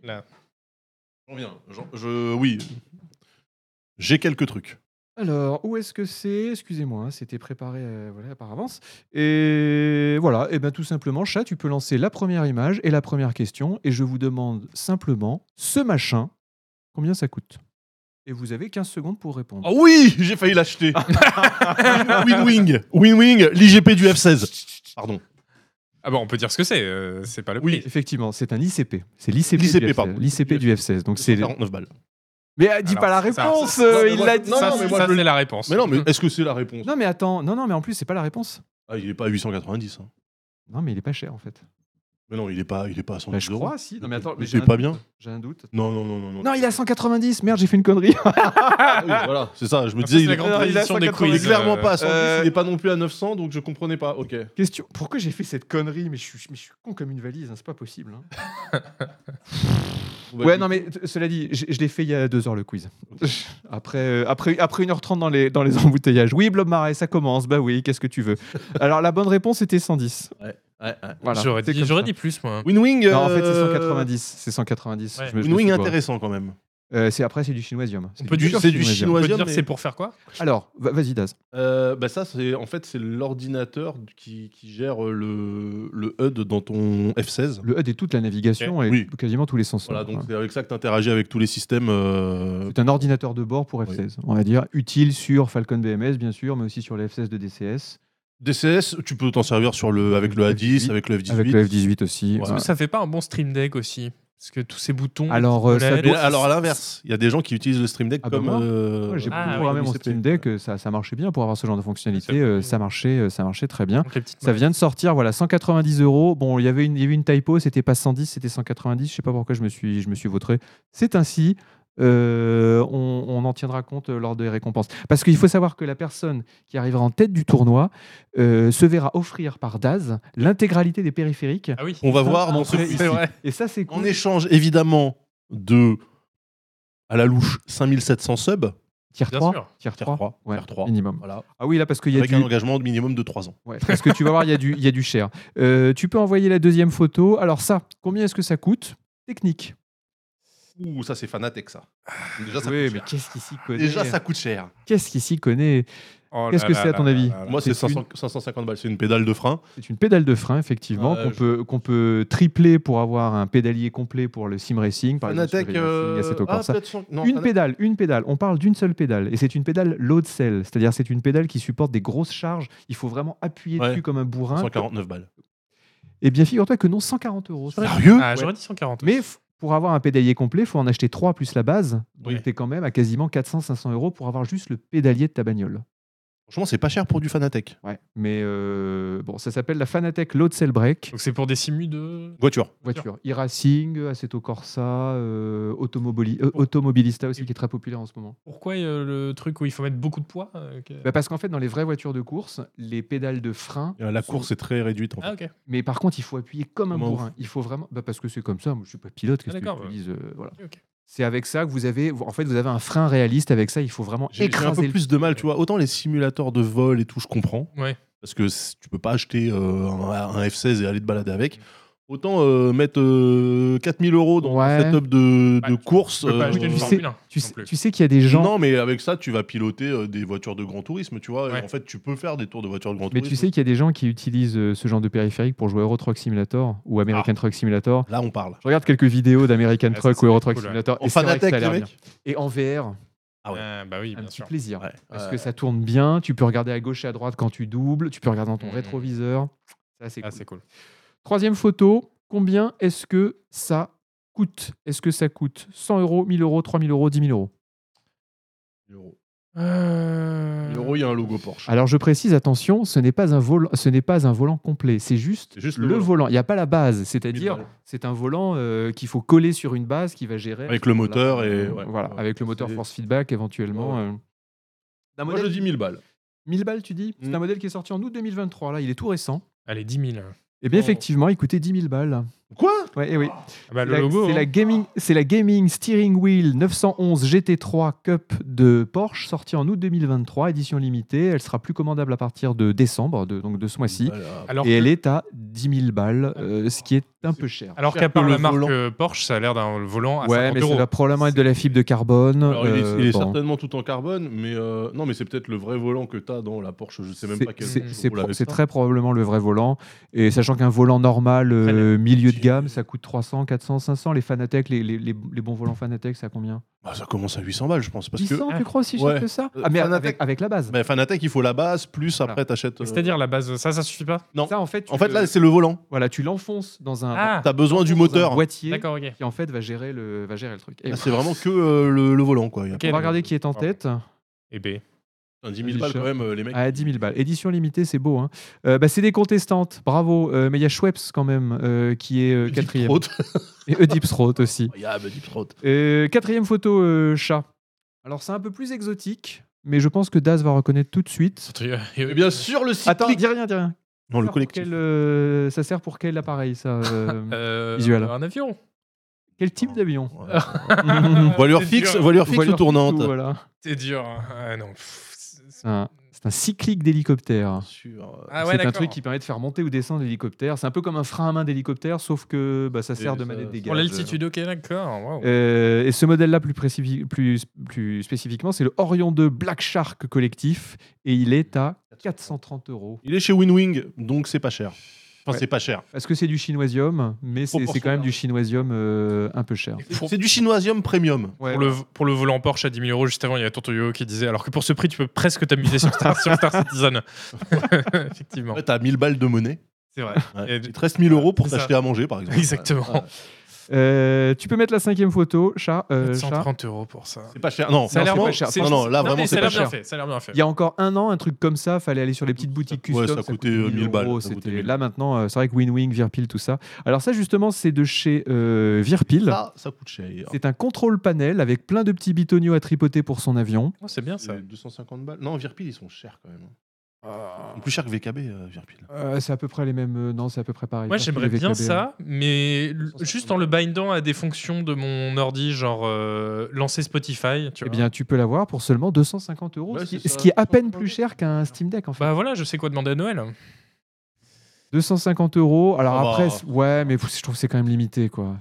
J'en viens. j'en- je, oui. J'ai quelques trucs. Alors, où est-ce que c'est Excusez-moi, hein, c'était préparé euh, voilà, par avance. Et voilà, et ben tout simplement, chat, tu peux lancer la première image et la première question. Et je vous demande simplement, ce machin, combien ça coûte Et vous avez 15 secondes pour répondre. Ah oui, j'ai (laughs) failli l'acheter. Win-wing. Win-wing, l'IGP du F16. Pardon. Ah bon, on peut dire ce que c'est. euh, c'est pas le Oui. prix. Effectivement, c'est un ICP. C'est l'ICP L'ICP, du, pardon. F16. L'ICP du F16. Donc c'est... 49 balles. Mais euh, dis Alors, pas la c'est ça. réponse, Ça, euh, ça, il moi, l'a je- dit. non, ça, non, mais c'est- moi, ça, je- c'est la réponse. Mais non, mais est-ce que c'est la réponse Non mais attends, non, non, mais en plus, c'est pas la réponse. Ah, il est pas à 890. hein. Non mais il est pas cher en fait. Mais non, il est pas, il est pas à 110 Bah, je euros. crois, si. Non mais attends, mais j'ai c'est un- pas bien. j'ai un doute. Non, non, non, non, non. Non, il a 190, merde, j'ai fait une connerie. (laughs) Ah oui, voilà, (laughs) c'est ça. Je me Ah, disais, c'est il la est, grande Non, il a tradition des 190, il est quiz. clairement euh, pas à 110, euh, il est pas non plus à 900, donc je comprenais pas. Ok. Question. Pourquoi j'ai fait cette connerie mais je, suis, mais je suis con comme une valise, hein, c'est pas possible. hein. bah, Ouais, non, mais t- cela dit, je, je l'ai fait il y a deux heures le quiz. (laughs) Après, euh, après, après 1h30 dans les, (laughs) dans les embouteillages. Oui, Blob Marais, ça commence. Bah oui, qu'est-ce que tu veux Alors, la bonne réponse était 110. Ouais, ouais. Voilà, J'aurais c'est dit, comme j'aurais ça. dit plus, moi. Win-wing. Non, en fait, c'est euh, 190. C'est 190. Ouais. je me- je me Win-wing suis gouré. intéressant quand même. Euh, c'est après, c'est du chinoisium. pur peut dire- c'est du chinoisium. On peut Loisir, dire mais- c'est pour faire quoi Alors, va- vas-y, Daz. Euh, bah ça, c'est en fait c'est l'ordinateur qui, qui gère euh, le, le HUD dans ton F16. Le HUD est toute la navigation et Oui. quasiment tous les senseurs. Voilà, donc Voilà. c'est avec ça que tu interagis avec tous les systèmes. euh, C'est un ordinateur de bord pour F16, on va dire, utile sur Falcon BMS, bien sûr, mais aussi sur les F16 de DCS, DCS, tu peux t'en servir sur le, avec le A10, avec le F18. avec le F18 aussi. Ouais. voilà. Mais Ça fait pas un bon Stream Deck aussi Parce que tous ces boutons. Alors, euh, ça OLED, Mais alors à l'inverse, il y a des gens qui utilisent le Stream Deck Ah bah comme. moi, euh, Ouais, J'ai Ah beaucoup ouais, programmé comme mon ICP. Steam Deck, euh, ça, ça marchait bien pour avoir ce genre de fonctionnalité, Ça- euh, ça, marchait, euh, ça marchait très bien. donc les petites Ça vient de sortir, voilà, 190 euros. Bon, il y avait une, il y avait une typo, c'était pas 110, c'était 190. Je sais pas pourquoi je me suis, je me suis vautré. C'est ainsi. euh, on, on en tiendra compte euh, lors des récompenses. Parce qu'il faut savoir que la personne qui arrivera en tête du tournoi euh, se verra offrir par Daz l'intégralité des périphériques. Ah oui. On va voir dans ce Après, quiz. ici. C'est vrai. Et ça, c'est En cool. échange évidemment de à la louche 5700 subs, Tier Bien 3, sûr. tier tier 3, 3, ouais, tier 3. minimum. Voilà, Ah oui, là, parce qu'il y a avec du, un engagement de minimum de 3 ans. Ouais, parce que tu vas voir, il y a du, il y a du cher. Euh, tu peux envoyer la deuxième photo. Alors ça, combien est-ce que ça coûte Technique. Ouh, ça c'est Fanatec ça. Déjà ça oui, coûte mais cher. qu'est-ce qui s'y connaît Ah, Déjà ça coûte cher. Qu'est-ce qui s'y connaît Oh Qu'est-ce là que là c'est, à là ton là avis là là. Moi c'est C'est une- 500 550 balles, c'est une pédale de frein. C'est une pédale de frein, effectivement, Ouais, qu'on Ah, je- peut, qu'on peut tripler pour avoir un pédalier complet pour le sim racing, par exemple. Fanatec sur le Racing, euh, Assetto ah, Corsa. peut-être cent- non, Une Fanatec- pédale, une pédale. On parle d'une seule pédale. Et c'est une pédale load cell. C'est-à-dire, c'est une pédale qui supporte des grosses charges. Il faut vraiment appuyer Ouais. dessus comme un bourrin. 149 balles. Et Eh bien, figure-toi que non, 140 euros. Sérieux Ah, j'aurais dit 140. Mais f- pour avoir un pédalier complet, il faut en acheter 3 plus la base. Donc Oui. t'es quand même à quasiment 400-500 euros pour avoir juste le pédalier de ta bagnole. Franchement, c'est pas cher pour du Fanatec. Mais euh, bon, ça s'appelle la Fanatec Load Cell Break. Donc c'est pour des simus de. Voiture. Voiture, e-racing, Assetto Corsa, euh, Automobili- euh, Automobilista aussi qui est très populaire en ce moment. Pourquoi euh, le truc où il faut mettre beaucoup de poids euh, que- Bah, parce qu'en fait, dans les vraies voitures de course, les pédales de frein, Et La course est très réduite en fait. Ah ok. mais par contre, il faut appuyer comme un Comment bourrin. Il faut vraiment, bah, parce que c'est comme ça. Moi, je suis pas pilote. Qu'est-ce que Ah, d'accord, tu ouais. dises, euh, voilà. Ok, ok. C'est avec ça que vous avez, en fait, vous avez un frein réaliste. Avec ça, il faut vraiment J'ai j'ai un écraser peu le plus de mal, tu vois. Autant les simulateurs de vol et tout, je comprends. Ouais. Parce que c- tu peux pas acheter euh, un, un F16 et aller te balader Mm. avec. Autant euh, mettre euh, 4000 euros dans Ouais. un setup de, Bah, de tu course. Tu peux pas euh, acheter une tu Formule 1 Tu non sais, plus. tu sais qu'il y a des gens. Non, mais avec ça, tu vas piloter euh, des voitures de grand tourisme, tu vois. Et Ouais. en fait, tu peux faire des tours de voitures de grand mais tu tourisme. sais qu'il y a des gens qui utilisent euh, ce genre de périphérique pour jouer à Euro Truck Simulator ou American Truck Simulator. Là, on parle. Je regarde quelques vidéos d'American Ouais, Ah. ça, Truck ça ou Euro doit Truck être cool, ouais. Simulator. En et c'est vrai que ça Fanatec, a les l'air mecs. bien. Et en VR, Ah ouais. Ah, bah oui, un bien petit sûr. plaisir. Ouais. Parce Euh, que ça tourne bien, tu peux regarder à gauche et à droite quand tu doubles, tu peux regarder dans ton Mhm. rétroviseur. Ça, c'est Ah, cool. c'est cool. Troisième photo, combien est-ce que ça coûte Est-ce que ça coûte 100 euros, 1000 euros, 3000 euros, 10 000 euros Ah, euros. Euh, L'euro, il y a un logo Porsche. Alors je précise, attention, ce n'est pas un volant, ce n'est pas un volant complet, c'est juste, C'est juste le, le volant. volant. Il n'y a pas la base, Oui, c'est-à-dire c'est un volant euh, qu'il faut coller sur une base qui va gérer Avec le moteur et- ouais. voilà, Ouais. avec le moteur C'est- force feedback éventuellement. Ouais, euh. D'un Moi, modèle- je dis 1000 balles. 1000 balles, tu dis C'est Mm. un modèle qui est sorti en août 2023, là, il est tout récent. Allez, Ah 10 000. Et Eh bien Oh. effectivement, il coûtait 10 000 balles. Quoi Ouais, eh oui. Ah bah, C'est le la- logo. c'est hein. la, gaming, c'est la gaming steering wheel 911 GT3 Cup de Porsche sortie en août 2023, édition limitée. Elle sera plus commandable à partir de décembre, de- donc de ce mois-ci. Voilà. Alors Et que- elle est à 10 000 balles, Ah. euh, ce qui est un peu cher. Alors Cher qu'à que part le la marque volant. euh, Porsche, ça a l'air d'un volant à Ouais, 50 mais ça euros. va probablement être de la fibre de carbone. Alors, il est, euh, il est bon. certainement tout en carbone, mais euh, non, mais c'est peut-être le vrai volant que t'as dans la Porsche. Je sais même C'est- pas quel. c'est- je C'est roule pro- avec c'est ça. très probablement le vrai volant. Et sachant qu'un volant normal, euh, Après, le- milieu de j'ai- gamme, ça coûte 300, 400, 500. Les Fanatec, les, les- les- les bons volants Fanatec, ça combien Bah, ça commence à 800 balles, je pense, parce 800, que. Ah. tu crois, aussi cher Ouais. que ça Euh, Ah, mais Fanatec- avec, avec la base. Bah, Fanatec, il faut la base, plus après t'achètes. euh, C'est-à-dire la base, ça, ça suffit pas non. Ça, en fait, tu En fait, le- là, c'est le volant. (laughs) voilà, tu l'enfonces dans un, Ah, T'as besoin du dans un moteur. boîtier d'accord, ok. qui, en fait, va gérer le, va gérer le truc. Et Là, c'est Ah. vraiment que euh, le, le volant, quoi. Il y a Ok. Eh on ben, va regarder qui est en Pardon. tête. Et B. putain, 10 000 Vas-y, balles cher. quand même, euh, les mecs. À 10 000 balles. Édition limitée, c'est beau. hein. Euh, bah, c'est des contestantes, bravo. Euh, mais il y a Schweppes quand même, euh, qui est euh, Deep quatrième. (laughs) Throat. Et Oedips Roth aussi. (laughs) Il y a bah, Deep Throat. Euh, quatrième photo, euh, chat. Alors, c'est un peu plus exotique, mais je pense que Daz va reconnaître tout de suite. euh, Et bien sûr, le cyclique. Attends, dis rien, dis rien. non, le Ça, pour (laughs) collectif. quel, euh, ça sert pour quel appareil, ça euh, (laughs) Euh, Visuel. Un avion. Quel type d'avion Ouais. (laughs) Mhm. Voilure C'est fixe, dur. voilure fixe ou Voilure fixe tournante. ou voilà. C'est dur. hein. Ah, non. pff, c'est- C'est un, c'est un cyclique d'hélicoptère. Sur, euh, Ah ouais, c'est un d'accord. truc qui permet de faire monter ou descendre l'hélicoptère. C'est un peu comme un frein à main d'hélicoptère, sauf que bah, ça sert de ça- manette des Pour gages. l'altitude, ok, d'accord. waouh. Euh, et ce modèle-là, plus, précipi- plus, plus spécifiquement, c'est le Orion 2 Black Shark collectif et il est à 430 euros. Il est chez Winwing, donc c'est pas cher. Enfin, Ouais. c'est pas cher. Parce que c'est du chinoisium, mais c'est c'est quand même du chinoisium euh, un peu cher. Pour, C'est du chinoisium premium. Ouais. pour le, pour le volant Porsche à 10 000 euros, juste avant, il y a Tontoyo qui disait alors que pour ce prix, tu peux presque t'amuser sur Star, sur Star Citizen. Effectivement. Ouais, t'as 1000 balles de monnaie. C'est vrai. Ouais. Et- Il te reste 1000 euros pour C'est ça. t'acheter à manger, par exemple. Exactement. Ouais. Euh, tu peux mettre la cinquième photo, chat. euh, chat. 130 euros pour ça. C'est pas cher. Non, Ça a l'air franchement, pas cher. Non, non, là, Non, mais vraiment, ça c'est a pas l'air bien cher. fait. Ça a l'air bien fait. Il y a encore un an, un truc comme ça, fallait aller sur les petites boutiques Ouais, custom. ça coûtait, euh, 1000 balles, euros, ça c'était- coûtait 1000. Là maintenant, euh, c'est vrai que Winwing, Virpil, tout ça. Alors ça justement, c'est de chez euh, Virpil. Ça, ça coûte cher. C'est un contrôle panel avec plein de petits bitonios à tripoter pour son avion. Oh, c'est bien ça. C'est 250 balles. Non, Virpil, ils sont chers quand même. Ah. Plus cher que VKB, euh, Virpil. Euh, c'est à peu près les mêmes. euh, non, c'est à peu près pareil. Moi, Virpil j'aimerais et bien VKB, ça, mais l- juste en le bindant à des fonctions de mon ordi, genre euh, lancer Spotify. Tu Eh vois. bien, tu peux l'avoir pour seulement 250 euros, Ouais, ce, qui, c'est ça. ce qui est à peine plus cher qu'un Steam Deck en fait. Bah voilà, je sais quoi demander à Noël. 250 euros. Alors Ah bah. après, c'est- ouais, mais pff, je trouve que c'est quand même limité quoi.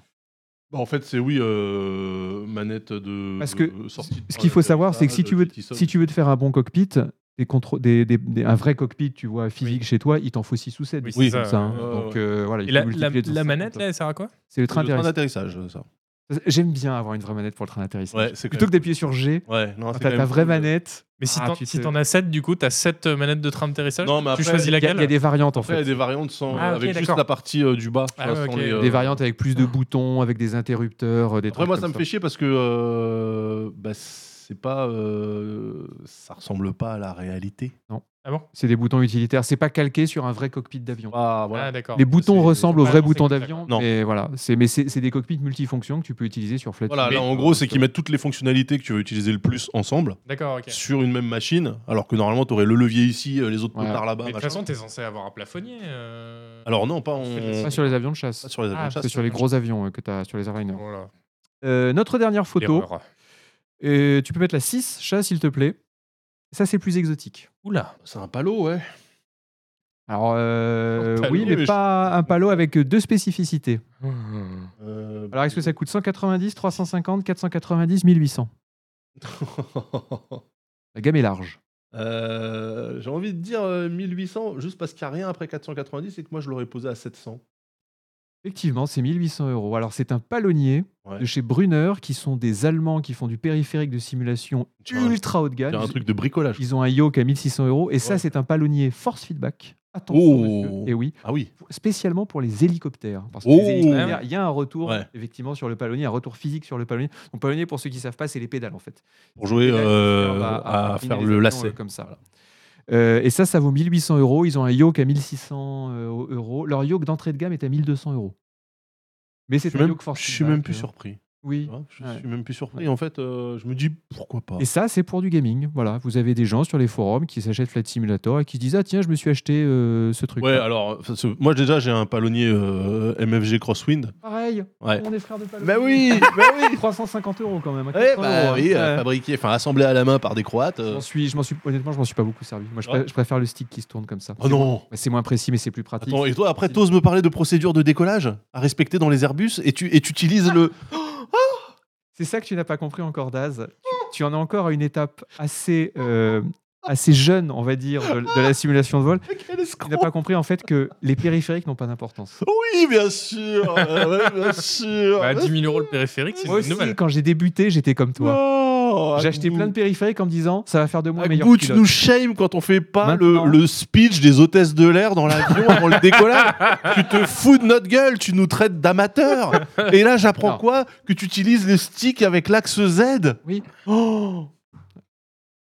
Bah, en fait, c'est oui, euh, manette de. Parce que de sortie de- Ce qu'il faut de- savoir, c'est que si de- tu veux, qui sonne. si tu veux te faire un bon cockpit, des contrô- des- des- des- un vrai cockpit, tu vois, physique chez toi, il t'en faut 6 ou 7. Oui, Oui, c'est ça. ça, hein. Ouais, Donc ouais. euh, voilà, il Et faut la, la- multiplier la 250. manette, là, elle sert à quoi c'est le C'est train le train d'atterrissage. d'atterrissage, ça. J'aime bien avoir une vraie manette pour le train d'atterrissage. Ouais, c'est Plutôt quand que d'appuyer sur G, même- Ouais, non, quand c'est t'as quand ta même vraie cool. manette. Mais si Ah, t'en tu si te- t'en as 7, du coup, t'as 7 manettes de train d'atterrissage. Non, tu mais après, choisis Il y, a- laquelle il y a des variantes en Après, il y a fait. des variantes sans, Ah, ok, avec juste d'accord. la partie euh, du bas. tu Ah, vois, ouais, sans ok. les, Des Des variantes avec plus de boutons, avec des interrupteurs, euh, des Après, trucs moi, comme ça me fait chier parce que euh, bah, c'est pas. euh, ça ressemble pas à la réalité. C'est des boutons utilitaires. C'est pas calqué sur un vrai cockpit d'avion. Ah, voilà. Ah, d'accord. Les boutons c'est- ressemblent aux c'est pas vrais dans boutons ces cockpits, d'avion, d'accord. mais voilà, c'est mais c'est c'est des cockpits multifonctions que tu peux utiliser sur Flight. Voilà, là, Simulator. en gros, c'est qu'ils mettent toutes les fonctionnalités que tu veux utiliser le plus ensemble D'accord, ok. sur une même machine, alors que normalement, tu aurais le levier ici, euh, les autres Ouais. moteurs là-bas. Mais de toute machin. façon, t'es censé avoir un plafonnier. euh. Alors, non, pas, en- Pas sur les avions de chasse. pas sur les avions Ah, de chasse. C'est sur les gros avions euh, que tu as sur les airliners. Voilà. Euh, notre dernière photo, Erreur. Euh, tu peux mettre la 6, chat, s'il te plaît. Ça, c'est plus exotique. Oula. C'est un palo, ouais. Alors, euh, Un palo, oui, mais, mais je- pas un palo avec deux spécificités. Bah, Euh, Alors, est-ce que ça coûte 190, 350, 490, 1800 La gamme est large. (laughs) Euh, J'ai envie de dire euh, 1800, juste parce qu'il n'y a rien après 490 et que moi, je l'aurais posé à 700. Effectivement, c'est 1800 euros. Alors, c'est un palonnier Ouais. de chez Brunner, qui sont des Allemands qui font du périphérique de simulation Tu as un- ultra haut de Il gamme. y a un Ils, truc de bricolage. ils ont un yoke à 1600 euros. Et ça, Ouais. c'est un palonnier force feedback Attention, Oh. monsieur. Et oui, Ah oui. spécialement pour les hélicoptères. hein, Parce que Oh. les hélicoptères, il y a un retour, Ouais. effectivement, sur le palonnier, un retour physique sur le palonnier. Donc, palonnier, pour ceux qui ne savent pas, c'est les pédales, en fait. Pour jouer pédales, euh, on va- à, affiner faire les le avions, lacet. euh, Comme ça. voilà. Euh, et ça, ça vaut 1800 euros. Ils ont un yoke à 1600 euh, euros. Leur yoke d'entrée de gamme est à 1200 euros. Mais Je c'est suis un même, yoke forcément. je suis même plus Ah. surpris. Oui. Tu vois, Je Ouais. suis même plus surpris. En fait, euh, je me dis pourquoi pas. Et ça, c'est pour du gaming. Voilà, vous avez des gens sur les forums qui s'achètent Flight Simulator et qui se disent Ah, tiens, je me suis acheté euh, ce truc. Ouais, alors, ça, c'est- moi déjà, j'ai un palonnier euh, MFG Crosswind. Pareil, Ouais. on est frères de palonnier. Bah oui, bah (laughs) oui. 350 euros quand même. hein, Ouais, 80 bah euros, oui, hein. euh, Ouais. fabriqué, enfin assemblé à la main par des Croates. Je euh. m'en suis, je m'en suis, honnêtement, je m'en suis pas beaucoup servi. Moi, je, pré- Ouais. je préfère le stick qui se tourne comme ça. Oh non. Bah, C'est moins précis, mais c'est plus pratique. Attends, et toi, après, t'oses me parler de procédure de décollage à respecter dans les Airbus et tu et tu utilises (laughs) le. C'est ça que tu n'as pas compris encore, Daz. Tu, tu en es encore à une étape assez, euh, assez jeune, on va dire, de, de la simulation de vol. Quel Tu n'as escroc pas compris en fait que les périphériques n'ont pas d'importance. Oui, bien sûr euh, (laughs) ouais, Bien sûr Bah, 10 000 euros le périphérique, c'est une Moi aussi, bonne nouvelle. quand j'ai débuté, j'étais comme toi. Non J'ai acheté plein de périphériques en me disant ça va faire de moi un meilleur Bout, tu pilote. nous shame quand on fait pas le, Maintenant. le speech des hôtesses de l'air dans l'avion avant le (laughs) décollage. tu te fous de notre gueule, tu nous traites d'amateurs. Et là, j'apprends Non. quoi Que tu utilises le stick avec l'axe Z Oui. Oh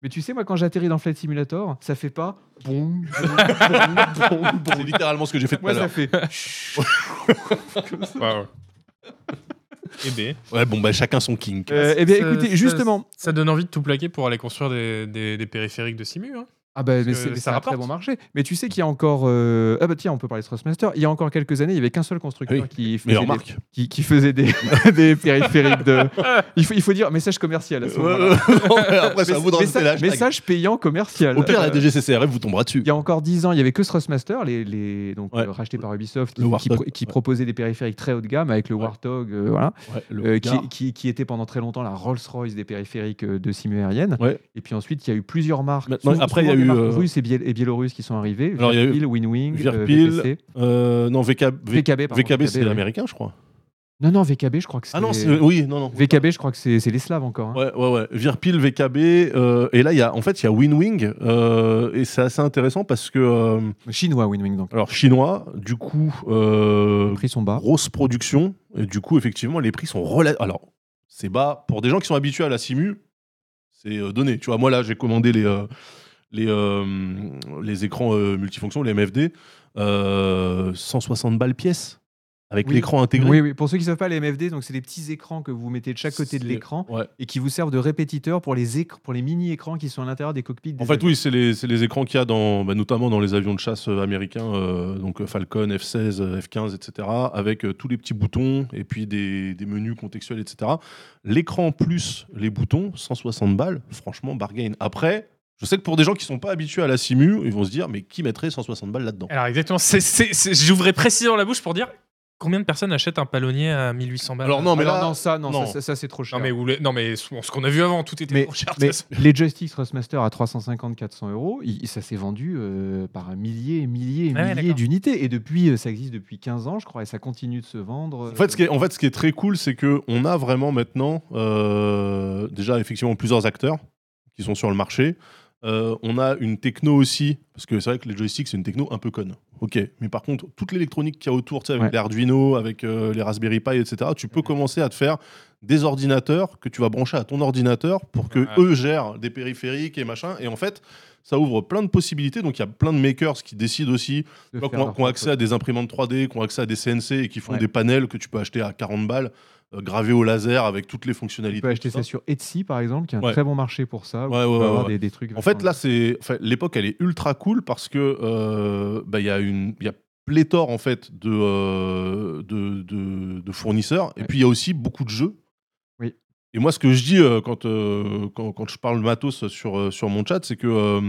Mais tu sais, moi, quand j'atterris dans Flight Simulator, ça fait pas. Bon, (laughs) C'est littéralement ce que j'ai fait tout moi, à ça l'heure. fait. (laughs) Ouais, ouais. Eh ben, Ouais, bon, bah, chacun son kink. Euh, eh bien, ça- écoutez, ça- justement. Ça donne envie de tout plaquer pour aller construire des, des- des périphériques de Simu. hein. Ah bah, mais que c'est mais ça c'est un très rapporte. bon marché. Mais tu sais qu'il y a encore. euh, Ah bah tiens, on peut parler de Thrustmaster. Il y a encore quelques années, il y avait qu'un seul constructeur Ah Oui. qui faisait Meilleure des marque. qui, qui faisait des, (laughs) des périphériques de. Il faut, il faut dire message commercial à ce (laughs) moment-là. Euh, Après, ça Messa- vous dans messa- message payant commercial. Au pire, la Euh, DGCCRF vous tombera dessus. Il y a encore 10 ans, il y avait que Thrustmaster, les, les, donc, Ouais. euh, racheté par Ubisoft, qui- Le qui, Warthog, pro- qui ouais. proposait des périphériques très haut de gamme avec le Ouais. Warthog, euh, voilà, Ouais, le euh, gars. qui, qui- qui était pendant très longtemps la Rolls-Royce des périphériques euh, de simu aérienne. Ouais. Et puis ensuite, il y a eu plusieurs marques. Maintenant, souvent- après, il y souvent a des marques eu, euh, russes et, biél- et biélorusses qui sont arrivées. Alors, il y a eu Verpil, Winwing, euh, Verpil, VPC, Euh, non, VK... V- VKB, pardon, VKB, c'est ouais. l'américain, je crois. Non, non, VKB, je crois que c'est. Ah non, c'est- oui, non, non. VKB, je crois que c'est c'est les Slaves encore. hein. Ouais, ouais, ouais. Virpil, VKB. euh, et là, il y a, en fait, il y a Winwing. euh, et c'est assez intéressant parce que. euh, Chinois, Winwing, donc. alors, chinois, du coup, euh, Les prix sont bas. grosse production. Et du coup, effectivement, les prix sont relativement. Alors, c'est bas. Pour des gens qui sont habitués à la Simu, c'est euh, donné. Tu vois, moi, là, j'ai commandé les, euh, les, euh, les écrans euh, multifonctions, les MFD, euh, 160 balles pièce, avec Oui. l'écran intégré. Oui, oui. Pour ceux qui ne savent pas, les MFD, donc c'est des petits écrans que vous mettez de chaque côté de C'est- l'écran Ouais. et qui vous servent de répétiteurs pour les, écr- pour les mini-écrans qui sont à l'intérieur des cockpits. des En fait, avions. oui, c'est les, c'est les écrans qu'il y a dans, bah, notamment dans les avions de chasse euh, américains, euh, donc euh, Falcon, F-16, euh, F-15, etc., avec euh, tous les petits boutons et puis des, des menus contextuels, etc. L'écran plus les boutons, 160 balles, franchement, bargain. Après, je sais que pour des gens qui sont pas habitués à la simu, ils vont se dire, mais qui mettrait 160 balles là-dedans Alors, exactement, c'est- c'est- c'est- j'ouvrais précisément la bouche pour dire combien de personnes achètent un palonnier à 1800 balles Alors non, mais Alors, là, Ah non, ça, non, non. ça, ça, ça, c'est trop cher. Non mais, ou les- non, mais ce ce qu'on a vu avant, tout était Mais- trop cher. de mais toute façon. les Joysticks Thrustmaster à 350-400 euros, il- ça s'est vendu euh, par un millier et millier et Ouais, millier d'accord. d'unités. Et depuis, euh, ça existe depuis 15 ans, je crois, et ça continue de se vendre. En fait, ce qui est, en fait, ce qui est très cool, c'est que on a vraiment maintenant euh, déjà effectivement plusieurs acteurs qui sont sur le marché. Euh, on a une techno aussi, parce que c'est vrai que les joysticks, c'est une techno un peu conne. Ok, mais par contre, toute l'électronique qu'il y a autour, tu sais, avec Ouais. les Arduino, avec euh, les Raspberry Pi, etc., tu peux Mhm. commencer à te faire des ordinateurs que tu vas brancher à ton ordinateur pour que Ouais. eux gèrent des périphériques et machin. Et en fait, ça ouvre plein de possibilités. Donc, il y a plein de makers qui décident aussi euh, de tu faire vois, qui ont, leur qui ont propre- accès à des imprimantes 3D, qui ont accès à des CNC et qui font Ouais. des panels que tu peux acheter à 40 balles, euh, gravés au laser avec toutes les fonctionnalités. Tu peux acheter tout ça. ça sur Etsy, par exemple, qui est un Ouais. très bon marché pour ça. où Ouais, tu peux ouais, ouais, avoir ouais. Des, des trucs En fait, vachement- là, c'est enfin, l'époque, elle est ultra cool parce que euh, bah, il y a une, il y a pléthore en fait de euh, de, de- de fournisseurs et Ouais. puis il y a aussi beaucoup de jeux. Oui. Et moi, ce que je dis euh, quand, euh, quand quand je parle matos sur euh, sur mon chat, c'est que euh,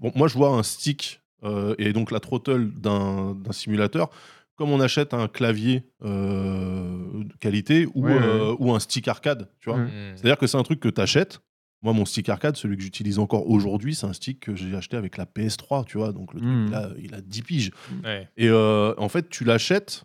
bon, moi, je vois un stick euh, et donc la throttle d'un d'un simulateur. Comme on achète un clavier euh, de qualité ou, Ouais, ouais, euh, ou un stick arcade, tu vois. Ouais. C'est-à-dire que c'est un truc que tu achètes. Moi, mon stick arcade, celui que j'utilise encore aujourd'hui, c'est un stick que j'ai acheté avec la PS3, tu vois. Donc, le truc, Mhm. il, a, il a 10 piges. Ouais. Et euh, en fait, tu l'achètes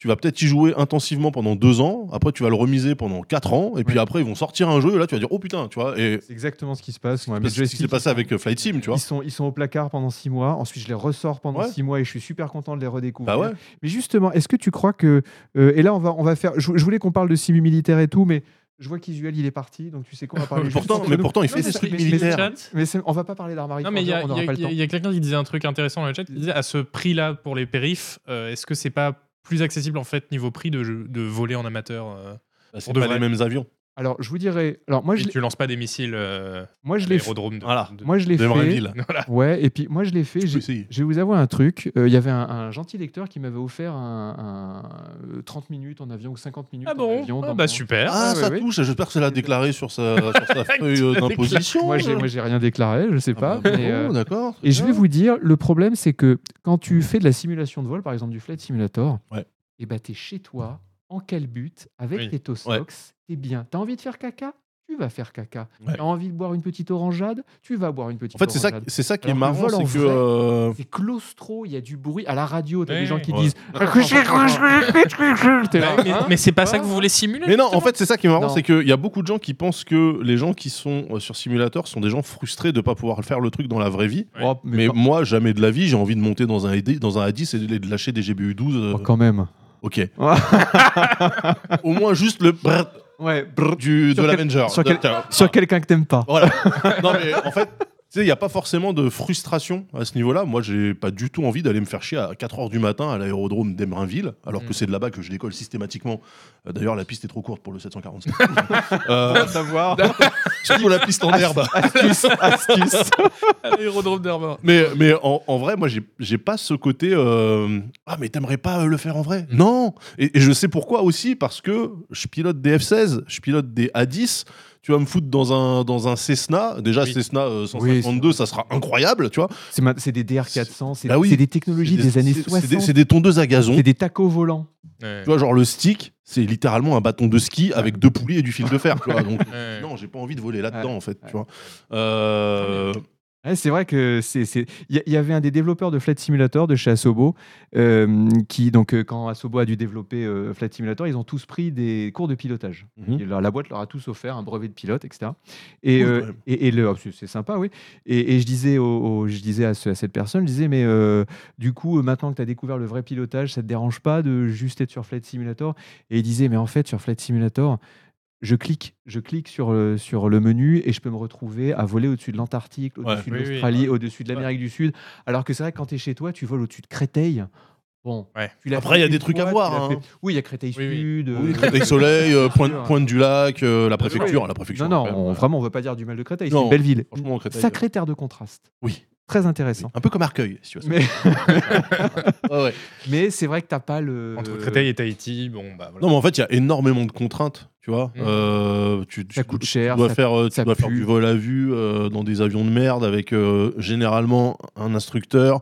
tu vas peut-être y jouer intensivement pendant deux ans, après tu vas le remiser pendant quatre ans, et puis Ouais. après ils vont sortir un jeu, et là tu vas dire oh putain, tu vois, et C'est exactement ce qui se passe. moi, mais c'est ce qui s'est j'explique. passé avec euh, Flight Sim, tu vois. Ils sont, ils sont au placard pendant six mois, ensuite je les ressors pendant Ouais. six mois et je suis super content de les redécouvrir. Bah ouais, Mais justement, est-ce que tu crois que. euh, et là, on va, on va faire. Je, je voulais qu'on parle de simu militaire et tout, mais je vois qu'Isuel, il est parti, donc tu sais quoi, on va parler. Mais juste pourtant- entre (laughs) mais nous. pourtant, il Non, fait mais des ça- trucs mais- militaires. mais- Mais c'est- on va pas parler d'armory. Non, mais il y a, on il y n'aura a- pas le il y a- temps. il y a quelqu'un qui disait un truc intéressant dans le chat. Il disait à ce prix-là pour les périphes, euh, est-ce que c'est pas plus accessible en fait niveau prix de, jeu- de voler en amateur euh, Bah, c'est Pour pas de les vrai. mêmes avions. Alors, je vous dirais. Alors, moi, Et je l'ai- tu lances pas des missiles euh, moi, je à l'ai fait. l'aérodrome de, Voilà. de- Moi, je l'ai De fait. Marville. Voilà. Ouais, et puis moi, je l'ai fait. Je j'ai- peux essayer. Je vais vous avouer un truc. Euh, Il y avait un, un gentil lecteur qui m'avait offert un, un, euh, 30 minutes en avion ou 50 minutes Ah en bon avion. Ah dans Bah mon- super. Ah, ouais, ça ouais. touche, j'espère que (laughs) ça l'a déclaré sur sa, sur sa feuille euh, d'imposition. Moi, j'ai moi, j'ai rien déclaré, je sais Ah pas. bah, mais, bon, euh, d'accord. Et je vais vous dire, le problème, c'est que quand tu fais de la simulation de vol, par exemple du flight simulator, Ouais. et bah t'es chez toi, en calbute, avec Oui. tes Tosnox, t'es bien. T'as envie de faire caca Tu vas faire caca. Ouais. T'as envie de boire une petite orangeade Tu vas boire une petite En fait, c'est ça, orangeade. c'est ça qui est Alors que le marrant, vol en c'est que vrai- euh, C'est claustro, il y a du bruit. À la radio, t'as des Ouais. gens qui Ouais. (laughs) disent T'es là, Bah, mais hein mais c'est pas ça Hein que vous voulez simuler. Mais non, en fait, c'est ça qui est marrant, Non. c'est qu'il y a beaucoup de gens qui pensent que les gens qui sont euh, sur simulateur sont des gens frustrés de ne pas pouvoir faire le truc dans la vraie vie. Oh, Mais, mais, pas- moi, jamais de la vie, j'ai envie de monter dans un, AD dans un A10 et de de lâcher des GBU-12. euh, oh, quand même. ok. Au moins, juste le brrr, Ouais. brrr du, Sur de quel- l'Avenger. sur De- quel- tiens, Sur quelqu'un que t'aimes pas. (laughs) Voilà. non, mais en fait, tu sais, il n'y a pas forcément de frustration à ce niveau-là. Moi, j'ai pas du tout envie d'aller me faire chier à 4h du matin à l'aérodrome d'Embrainville, alors Hmm. que Mm. c'est de là-bas que je décolle systématiquement. Euh, D'ailleurs, la piste est trop courte pour le 747. (laughs) euh, savoir. surtout la piste en herbe. Astuce, astuce. Aérodrome d'Armor. Mais, mais en, en vrai, moi, j'ai- j'ai pas ce côté. euh, ah, mais t'aimerais pas euh, le faire en vrai Mm. Non et, et je sais pourquoi aussi, parce que je pilote des F-16, je pilote des A-10. Tu vas me foutre dans un, dans un Cessna. Déjà, Oui. Cessna euh, Oui, 152, ça sera incroyable, tu vois. C'est ma- c'est des DR400, c'est Bah oui. c'est des technologies C'est des, années c'est- c'est 60. des- C'est des tondeuses à gazon. C'est des tacos volants. Tu vois, genre le stick, c'est littéralement un bâton de ski avec deux poulies et du fil de fer. tu vois, donc, non, j'ai pas envie de voler là-dedans, en fait. Tu vois. Euh, Ouais, c'est vrai que c'est c'est- il y, a- il y avait un des développeurs de Flight Simulator de chez Asobo euh, qui donc euh, quand Asobo a dû développer euh, Flight Simulator, ils ont tous pris des cours de pilotage. mhm. Et leur- la boîte leur a tous offert un brevet de pilote, etc. Et, Cool, euh, quand même. et, et le, oh, c'est- c'est sympa, oui. Et, et je disais, au, au- je disais à, ce- à cette personne, je disais, mais euh, du coup, euh, maintenant que tu as découvert le vrai pilotage, ça te dérange pas de juste être sur Flight Simulator Et il disait, mais en fait, sur Flight Simulator, je clique, je clique sur le, sur le menu et je peux me retrouver à voler au-dessus de l'Antarctique, au-dessus Ouais. de Oui, oui, l'Australie, au-dessus de l'Amérique du Sud. Alors que c'est vrai que quand tu es chez toi, tu voles au-dessus de Créteil. Bon. Ouais. tu l'as Après, fait il y a des une trucs à fois, tu voir, l'as hein. fait- Oui, il y a Créteil Oui, oui. Sud. euh, Oui, Créteil Soleil, euh, pointe, sûr. pointe du Lac, euh, la Bien sûr. préfecture. La préfecture Non, non, quand même. on- vraiment, on ne veut pas dire du mal de Créteil, c'est Non, une belle ville. Franchement, Créteil, euh, Sacré terre de contraste. Oui. Très intéressant. Un peu comme Arcueil, si tu vois. Mais, Ouais, ouais. mais c'est vrai que t'as pas euh, le. Entre Créteil et Tahiti, bon bah voilà. Non, mais en fait, il y a énormément de contraintes, tu vois. Mm. Euh, tu, tu- Ça coûte cher, Tu dois, ça- faire, euh, tu ça dois faire pue. du vol à vue euh, dans des avions de merde avec euh, généralement un instructeur,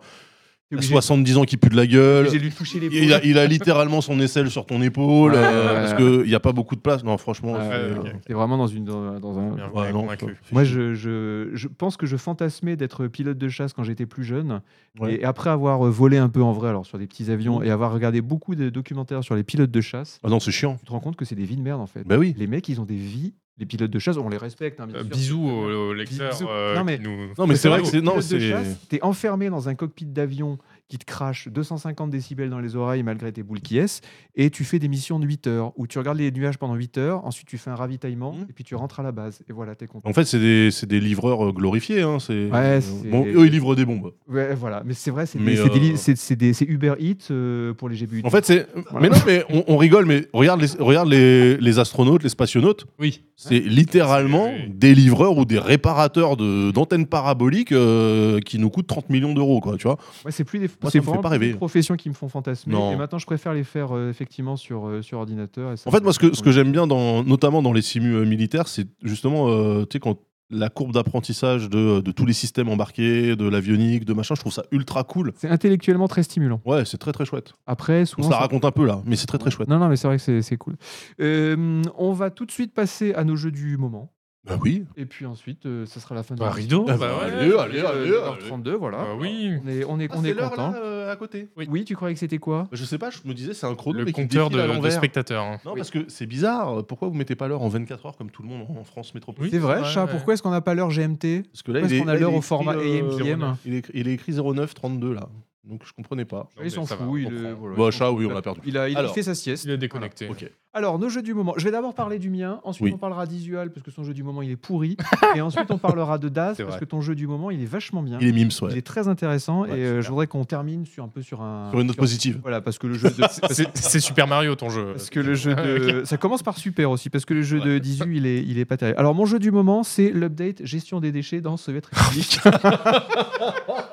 t'es à obligé- 70 ans qui pue de la gueule. obligé de lui toucher les Il a, il a littéralement son aisselle sur ton épaule Ouais, euh, ouais, ouais. parce qu'il n'y a pas beaucoup de place. Non, franchement. Ouais, c'est- euh, ok. T'es vraiment dans, une, dans, dans un. Bien, ouais, bien non, convaincu. faut- Moi, je, je, je pense que je fantasmais d'être pilote de chasse quand j'étais plus jeune. Ouais. Et après avoir euh, volé un peu en vrai, alors sur des petits avions, et avoir regardé beaucoup de documentaires sur les pilotes de chasse, Ah non, c'est chiant. tu te rends compte que c'est des vies de merde en fait. Bah oui. Les mecs, ils ont des vies. Les pilotes de chasse, on les respecte. hein, bien Euh, sûr. bisous au, au lecteur Bisous. euh, Non, mais- qui nous. Non, mais c'est vrai que c'est. Pilote Non, de c'est. chasse, T'es enfermé dans un cockpit d'avion qui te crache 250 décibels dans les oreilles malgré tes boules qui est, et tu fais des missions de 8 heures où tu regardes les nuages pendant 8 heures, ensuite tu fais un ravitaillement Mhm. et puis tu rentres à la base et voilà, t'es content. En fait, c'est des, c'est des livreurs euh, glorifiés. Hein, c'est... Ouais, euh, c'est- bon, eux, ils livrent des bombes. Ouais, voilà, mais c'est vrai, c'est Mais, des- c'est des li- euh, c'est- c'est des- c'est Uber Eats euh, pour les GBU. En fait, c'est. Voilà. Mais non, mais on, on rigole, mais regarde les, regarde les, les astronautes, les spationautes. Oui. C'est littéralement C'est- oui. des livreurs ou des réparateurs de, d'antennes paraboliques euh, qui nous coûtent 30 millions d'euros, quoi, tu vois. Ouais, c'est plus des, Moi, ça c'est me fait vraiment pas plus des rêver. professions qui me font fantasmer. Non. Et maintenant, je préfère les faire euh, effectivement sur, euh, sur ordinateur. et ça En fait, me- moi, ce que, ce que j'aime bien, dans, notamment dans les simus euh, militaires, c'est justement, euh, tu sais, quand la courbe d'apprentissage de, de tous les systèmes embarqués, de l'avionique, de machin, je trouve ça ultra cool. C'est intellectuellement très stimulant. Ouais, c'est très très chouette. Après, On souvent, se la ça- raconte un peu là, mais c'est très très chouette. Non, non, mais c'est vrai que c'est- c'est cool. Euh, on va tout de suite passer à nos jeux du moment. Bah oui. Et puis ensuite, euh, ça sera la fin de Bah, rideau. Ah bah bah, ouais. allez, allez, allez, allez. 32, voilà. Ah. Bah oui. On est, on est, on est content. euh, euh, à côté. Bah, Oui. Oui, tu croyais que c'était quoi Je sais pas, je me disais, c'est un chrono Le mais qui compteur défile à de, de l'envers. spectateurs. hein. Non, Oui. parce que c'est bizarre. euh, Pourquoi vous mettez pas l'heure en 24 heures comme tout le monde en France métropolitaine C'est vrai, ouais, chat, ouais. pourquoi est-ce qu'on n'a pas l'heure GMT Parce que là, Parce il est- qu'on a là, il l'heure est au écrit, format euh, AM, PM. Il est, écrit- il est écrit 09 32 là. Donc je comprenais pas. Non, Ils s'en mais ça va, fout, on il, comprend. est- voilà, Bah, il s'en chat, fout. oui, on a perdu. Il a, il a Alors. fait sa sieste. Il est déconnecté. Ok. Alors, nos jeux du moment. Je vais d'abord parler du mien, ensuite Oui. on parlera d'Isual parce que son jeu du moment il est pourri, et ensuite on parlera (laughs) de Das C'est parce vrai. que ton jeu du moment il est vachement bien. Il est mimes, Il ouais. est très intéressant Ouais, et euh, super. je voudrais qu'on termine sur un peu sur un. Sur une note sur- positive. Voilà, parce que le (laughs) jeu de. parce- (laughs) C'est c'est Super Mario ton jeu. Parce que le jeu de. Ça commence par super aussi, parce que le jeu de Ouais. 18, il est, il est pas terrible. Alors, mon jeu du moment, c'est l'update gestion des déchets dans Soviet (laughs) Oh, République.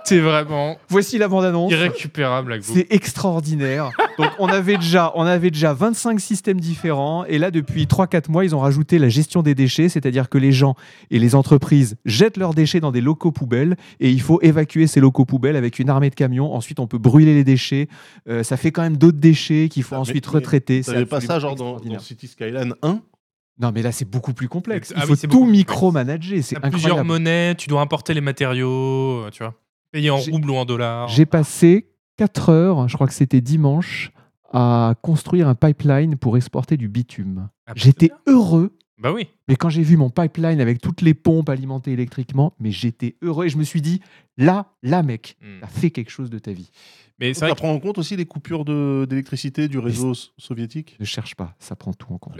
T'es vraiment Voici la bande-annonce. irrécupérable avec vous. C'est extraordinaire. Donc on avait déjà, on avait déjà 25 systèmes différents et là depuis 3-4 mois, ils ont rajouté la gestion des déchets, c'est-à-dire que les gens et les entreprises jettent leurs déchets dans des locaux poubelles et il faut évacuer ces locaux poubelles avec une armée de camions. Ensuite, on peut brûler les déchets. Euh, ça fait quand même d'autres déchets qu'il faut Ah, mais- ensuite mais retraiter. T'avais pas ça, genre dans, extraordinaire. dans City Skyline 1 Non, mais là c'est beaucoup plus complexe. Il Ah oui, faut c'est tout beaucoup plus complexe. micromanager, c'est T'as plusieurs incroyable. monnaies, tu dois importer les matériaux, euh, tu vois. Payer en J'ai- roubles ou en dollars. J'ai passé 4 heures, je crois que c'était dimanche, à construire un pipeline pour exporter du bitume. Ah, bah, J'étais c'est bien. heureux. Bah oui. Mais quand j'ai vu mon pipeline avec toutes les pompes alimentées électriquement, mais j'étais heureux et je me suis dit, là, là, mec, Mm. t'as fait quelque chose de ta vie. Mais Tu c'est vrai que prends en compte aussi les coupures de- d'électricité du réseau s- soviétique Ne cherche pas, ça prend tout en (laughs) compte.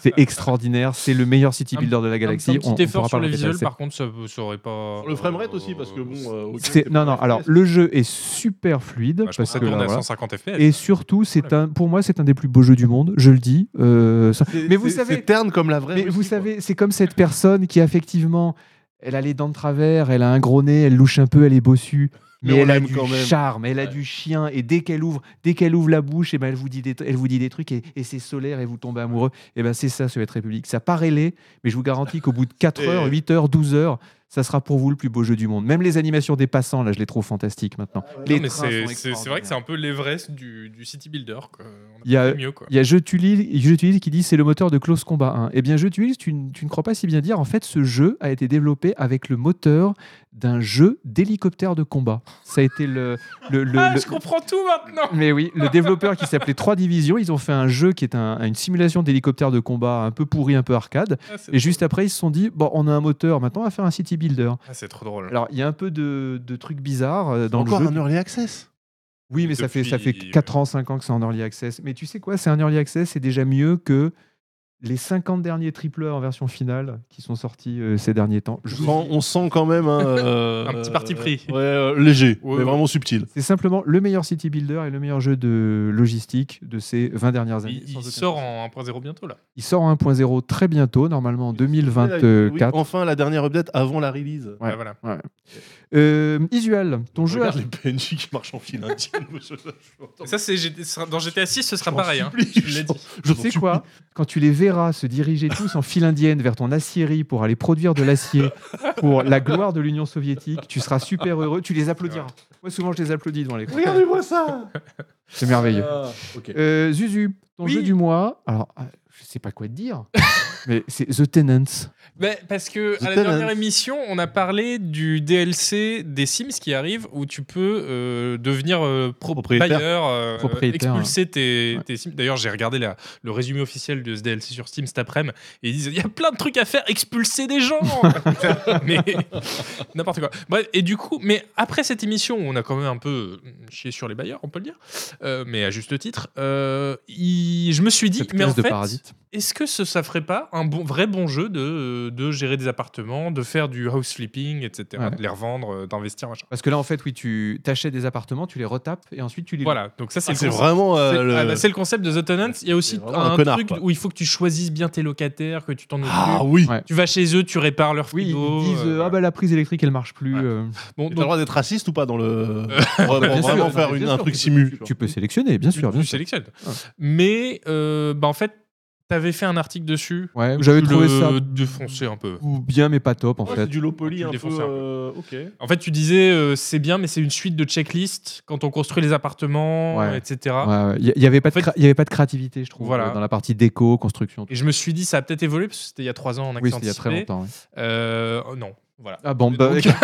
c'est extraordinaire, c'est le meilleur city Un- builder de la galaxie. un petit effort pourra sur pas les le répéter visuels, assez. par contre, ça, ça aurait pas. Le framerate aussi, parce que bon. euh, ok, C'est- c'est non, pas non, un alors FPS. le jeu est super fluide. Bah, je parce pensais que, tourner là, à voilà. 150 FPS. Et surtout, c'est un, pour moi, c'est un des plus beaux jeux du monde, je le dis. euh, ça- C'est- Mais vous c'est- savez- C'est terne comme la vraie. Mais Russie, vous quoi. savez, c'est comme cette personne qui, effectivement, elle a les dents de travers, elle a un gros nez, elle louche un peu, elle est bossue. Mais, Mais on elle a l'aime du quand même. charme, elle a Ouais. du chien, et dès qu'elle ouvre, dès qu'elle ouvre la bouche, et ben elle vous dit des, elle vous dit des trucs, et, et c'est solaire, et vous tombez amoureux. Et ben c'est ça, Soviet République. Ça paraît laid, mais je vous garantis qu'au bout de 4 Et- heures, 8 heures, 12 heures, ça sera pour vous le plus beau jeu du monde. Même les animations des passants, là, je les trouve fantastiques maintenant. Les Non, mais trains c'est- sont c'est c'est vrai que c'est extraordinaires. un peu l'Everest du, du City Builder. quoi. On Il y a- fait mieux, quoi. Il y a Jeu Tulil Jeu Tulil qui dit c'est le moteur de Close Combat 1. Eh bien, Jeu Tulil, tu, n- tu ne crois pas si bien dire. En fait, ce jeu a été développé avec le moteur d'un jeu d'hélicoptère de combat. Ça a été le. le, le- Ah, le- je comprends tout maintenant mais oui, le développeur qui s'appelait 3 Divisions, ils ont fait un jeu qui est un- une simulation d'hélicoptère de combat un peu pourri, un peu arcade. Ah, c'est- Et juste après, ils se sont dit bon, on a un moteur, maintenant on va faire un city builder. ah, C'est trop drôle. Alors, il y a un peu de, de trucs bizarres euh, dans Encore le jeu. un early access Oui, mais ça fait, ça fait Depuis, 4 ans, 5 ans que c'est en early access. Mais tu sais quoi, c'est un early access, c'est déjà mieux que les 50 derniers triple A en version finale qui sont sortis euh, ces derniers temps. Je- Je sens- On sent quand (laughs) même un. euh, Un petit parti pris. Ouais, euh, léger, Ouais, mais ouais. vraiment subtil. C'est simplement le meilleur city builder et le meilleur jeu de logistique de ces 20 dernières années. il, sans il aucun sort doute. en 1.0 bientôt, là. il sort en 1.0 très bientôt, normalement en Oui, 2024. enfin, la dernière update avant la release. Ouais. Ah, voilà. Euh, Isual, ton jeu. à- Regarde les PNJ qui marchent en file indienne. je- je- je- Et ça, c'est G- ce sera- dans GTA 6, ce sera je t'en pareil. hein. supplie, Tu je l'as t'en- dit. je t'en Tu sais supplie. quoi Quand tu les verras se diriger tous en file indienne vers ton aciérie pour aller produire de l'acier pour la gloire de l'Union soviétique, tu seras super heureux. Tu les applaudiras. Moi, souvent, je les applaudis devant les (laughs) Regardez-moi ça C'est merveilleux. Ah, ok. Euh, Zuzu, ton Oui. jeu du mois. Alors, euh, je sais pas quoi te dire, (laughs) mais c'est The Tenants. Ben, parce que The à la Tenants. dernière émission, on a parlé du DLC des Sims qui arrive où tu peux euh, devenir euh, pro- Propriétaire. bailleur, euh, Propriétaire, expulser tes, ouais. tes Sims. D'ailleurs, j'ai regardé la- le résumé officiel de ce DLC sur Steam cet après-midi et ils disent il y a plein de trucs à faire, expulser des (laughs) gens Mais (laughs) n'importe quoi. Bref, et du coup, mais après cette émission, où on a quand même un peu euh, chié sur les bailleurs, on peut le dire, euh, mais à juste titre, euh, il- je me suis dit, Cette mais en classe de fait parasite. est-ce que ce, ça ferait pas un bon, vrai bon jeu de, euh, de gérer des appartements, de faire du house flipping, etc., Ouais. de les revendre, euh, d'investir, machin Parce que là, en fait, oui, tu t'achètes des appartements, tu les retapes et ensuite tu les. Voilà, donc ça c'est Ah, le C'est concept. vraiment. euh, C'est- le- ah bah, c'est le concept de The Tenants. Il y a aussi C'est vraiment un, un connard, truc quoi. où il faut que tu choisisses bien tes locataires, que tu t'en occupes. Ah oui Ouais. Tu vas chez eux, tu répares leur Oui, frigo. ils disent euh, euh, ah bah la prise électrique elle marche plus. Ouais. euh. bon, T'as donc, Euh, bah, le droit d'être raciste ou pas dans le. (laughs) pour Bien sûr, vraiment non, faire mais une- bien un sûr, truc tu peux- simu. tu- Tu peux sélectionner, bien sûr, tu, bien tu sûr. sélectionnes. Ouais. Mais euh, bah, en fait, t'avais fait un article dessus. Ouais, j'avais Tu trouvé le ça défonçais un peu. ou bien mais pas top en Ouais, fait. c'est du low poly Tu un peu. défonces un peu. euh, Ok. En fait, tu disais euh, c'est bien, mais c'est une suite de checklists quand on construit les appartements, Ouais. Ouais, etc. ouais. Il y- il y avait pas de En fait- cra- il y avait pas de créativité, je trouve, Voilà. euh, dans la partie déco, construction. tout. Et je me suis dit, ça a peut-être évolué, parce que c'était il y a trois ans en accent Oui, c'était il y a très Ah, anticipé. oh longtemps. ouais. Euh, non, voilà. Ah bon, bah, Donc-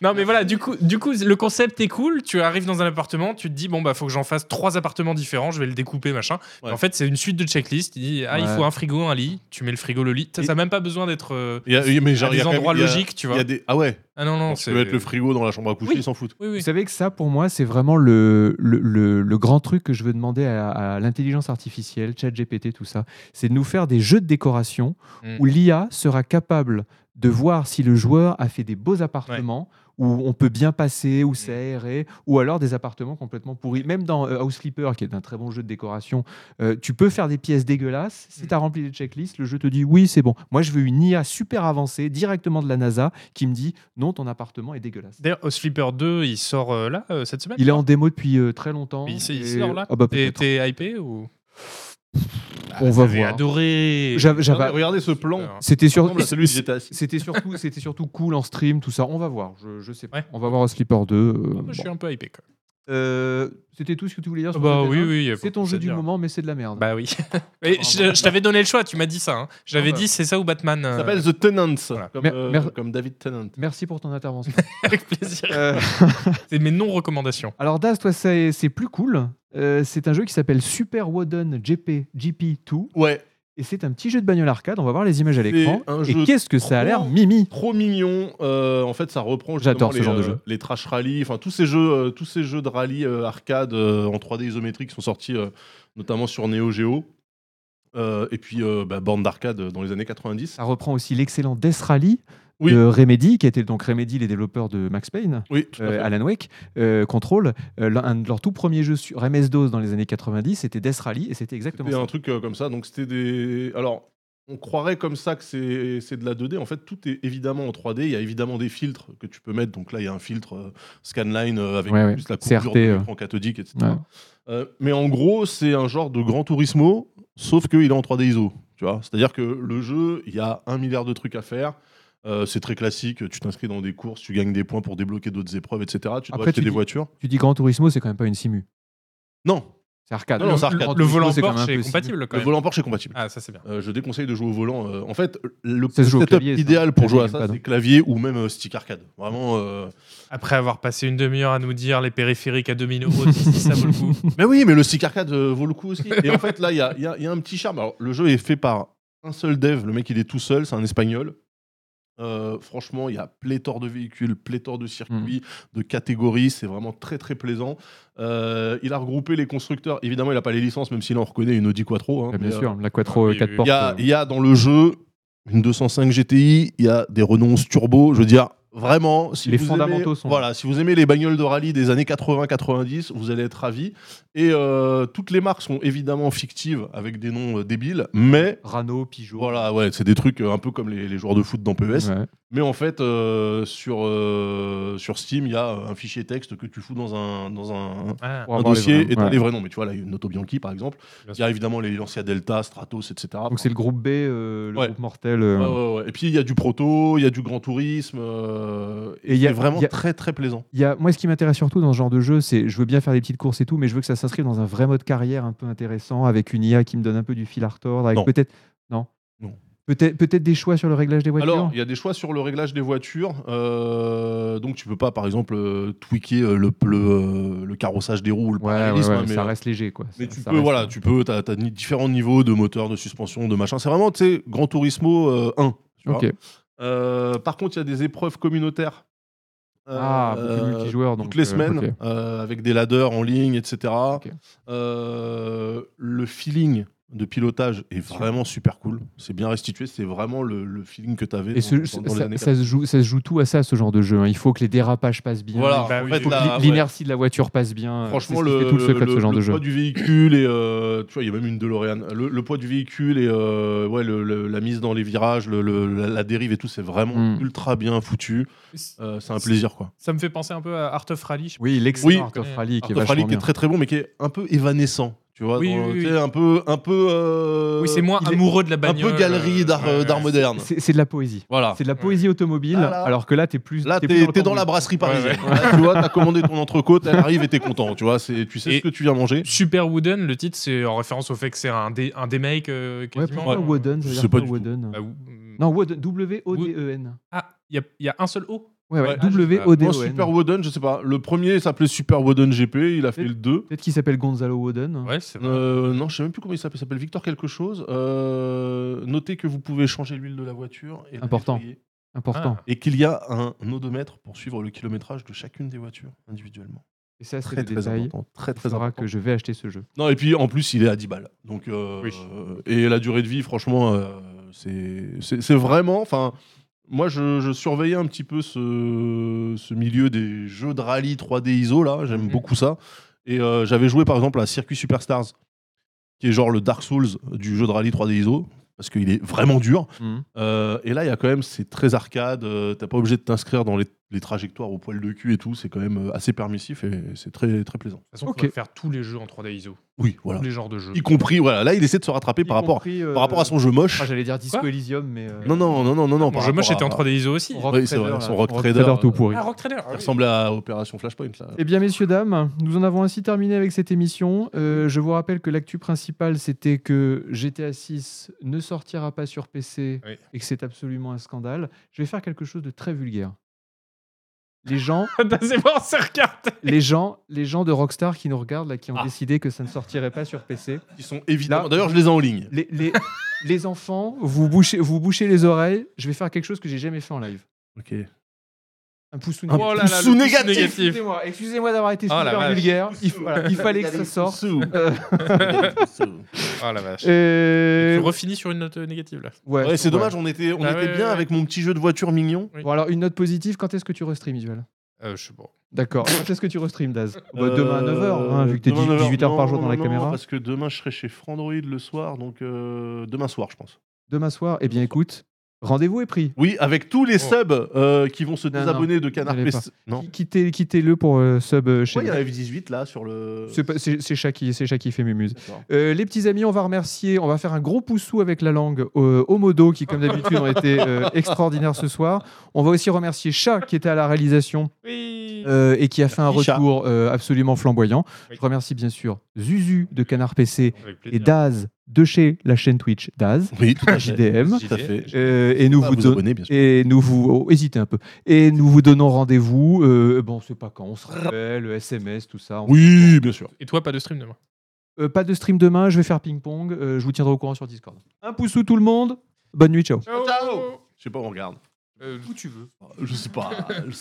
Non, mais voilà, du coup, du coup, le concept est cool. Tu arrives dans un appartement, tu te dis, bon, bah, faut que j'en fasse trois appartements différents, je vais le découper, machin. Ouais. En fait, c'est une suite de checklist. Il dit, ah, il Ouais. faut un frigo, un lit. Tu mets le frigo, le lit. Ça Et- n'a même pas besoin d'être euh, Il y a- il y a- mais à genre, il y des a quand même- endroits il y a- logiques, tu il y vois. a des- Ah ouais, Ah non, non, tu peux mettre le frigo dans la chambre à coucher, Oui. ils s'en foutent. Oui, Vous oui. savez que ça, pour moi, c'est vraiment le, le, le- le grand truc que je veux demander à, à l'intelligence artificielle, ChatGPT, tout ça. C'est de nous faire des jeux de décoration Mm. où l'IA sera capable de voir si le joueur a fait des beaux appartements. Où on peut bien passer, Mm. où c'est aéré, ou alors des appartements complètement pourris. Même dans euh, House Flipper, qui est un très bon jeu de décoration, euh, tu peux faire des pièces dégueulasses. Si Mm. tu as rempli les checklists, le jeu te dit oui, c'est bon. Moi, je veux une IA super avancée, directement de la NASA, qui me dit non, ton appartement est dégueulasse. D'ailleurs, House Flipper 2, il sort euh, là, euh, cette semaine. Il est en démo depuis euh, très longtemps. Il, il Et- sort là. Ah bah T'es- Ah, peut-être. T'es hypé ou On va J'ai voir. adoré. J'avais- Non, mais Ah, j'avais- regardez ce plan. Alors, C'était sur- Ressemble à celui de GTA six. C'était surtout, c'était surtout cool en stream, tout ça. On va voir. Je, je sais pas. Ouais. On va voir Slipper 2. euh, ah, moi, Je bon. suis un peu hypé. Quoi. Euh, c'était tout ce que tu voulais dire. sur Bah GTA oui, 1. oui. y a pas C'est ton plus à jeu du dire. moment, mais c'est de la merde. (laughs) Bah oui. Mais Oh, Ah, je, bah. je t'avais donné le choix, tu m'as dit ça. hein. J'avais Ah, bah. dit c'est ça ou Batman. euh, Ça s'appelle The Tenants, voilà. comme, Mer- euh, mer- comme David Tennant. Merci pour ton intervention. (laughs) (laughs) Avec plaisir. Euh, C'est mes non-recommandations. alors Das, toi, c'est c'est plus cool. Euh, c'est un jeu qui s'appelle Super Woden GP GP2 Ouais, et c'est un petit jeu de bagnole arcade. On va voir les images à C'est l'écran. un Et jeu qu'est-ce que ça a l'air, trop- Mimi trop mignon. Euh, en fait, ça reprend justement J'adore ce les, genre de euh, jeu. les trash rally, enfin tous ces jeux, euh, tous ces jeux de rallye euh, arcade euh, en 3D isométrique qui sont sortis euh, notamment sur Neo Geo. Euh, et puis euh, bah, borne d'arcade euh, dans les années 90. Ça reprend aussi l'excellent Death Rally Oui. de Remedy, qui était donc Remedy, les développeurs de Max Payne. Oui, tout à euh, fait. Alan Wake, euh, Control, euh, l'un- un de leurs tout premiers jeux sur MS-DOS dans les années 90, c'était Death Rally et c'était exactement C'était ça. un truc euh, comme ça. Donc c'était des. Alors, on croirait comme ça que c'est c'est de la 2D. En fait, tout est évidemment en 3D. Il y a évidemment des filtres que tu peux mettre. Donc là, il y a un filtre euh, scanline euh, avec Ouais, ouais. juste la CRT, coupure de euh. l'écran cathodique, etc. Ouais. Euh, mais en gros, c'est un genre de Gran Turismo, sauf qu'il est en 3D ISO. Tu vois, c'est-à-dire que le jeu, il y a un milliard de trucs à faire. Euh, c'est très classique. Tu t'inscris dans des courses, tu gagnes des points pour débloquer d'autres épreuves, etc. Tu dois Après, tu acheter des dis- voitures. Tu dis Gran Turismo, c'est quand même pas une simu. Non, C'est arcade. Non, non, c'est Gran arcade. Turismo, Le volant c'est quand même un Porsche peu est simu. compatible quand le même. volant Porsche est compatible. Ah, ça c'est bien. Euh, je déconseille de jouer au volant. euh, en fait, le Ça se joue au setup clavier, ça. idéal pour jouer à ça, Gamepad. c'est clavier ou même euh, stick arcade. Vraiment. euh, Après avoir passé une demi-heure à nous dire les périphériques à 2000 euros, si ça vaut le (laughs) coup. Mais oui, mais le stick arcade euh, vaut le coup aussi. Et en fait, là, il y a, il y a- il y a un petit charme. Alors, le jeu est fait par un seul dev. Le mec, il est tout seul. C'est un espagnol. Euh, franchement, il y a pléthore de véhicules, pléthore de circuits, Mm. de catégories. C'est vraiment très, très plaisant. Euh, il a regroupé les constructeurs. Évidemment, il n'a pas les licences, même s'il en reconnaît une Audi Quattro. hein, Ah, mais, Bien euh, sûr, la Quattro oui, 4 oui. portes. Il y, a, euh, il y a dans le jeu une 205 GTI, il y a des renonces turbo. Je veux dire, vraiment, si Les vous fondamentaux aimez- sont là. Voilà, si vous aimez les bagnoles de rallye des années 80-90, vous allez être ravis. Et euh, toutes les marques sont évidemment fictives avec des noms euh, débiles, mais Rano, Peugeot. voilà, ouais, c'est des trucs euh, un peu comme les, les joueurs de foot dans PES. Ouais. Mais en fait, euh, sur, euh, sur Steam, il y a un fichier texte que tu fous dans un, dans un, Ah, Pour avoir un les dossier vrais. et t'as Ouais. les vrais noms. Mais tu vois, là, il y a une Auto Bianchi par exemple. Bien Il y a évidemment les Lancia Delta, Stratos, etc. Donc c'est le groupe B, euh, le Ouais. groupe mortel. euh, Ouais, ouais, ouais. Et puis il y a du proto, il y a du grand tourisme. euh, Et et il y a- c'est vraiment il y a- très très plaisant. Il y a- moi, ce qui m'intéresse surtout dans ce genre de jeu, c'est je veux bien faire des petites courses et tout, mais je veux que ça s'inscrive dans un vrai mode carrière un peu intéressant, avec une IA qui me donne un peu du fil à retordre, avec Non. peut-être. Non. Non. Peut-être peut des choix sur le réglage des voitures. Alors, il y a des choix sur le réglage des voitures. euh, donc tu peux pas, par exemple, euh, tweaker euh, le, le, euh, le carrossage des roues, ou le Ouais, ouais, parallélisme, ouais, hein, mais, ça euh, reste léger quoi. mais Ça- tu ça peux, reste- voilà, tu peux, t'as as différents niveaux de moteur, de suspension, de machin. C'est vraiment, tu sais, Gran Turismo euh, 1. tu vois. Ok. Euh, par contre, il y a des épreuves communautaires. Euh, Ah, beaucoup de euh, multijoueurs donc. toutes les euh, semaines ok. euh, avec des ladders en ligne, etc. Euh, le feeling de pilotage est vraiment super cool. C'est bien restitué. C'est vraiment le, le feeling que tu avais Et ce- dans, ça, dans les années ça se joue, ça se joue tout à ça ce genre de jeu. hein. Il faut que les dérapages passent 80. bien. Voilà, Bah en oui, fait, il faut que là, L- ouais. L'inertie de la voiture passe bien. euh, Franchement, c'est ce qui le, fait tout le secret de le- ce genre le de jeu. poids du véhicule et euh, tu vois, il y a même une DeLorean. Le, le poids du véhicule et euh, ouais, le- le- la mise dans les virages, le- le- la, la dérive et tout, c'est vraiment Mm. ultra bien foutu. Euh, c'est un plaisir quoi. Ça me fait penser un peu à Art of Rally. je sais Oui, l'excellent Oui. Art of Rally qui est Art of Rally vachement qui est bien. très très bon, mais qui est un peu évanescent. Tu vois, Oui, oui, dans- oui, tu oui. sais, un peu, un peu, pas. euh, Oui, c'est moins il est amoureux de la un bagnole. peu galerie d'art euh, ouais, d'art ouais. moderne. C'est c'est de la poésie. Voilà. C'est de la poésie Mm. automobile, Ah, là. alors que là, t'es plus. Là, t'es plus t'es dans, l'automobile. la brasserie parisienne. Ouais, Là, tu vois, t'as commandé ton entrecôte, elle arrive et t'es content. Tu vois, c'est- tu sais Et- ce que tu viens manger. Super Wooden, le titre, c'est en référence au fait que c'est un, dé, un démake euh, Ouais, quasiment. Bah, mm. pourquoi Euh, Woden ça veut Je dire sais pas quoi, du tout. Woden bah, ou- Non, Woden, W-O-D-E-N. Ah, il y a, y a un seul O E Ouais, ouais, Ouais. W-O-D-O-N. Moi, Super Woden, je sais pas. Le premier s'appelait Super Woden GP, il a fait le 2. Peut-être qu'il s'appelle Gonzalo Woden. Ouais, c'est vrai. Euh, non, je sais même plus comment il s'appelle. Il s'appelle Victor quelque chose. Euh, notez que vous pouvez changer l'huile de la voiture. Et la Important. nettoyer. Ah, Important. Et qu'il y a un odomètre pour suivre le kilométrage de chacune des voitures individuellement. Et ça, c'est Très des très détails. important. Très Il très faudra important. que je vais acheter ce jeu. Non, et puis en plus, il est à 10 balles. Donc, euh, Oui. Et la durée de vie, franchement, euh, c'est- c'est c'est vraiment. Enfin, moi, je, je surveillais un petit peu ce, ce milieu des jeux de rallye 3D ISO, là. J'aime Mhm. beaucoup ça. Et euh, j'avais joué, par exemple, à Circuit Superstars, qui est genre le Dark Souls du jeu de rallye 3D ISO, parce qu'il est vraiment dur. Euh, et là, il y a quand même, c'est très arcade. euh, T'as pas obligé de t'inscrire dans les, les trajectoires au poil de cul et tout. C'est quand même euh, assez permissif et c'est très, très plaisant. De toute façon, on ok. peut faire tous les jeux en 3D ISO. Oui, voilà. Tous les genres de jeux. Y compris, voilà, là il essaie de se rattraper par rapport, par rapport à son jeu moche. Ah, J'allais dire Disco Quoi Elysium, mais. euh, Non, non, non, non, non, non. Mon par jeu moche rapport était en à- 3D ISO aussi. Rock Oui, c'est Trader, vrai, là. son Rock Trader, tout euh, pourri. Ah, Rock Trader. ah Il oui. ressemblait à Opération Flashpoint là. Eh bien, messieurs, dames, nous en avons ainsi terminé avec cette émission. Euh, je vous rappelle que l'actu principale, c'était que GTA 6 ne sortira pas sur PC Oui. et que c'est absolument un scandale. Je vais faire quelque chose de très vulgaire. Les (laughs) gens, C'est bon, c'est regardé. les gens, les gens de Rockstar qui nous regardent, là, qui ont Ah. décidé que ça ne sortirait pas sur PC, Ils sont évidemment. Là- D'ailleurs, je les ai en ligne. les, les, les enfants, vous bouchez, vous bouchez les oreilles. Je vais faire quelque chose que j'ai jamais fait en live. Ok. Un pouce ou une- Un Oh là là, pouce le sous pouce négatif. négatif. Excusez-moi, excusez-moi d'avoir été Oh la super vache. vulgaire. Il, voilà, il fallait que ça sorte. Sous. Euh, Ah la vache. euh, Tu refinis sur une note euh, négative là. ouais, Ouais, c'est ouais. dommage, on était, on Ah, était ouais, bien ouais. avec mon petit jeu de voiture mignon. Bon, alors une note positive, quand est-ce que tu restream, Isuel Euh, je sais pas. D'accord. Quand est-ce que tu restream, Daz Bah, Euh, Demain à 9h, vu que tu es demain, 18h par non, jour dans la non, caméra. Parce que demain, je serai chez Frandroid le soir, donc euh, demain soir, je pense. Demain soir, eh bien écoute, rendez-vous est pris. Oui, avec tous les Oh. subs euh, qui vont se Non, désabonner de Canard n'allez PC. Non. Quittez, quittez le pour euh, sub euh, chez Pourquoi il y euh, en nous. avait 18 là sur le. C'est pas- C'est c'est chat qui c'est chat qui fait mes muses. D'accord. Euh, les petits amis, on va remercier, on va faire un gros poussou avec la langue euh, aux modos qui, comme d'habitude, ont été euh, extraordinaires ce soir. On va aussi remercier Chat qui était à la réalisation Oui. euh, et qui a fait un Merci, Chat. retour euh, absolument flamboyant. Oui. Je remercie bien sûr Zuzu de Canard PC Avec et plaisir. Daz de chez la chaîne Twitch Daz, (laughs) Oui, tout à fait. JDM. Tout à fait. Euh, et nous Ah, vous, vous don- abonner, bien sûr. et nous vous oh, hésitez un peu. Et nous vous donnons rendez-vous. euh, bon, c'est pas quand. On se rappelle, le SMS, tout ça. On- Oui, bien sûr. Et toi, pas de stream demain. Euh, pas de stream demain. Je vais faire ping pong. euh, je vous tiendrai au courant sur Discord. Un pouce sous tout le monde. Bonne nuit, ciao. Ciao. Je sais pas, on regarde. Oh, Euh, Où tu veux. Je sais pas. Je